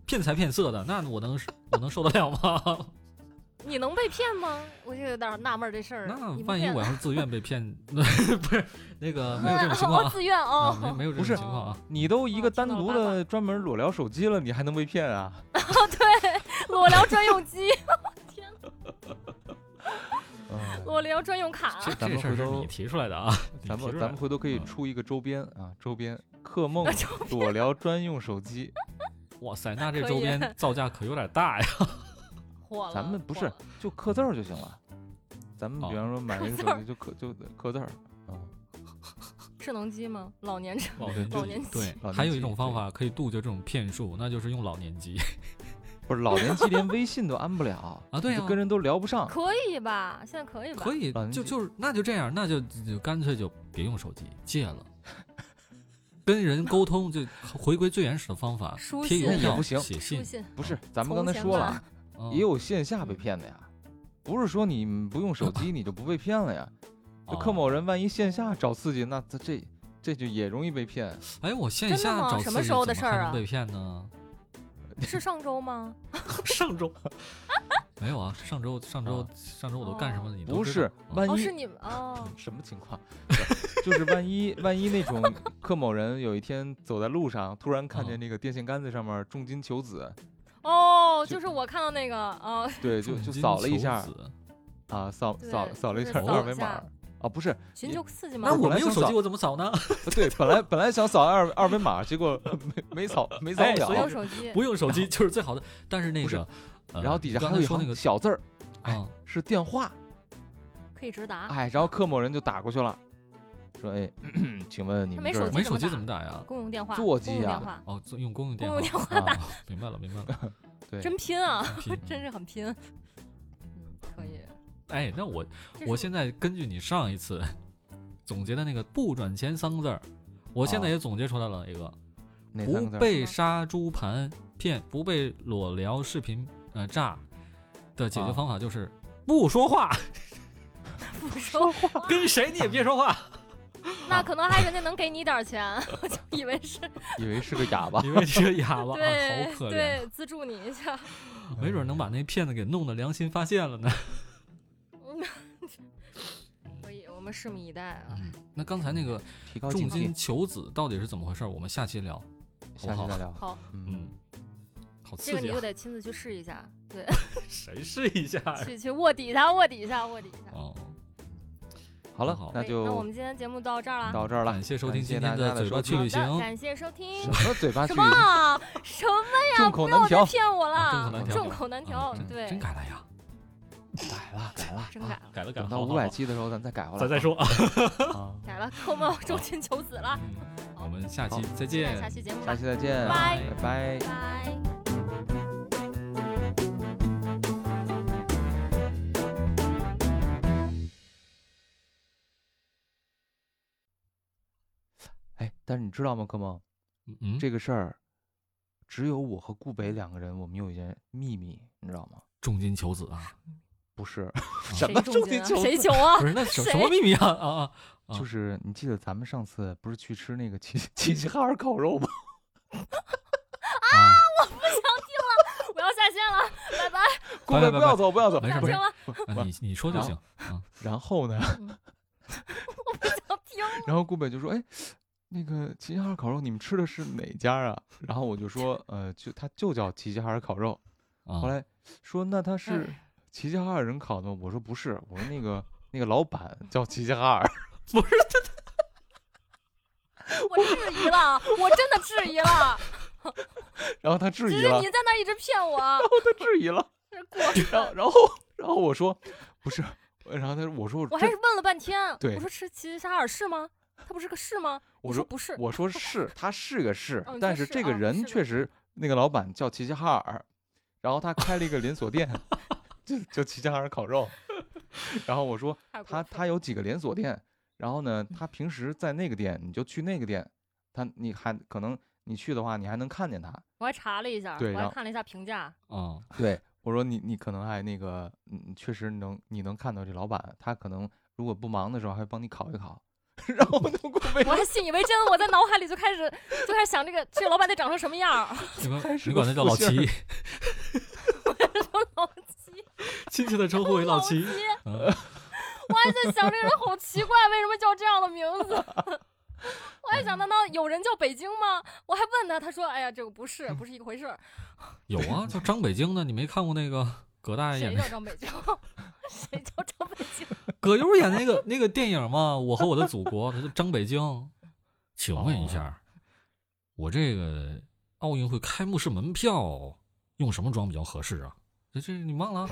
[SPEAKER 1] 骗财骗色的，那我能我能受得了吗？
[SPEAKER 3] 你能被骗吗？我就有点纳闷这事儿。
[SPEAKER 1] 那
[SPEAKER 3] 嗯你不
[SPEAKER 1] 万一
[SPEAKER 3] 骗
[SPEAKER 1] 我要是自愿被骗， 那不是那个没有这种情况
[SPEAKER 3] 我
[SPEAKER 1] 啊
[SPEAKER 3] 自愿
[SPEAKER 1] 啊，
[SPEAKER 3] 哦。
[SPEAKER 1] 没没有这
[SPEAKER 2] 不
[SPEAKER 1] 种
[SPEAKER 2] 是
[SPEAKER 1] 情况啊。
[SPEAKER 2] 你都一
[SPEAKER 3] 哦
[SPEAKER 2] 个
[SPEAKER 3] 知
[SPEAKER 2] 单
[SPEAKER 3] 道了
[SPEAKER 2] 独
[SPEAKER 3] 八
[SPEAKER 2] 的专门裸聊手机了，你还能被骗啊？
[SPEAKER 3] 裸聊专用机，
[SPEAKER 2] 嗯，
[SPEAKER 3] 裸聊专用卡。
[SPEAKER 1] 这
[SPEAKER 2] 啊
[SPEAKER 1] 这
[SPEAKER 2] 咱们
[SPEAKER 1] 事儿
[SPEAKER 2] 回
[SPEAKER 1] 是
[SPEAKER 2] 头
[SPEAKER 1] 你提出来的啊，你
[SPEAKER 2] 咱
[SPEAKER 1] 提出
[SPEAKER 2] 们
[SPEAKER 1] 来
[SPEAKER 2] 咱们
[SPEAKER 1] 的
[SPEAKER 2] 回头可以
[SPEAKER 1] 嗯
[SPEAKER 2] 出一个周边啊，周边 克梦
[SPEAKER 3] 周
[SPEAKER 2] 裸聊专用手机。
[SPEAKER 1] 哇塞，那这
[SPEAKER 3] 可
[SPEAKER 1] 周
[SPEAKER 3] 以啊
[SPEAKER 1] 边造价可有点大呀。
[SPEAKER 3] 火了。
[SPEAKER 2] 咱们不
[SPEAKER 3] 火
[SPEAKER 2] 是
[SPEAKER 3] 了
[SPEAKER 2] 就刻字儿就行了，咱们
[SPEAKER 1] 哦
[SPEAKER 2] 比方说买一个
[SPEAKER 3] 刻字
[SPEAKER 2] 手
[SPEAKER 3] 儿
[SPEAKER 2] 机就刻就刻字儿。嗯
[SPEAKER 3] 智能机吗？老 年人。
[SPEAKER 1] 老年
[SPEAKER 3] 老年机
[SPEAKER 1] 对
[SPEAKER 2] 老，
[SPEAKER 1] 还
[SPEAKER 2] 年
[SPEAKER 1] 有一
[SPEAKER 2] 机
[SPEAKER 1] 种方
[SPEAKER 2] 对
[SPEAKER 1] 法可以杜绝这种骗术，那就是用老年机。
[SPEAKER 2] 不是老年机连微信都安不了
[SPEAKER 1] 啊对
[SPEAKER 2] 你就
[SPEAKER 1] 啊
[SPEAKER 2] 跟人都聊不上。
[SPEAKER 3] 可以吧？现在可以吧？
[SPEAKER 1] 可
[SPEAKER 3] 以。
[SPEAKER 1] 以
[SPEAKER 2] 老，年
[SPEAKER 1] 就
[SPEAKER 2] 机
[SPEAKER 1] 就是那就这样，那就就干脆就别用手机，戒了。跟人沟通就回归最原始的方法
[SPEAKER 3] 书，
[SPEAKER 1] 贴邮
[SPEAKER 3] 信
[SPEAKER 1] 票、
[SPEAKER 2] 也不行
[SPEAKER 1] 写
[SPEAKER 3] 书
[SPEAKER 1] 信，
[SPEAKER 3] 信
[SPEAKER 2] 不是，咱们刚才
[SPEAKER 3] 从前
[SPEAKER 2] 说了啊
[SPEAKER 3] 吧，
[SPEAKER 1] 嗯
[SPEAKER 2] 也有线下被骗的呀，不是说你不用手机你就不被骗了呀。就克
[SPEAKER 1] 哦
[SPEAKER 2] 某人万一线下找刺激，那他这这就也容易被骗。
[SPEAKER 1] 哎，我线
[SPEAKER 3] 真的
[SPEAKER 1] 下
[SPEAKER 3] 吗
[SPEAKER 1] 找
[SPEAKER 3] 什
[SPEAKER 1] 刺
[SPEAKER 3] 么
[SPEAKER 1] 激
[SPEAKER 3] 时候
[SPEAKER 1] 怎
[SPEAKER 3] 的
[SPEAKER 1] 么
[SPEAKER 3] 事
[SPEAKER 1] 还
[SPEAKER 3] 儿
[SPEAKER 1] 能
[SPEAKER 3] 啊
[SPEAKER 1] 被骗呢？
[SPEAKER 3] 是上 周吗？
[SPEAKER 1] 上周没有啊，上周上周
[SPEAKER 2] 啊
[SPEAKER 1] 上周我都干什么了？你都
[SPEAKER 2] 不
[SPEAKER 1] 知
[SPEAKER 2] 是
[SPEAKER 1] 道，嗯
[SPEAKER 2] 万
[SPEAKER 3] 哦，
[SPEAKER 2] 一、
[SPEAKER 3] 是你们哦。
[SPEAKER 2] 什么情况？就是万一万一那 种克某人有一天走在路上，突然看见
[SPEAKER 1] 嗯
[SPEAKER 2] 那个电线杆子上面重金求 子，
[SPEAKER 3] 哦，
[SPEAKER 2] 就
[SPEAKER 3] 就是我看到那个哦，
[SPEAKER 2] 对，就
[SPEAKER 1] 啊重
[SPEAKER 2] 就
[SPEAKER 1] 金
[SPEAKER 2] 扫了一
[SPEAKER 1] 求
[SPEAKER 2] 下
[SPEAKER 1] 子
[SPEAKER 2] 啊，扫
[SPEAKER 3] 对
[SPEAKER 2] 扫扫了一
[SPEAKER 3] 就
[SPEAKER 2] 下
[SPEAKER 3] 是
[SPEAKER 1] 扫
[SPEAKER 2] 二
[SPEAKER 1] 一
[SPEAKER 2] 维
[SPEAKER 3] 下
[SPEAKER 2] 码。啊，不是，
[SPEAKER 3] 寻求刺激吗
[SPEAKER 1] 那？
[SPEAKER 2] 我
[SPEAKER 1] 我
[SPEAKER 2] 本来
[SPEAKER 1] 没有手
[SPEAKER 2] 想
[SPEAKER 1] 机，
[SPEAKER 2] 扫
[SPEAKER 1] 我怎么扫 呢？
[SPEAKER 2] 对，本来本来想扫二二维码，结果没没扫，没扫
[SPEAKER 1] 哎
[SPEAKER 2] 了。
[SPEAKER 1] 所
[SPEAKER 3] 没
[SPEAKER 1] 以
[SPEAKER 3] 有手机。
[SPEAKER 1] 不用手机就是最好的。但是那
[SPEAKER 2] 不是
[SPEAKER 1] 个，呃
[SPEAKER 2] 然后底下
[SPEAKER 1] 刚
[SPEAKER 2] 还有
[SPEAKER 1] 才
[SPEAKER 2] 一
[SPEAKER 1] 说那
[SPEAKER 2] 行
[SPEAKER 1] 个
[SPEAKER 2] 小字儿，哎
[SPEAKER 1] 啊，
[SPEAKER 2] 是电话。
[SPEAKER 3] 可以直达，
[SPEAKER 2] 哎，然后克某人就打过去了，说：“哎，请问你
[SPEAKER 3] 他
[SPEAKER 2] 们
[SPEAKER 3] 没
[SPEAKER 2] 哎这儿
[SPEAKER 3] 手
[SPEAKER 1] 没
[SPEAKER 3] 机
[SPEAKER 1] 手机怎
[SPEAKER 3] 怎
[SPEAKER 1] 么
[SPEAKER 3] 么
[SPEAKER 1] 打呀？
[SPEAKER 3] 公用电话，
[SPEAKER 2] 座机
[SPEAKER 3] 公用
[SPEAKER 2] 呀
[SPEAKER 3] 电话，
[SPEAKER 1] 哦，做用公用电
[SPEAKER 3] 公用电
[SPEAKER 1] 话。
[SPEAKER 3] 话打，
[SPEAKER 1] 哦明白了，明白了。
[SPEAKER 2] 对，
[SPEAKER 3] 真拼啊，
[SPEAKER 1] 拼
[SPEAKER 3] 真是很拼。嗯，可以。
[SPEAKER 1] 哎，那 我
[SPEAKER 3] 这
[SPEAKER 1] 我
[SPEAKER 3] 是
[SPEAKER 1] 现在根据你上一次总结的那个“不转钱”三个字儿，我现在
[SPEAKER 2] 啊
[SPEAKER 1] 也总结出来了一个：
[SPEAKER 2] 哪三
[SPEAKER 1] 不
[SPEAKER 2] 个字儿？
[SPEAKER 1] 被杀猪盘骗，不被裸聊视频呃诈的解决
[SPEAKER 2] 啊
[SPEAKER 1] 方法就是不说话，
[SPEAKER 3] 不说话，
[SPEAKER 1] 跟谁你也别说话。
[SPEAKER 3] 那可能还人家能给你点儿钱， 我就以为是
[SPEAKER 2] 以为是个哑
[SPEAKER 1] ，
[SPEAKER 2] 巴
[SPEAKER 1] 因为这个哑巴啊，
[SPEAKER 3] 对
[SPEAKER 1] 好可怜，啊
[SPEAKER 3] 对资助你一下，
[SPEAKER 1] 没准能把那骗子给弄得良心发现 了呢。
[SPEAKER 3] 所以我们拭目以待啊。
[SPEAKER 1] 嗯那刚才那个
[SPEAKER 2] 提高
[SPEAKER 1] 重
[SPEAKER 2] 警
[SPEAKER 1] 金
[SPEAKER 2] 惕。
[SPEAKER 1] 求子到底是怎么回事儿？我们下期聊。
[SPEAKER 2] 下
[SPEAKER 1] 好不
[SPEAKER 2] 期
[SPEAKER 1] 好
[SPEAKER 2] 再聊。
[SPEAKER 3] 好，
[SPEAKER 1] 嗯
[SPEAKER 2] 嗯，，
[SPEAKER 1] 好
[SPEAKER 3] 这
[SPEAKER 1] 刺
[SPEAKER 3] 个你
[SPEAKER 1] 激
[SPEAKER 3] 就
[SPEAKER 1] 啊！
[SPEAKER 3] 得亲自去试一下， 对，
[SPEAKER 1] 谁试一下呀？
[SPEAKER 3] 去去卧底一下，卧底一下，卧底一下。
[SPEAKER 1] 哦，
[SPEAKER 2] 好了
[SPEAKER 1] 好，哎
[SPEAKER 2] 那
[SPEAKER 3] 可以那我
[SPEAKER 2] 就
[SPEAKER 3] 们今天节目到这儿了，
[SPEAKER 2] 到这儿了
[SPEAKER 1] 感。谢收
[SPEAKER 2] 感
[SPEAKER 1] 听
[SPEAKER 2] 谢
[SPEAKER 1] 今
[SPEAKER 2] 大
[SPEAKER 1] 天的
[SPEAKER 2] 家的
[SPEAKER 1] 嘴巴
[SPEAKER 2] 收
[SPEAKER 1] 去
[SPEAKER 2] 听
[SPEAKER 1] 旅行。
[SPEAKER 3] 好的，感谢收听。
[SPEAKER 2] 什么呃嘴巴去
[SPEAKER 3] 什？么 什么呀？
[SPEAKER 2] 众口
[SPEAKER 3] 不
[SPEAKER 2] 难
[SPEAKER 3] 要再
[SPEAKER 2] 调，
[SPEAKER 3] 骗我
[SPEAKER 1] 啊
[SPEAKER 3] 了！
[SPEAKER 1] 众
[SPEAKER 3] 众
[SPEAKER 1] 口
[SPEAKER 3] 口难
[SPEAKER 1] 啊
[SPEAKER 3] 调，
[SPEAKER 1] 真
[SPEAKER 3] 对，
[SPEAKER 1] 真改啊了呀，
[SPEAKER 2] 改了，改了，
[SPEAKER 3] 真改了，
[SPEAKER 1] 改了改了，
[SPEAKER 2] 等到
[SPEAKER 1] 好
[SPEAKER 2] 五
[SPEAKER 1] 好
[SPEAKER 2] 百
[SPEAKER 1] 好
[SPEAKER 2] 期的时候，咱再改 回来。
[SPEAKER 1] 咱再说啊。
[SPEAKER 2] 啊，
[SPEAKER 3] 改了，给我们 重金求子了。
[SPEAKER 1] 嗯
[SPEAKER 3] 好
[SPEAKER 1] 我们下期
[SPEAKER 2] 好
[SPEAKER 1] 再
[SPEAKER 3] 期
[SPEAKER 1] 见
[SPEAKER 3] 待。下期节目
[SPEAKER 2] 下
[SPEAKER 3] 吧，
[SPEAKER 2] 期再见，
[SPEAKER 3] 拜
[SPEAKER 2] 拜拜。
[SPEAKER 3] 拜。
[SPEAKER 2] 哎，但是你知道吗，哥们，
[SPEAKER 1] 嗯嗯，
[SPEAKER 2] 这个事儿只有我和顾北两个人，我们有一件秘密，你知道吗？
[SPEAKER 1] 重金求子啊，
[SPEAKER 2] 不是，
[SPEAKER 3] 谁
[SPEAKER 2] 什么重
[SPEAKER 3] 金
[SPEAKER 2] 金求
[SPEAKER 3] 啊？谁
[SPEAKER 2] 子
[SPEAKER 3] 求啊
[SPEAKER 1] 不？是那什
[SPEAKER 3] 谁
[SPEAKER 1] 什么秘密啊啊啊！啊
[SPEAKER 2] 就是你记得咱们上次不是去吃那 个齐齐齐哈尔烤肉吗？
[SPEAKER 1] 啊
[SPEAKER 3] 我要下线了，拜拜，
[SPEAKER 2] 顾
[SPEAKER 1] 拜拜
[SPEAKER 2] 北不
[SPEAKER 1] 拜
[SPEAKER 2] 要走，不要走
[SPEAKER 1] 没。事
[SPEAKER 3] 不
[SPEAKER 1] 没
[SPEAKER 3] 想
[SPEAKER 1] 事
[SPEAKER 3] 听 了，
[SPEAKER 1] 啊，你你说就行。
[SPEAKER 2] 然后呢，
[SPEAKER 3] 我不想听了。
[SPEAKER 2] 然后顾北就说：“哎，那个齐齐哈尔烤肉，你们吃的是哪家啊？”然后我就说：“呃，就它就叫齐齐哈尔烤肉。”
[SPEAKER 1] 啊，
[SPEAKER 2] 后来说：“那它是
[SPEAKER 3] 哎
[SPEAKER 2] 齐齐哈尔人烤的吗？”我说：“不是，我说那个那个老板叫齐齐哈尔。
[SPEAKER 1] 不是
[SPEAKER 3] 我质疑了，我真的质疑了，”
[SPEAKER 2] 然后他 质
[SPEAKER 3] 只
[SPEAKER 2] 疑
[SPEAKER 3] 是
[SPEAKER 2] 了
[SPEAKER 3] 你，在那儿一直 骗我，
[SPEAKER 2] 他质疑了。
[SPEAKER 3] 是过
[SPEAKER 2] 然后
[SPEAKER 3] 分。
[SPEAKER 2] 然后然后我说：“不是。”呃然后他说：“我说
[SPEAKER 3] 我还
[SPEAKER 2] 这
[SPEAKER 3] 是问了半天，
[SPEAKER 2] 对
[SPEAKER 3] 我说吃齐齐哈尔是吗？它不是个是吗？
[SPEAKER 2] 我
[SPEAKER 3] 你
[SPEAKER 2] 说
[SPEAKER 3] 说不是，
[SPEAKER 2] 我说是，他是个是
[SPEAKER 3] 哦，你
[SPEAKER 2] 但
[SPEAKER 3] 说
[SPEAKER 2] 是
[SPEAKER 3] 是
[SPEAKER 2] 这个
[SPEAKER 3] 哦
[SPEAKER 2] 人
[SPEAKER 3] 是
[SPEAKER 2] 确
[SPEAKER 3] 个
[SPEAKER 2] 实，那个老板叫齐齐哈尔，然后他开了一个连锁店， 就就齐齐哈尔烤肉。 然后我说
[SPEAKER 3] 太过
[SPEAKER 2] 他
[SPEAKER 3] 分
[SPEAKER 2] 他有几个连锁店，然后
[SPEAKER 3] 嗯
[SPEAKER 2] 呢，他平时在那个店，你就去那个店，他你还可能你去的话，你还能看见他。
[SPEAKER 3] 我还查了一下，
[SPEAKER 2] 对
[SPEAKER 3] 我
[SPEAKER 2] 然
[SPEAKER 3] 还
[SPEAKER 2] 后
[SPEAKER 3] 看了一下评价，
[SPEAKER 1] 啊，
[SPEAKER 2] 对我说你你可能还那个，嗯，确实能你能看到这老板，他可能如果不忙的时候还帮你烤一烤。 然后我就过 没
[SPEAKER 3] 我还信以为真，我在脑海里就开始就开始想这个这个老板得长成什么样儿，
[SPEAKER 1] 你管
[SPEAKER 2] 还是
[SPEAKER 1] 你
[SPEAKER 2] 个
[SPEAKER 1] 管他叫
[SPEAKER 2] 复
[SPEAKER 1] 老
[SPEAKER 2] 姓
[SPEAKER 1] 齐
[SPEAKER 2] 儿，
[SPEAKER 3] 老七，
[SPEAKER 1] 亲切的称呼为老齐。嗯
[SPEAKER 3] 我还在想这个人好奇怪，为什么叫这样的名字？我还想，难道有人叫北京吗？我还问他，他说：“哎呀，这个不是，不是一个回事儿。
[SPEAKER 1] 有啊，叫张北京的，你没看过那个葛大爷演
[SPEAKER 3] 谁
[SPEAKER 1] 那
[SPEAKER 3] 叫张北京？谁叫张北京？
[SPEAKER 1] 葛优演那个 那个电影嘛，《我和我的祖国》，他叫张北 京。请问一下，我这个奥运会开幕式门票用什么装比较合适啊？这这你忘了？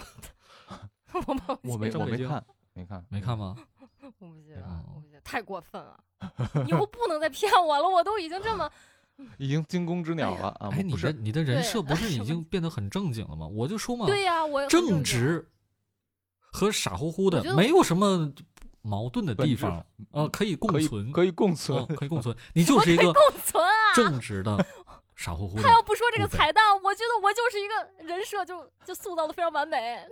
[SPEAKER 3] 我不
[SPEAKER 2] 我没
[SPEAKER 1] 张
[SPEAKER 2] 我
[SPEAKER 1] 北
[SPEAKER 2] 没
[SPEAKER 1] 京
[SPEAKER 2] 看没看
[SPEAKER 1] 没看吗？
[SPEAKER 3] 我不记得，我不记得，太过分了！以后不能再骗我了，我都已经这么……
[SPEAKER 2] 已经惊弓之鸟了啊！
[SPEAKER 1] 哎，你
[SPEAKER 2] 不
[SPEAKER 1] 的
[SPEAKER 2] 是
[SPEAKER 1] 你的人设
[SPEAKER 3] 对
[SPEAKER 1] 不是已
[SPEAKER 3] 什么
[SPEAKER 1] 经变得很正经了吗？我就说嘛，
[SPEAKER 3] 对呀、我很
[SPEAKER 1] 正
[SPEAKER 3] 经
[SPEAKER 1] 直和傻乎乎
[SPEAKER 3] 我觉
[SPEAKER 1] 的
[SPEAKER 3] 得
[SPEAKER 1] 没有什么矛盾的
[SPEAKER 2] 本
[SPEAKER 1] 地
[SPEAKER 2] 质
[SPEAKER 1] 方，呃，可以共
[SPEAKER 2] 可以
[SPEAKER 1] 存，
[SPEAKER 2] 可以共
[SPEAKER 1] 嗯
[SPEAKER 2] 存。
[SPEAKER 1] 可以共存。你就是 一个
[SPEAKER 3] 共存啊！
[SPEAKER 1] 正直的 傻乎乎的
[SPEAKER 3] 他要不说这个
[SPEAKER 1] 部分
[SPEAKER 3] 彩蛋，我觉得我就是一个人设就就塑造的非常完美，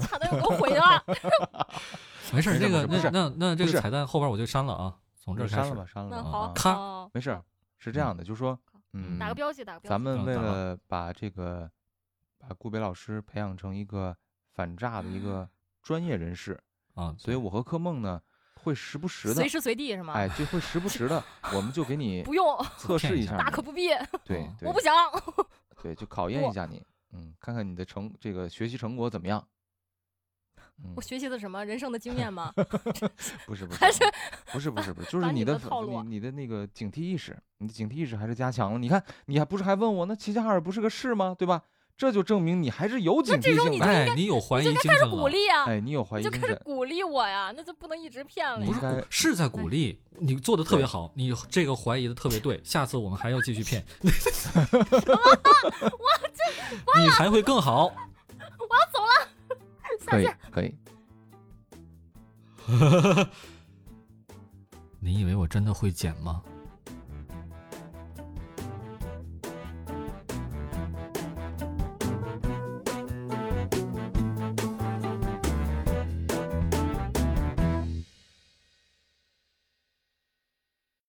[SPEAKER 3] 差点我都毁了。
[SPEAKER 1] 没事儿，
[SPEAKER 2] 没事
[SPEAKER 1] 这
[SPEAKER 2] 儿
[SPEAKER 1] 个
[SPEAKER 2] 没事
[SPEAKER 1] 那
[SPEAKER 2] 儿
[SPEAKER 1] 那那这
[SPEAKER 2] 不
[SPEAKER 1] 个
[SPEAKER 2] 是
[SPEAKER 1] 彩蛋后边我就删了啊，从这儿开
[SPEAKER 2] 删
[SPEAKER 1] 始
[SPEAKER 2] 了。吧，删了吧。
[SPEAKER 3] 那好
[SPEAKER 2] 啊，
[SPEAKER 1] 咔
[SPEAKER 3] 好
[SPEAKER 2] 没事儿，是这样的，就说，嗯，
[SPEAKER 3] 打个标记，打个标记。
[SPEAKER 2] 咱们
[SPEAKER 1] 嗯
[SPEAKER 2] 为
[SPEAKER 1] 打吧
[SPEAKER 2] 了把这个把顾北老师培养成一个反诈
[SPEAKER 3] 啊
[SPEAKER 2] 的一个专业人士，
[SPEAKER 1] 啊，
[SPEAKER 2] 所以我和柯梦呢会时不时的
[SPEAKER 3] 随，时随地是吗？
[SPEAKER 2] 哎，就会时不 时的，我们就给你
[SPEAKER 3] 不用，
[SPEAKER 2] 测
[SPEAKER 1] 骗
[SPEAKER 2] 试
[SPEAKER 1] 一
[SPEAKER 2] 一
[SPEAKER 1] 下
[SPEAKER 2] 下
[SPEAKER 3] 大
[SPEAKER 2] 你，
[SPEAKER 3] 可不必，
[SPEAKER 2] 对
[SPEAKER 1] 啊
[SPEAKER 2] 对
[SPEAKER 3] 我不想。
[SPEAKER 2] 对，就考验
[SPEAKER 3] 我
[SPEAKER 2] 一下你，嗯，看看你的成这个学习成果怎么样。嗯
[SPEAKER 3] 我，学习的什么人生的经 验吗？
[SPEAKER 2] 不 是不是
[SPEAKER 3] 还是
[SPEAKER 2] 不是不是不是，就是
[SPEAKER 3] 把
[SPEAKER 2] 你
[SPEAKER 3] 你
[SPEAKER 2] 的
[SPEAKER 3] 的
[SPEAKER 2] 反
[SPEAKER 3] 套
[SPEAKER 2] 你
[SPEAKER 3] 路啊
[SPEAKER 2] 你的那个警惕意识，你的警惕意识还是加强了。你看，你还不是还问我那齐齐哈尔不是个市吗？对吧？这就证明你还是有警
[SPEAKER 3] 这
[SPEAKER 2] 惕
[SPEAKER 3] 时候
[SPEAKER 2] 性
[SPEAKER 3] 你
[SPEAKER 2] 的。
[SPEAKER 1] 哎，你有怀疑精神了，
[SPEAKER 3] 鼓励啊，
[SPEAKER 2] 哎，你有怀
[SPEAKER 3] 你
[SPEAKER 2] 疑
[SPEAKER 3] 就
[SPEAKER 2] 精
[SPEAKER 3] 开始
[SPEAKER 2] 神，
[SPEAKER 3] 鼓励我呀，那就不能一直骗了
[SPEAKER 2] 你
[SPEAKER 1] 不是
[SPEAKER 3] 呀。
[SPEAKER 2] 应该
[SPEAKER 1] 鼓是在鼓励你做的特别好，你这个怀疑的特别对，下次我们还要继续 骗， 你还会更好。
[SPEAKER 3] 下
[SPEAKER 2] 可以
[SPEAKER 3] 线
[SPEAKER 2] 可以。
[SPEAKER 1] 你以为我真的会剪吗？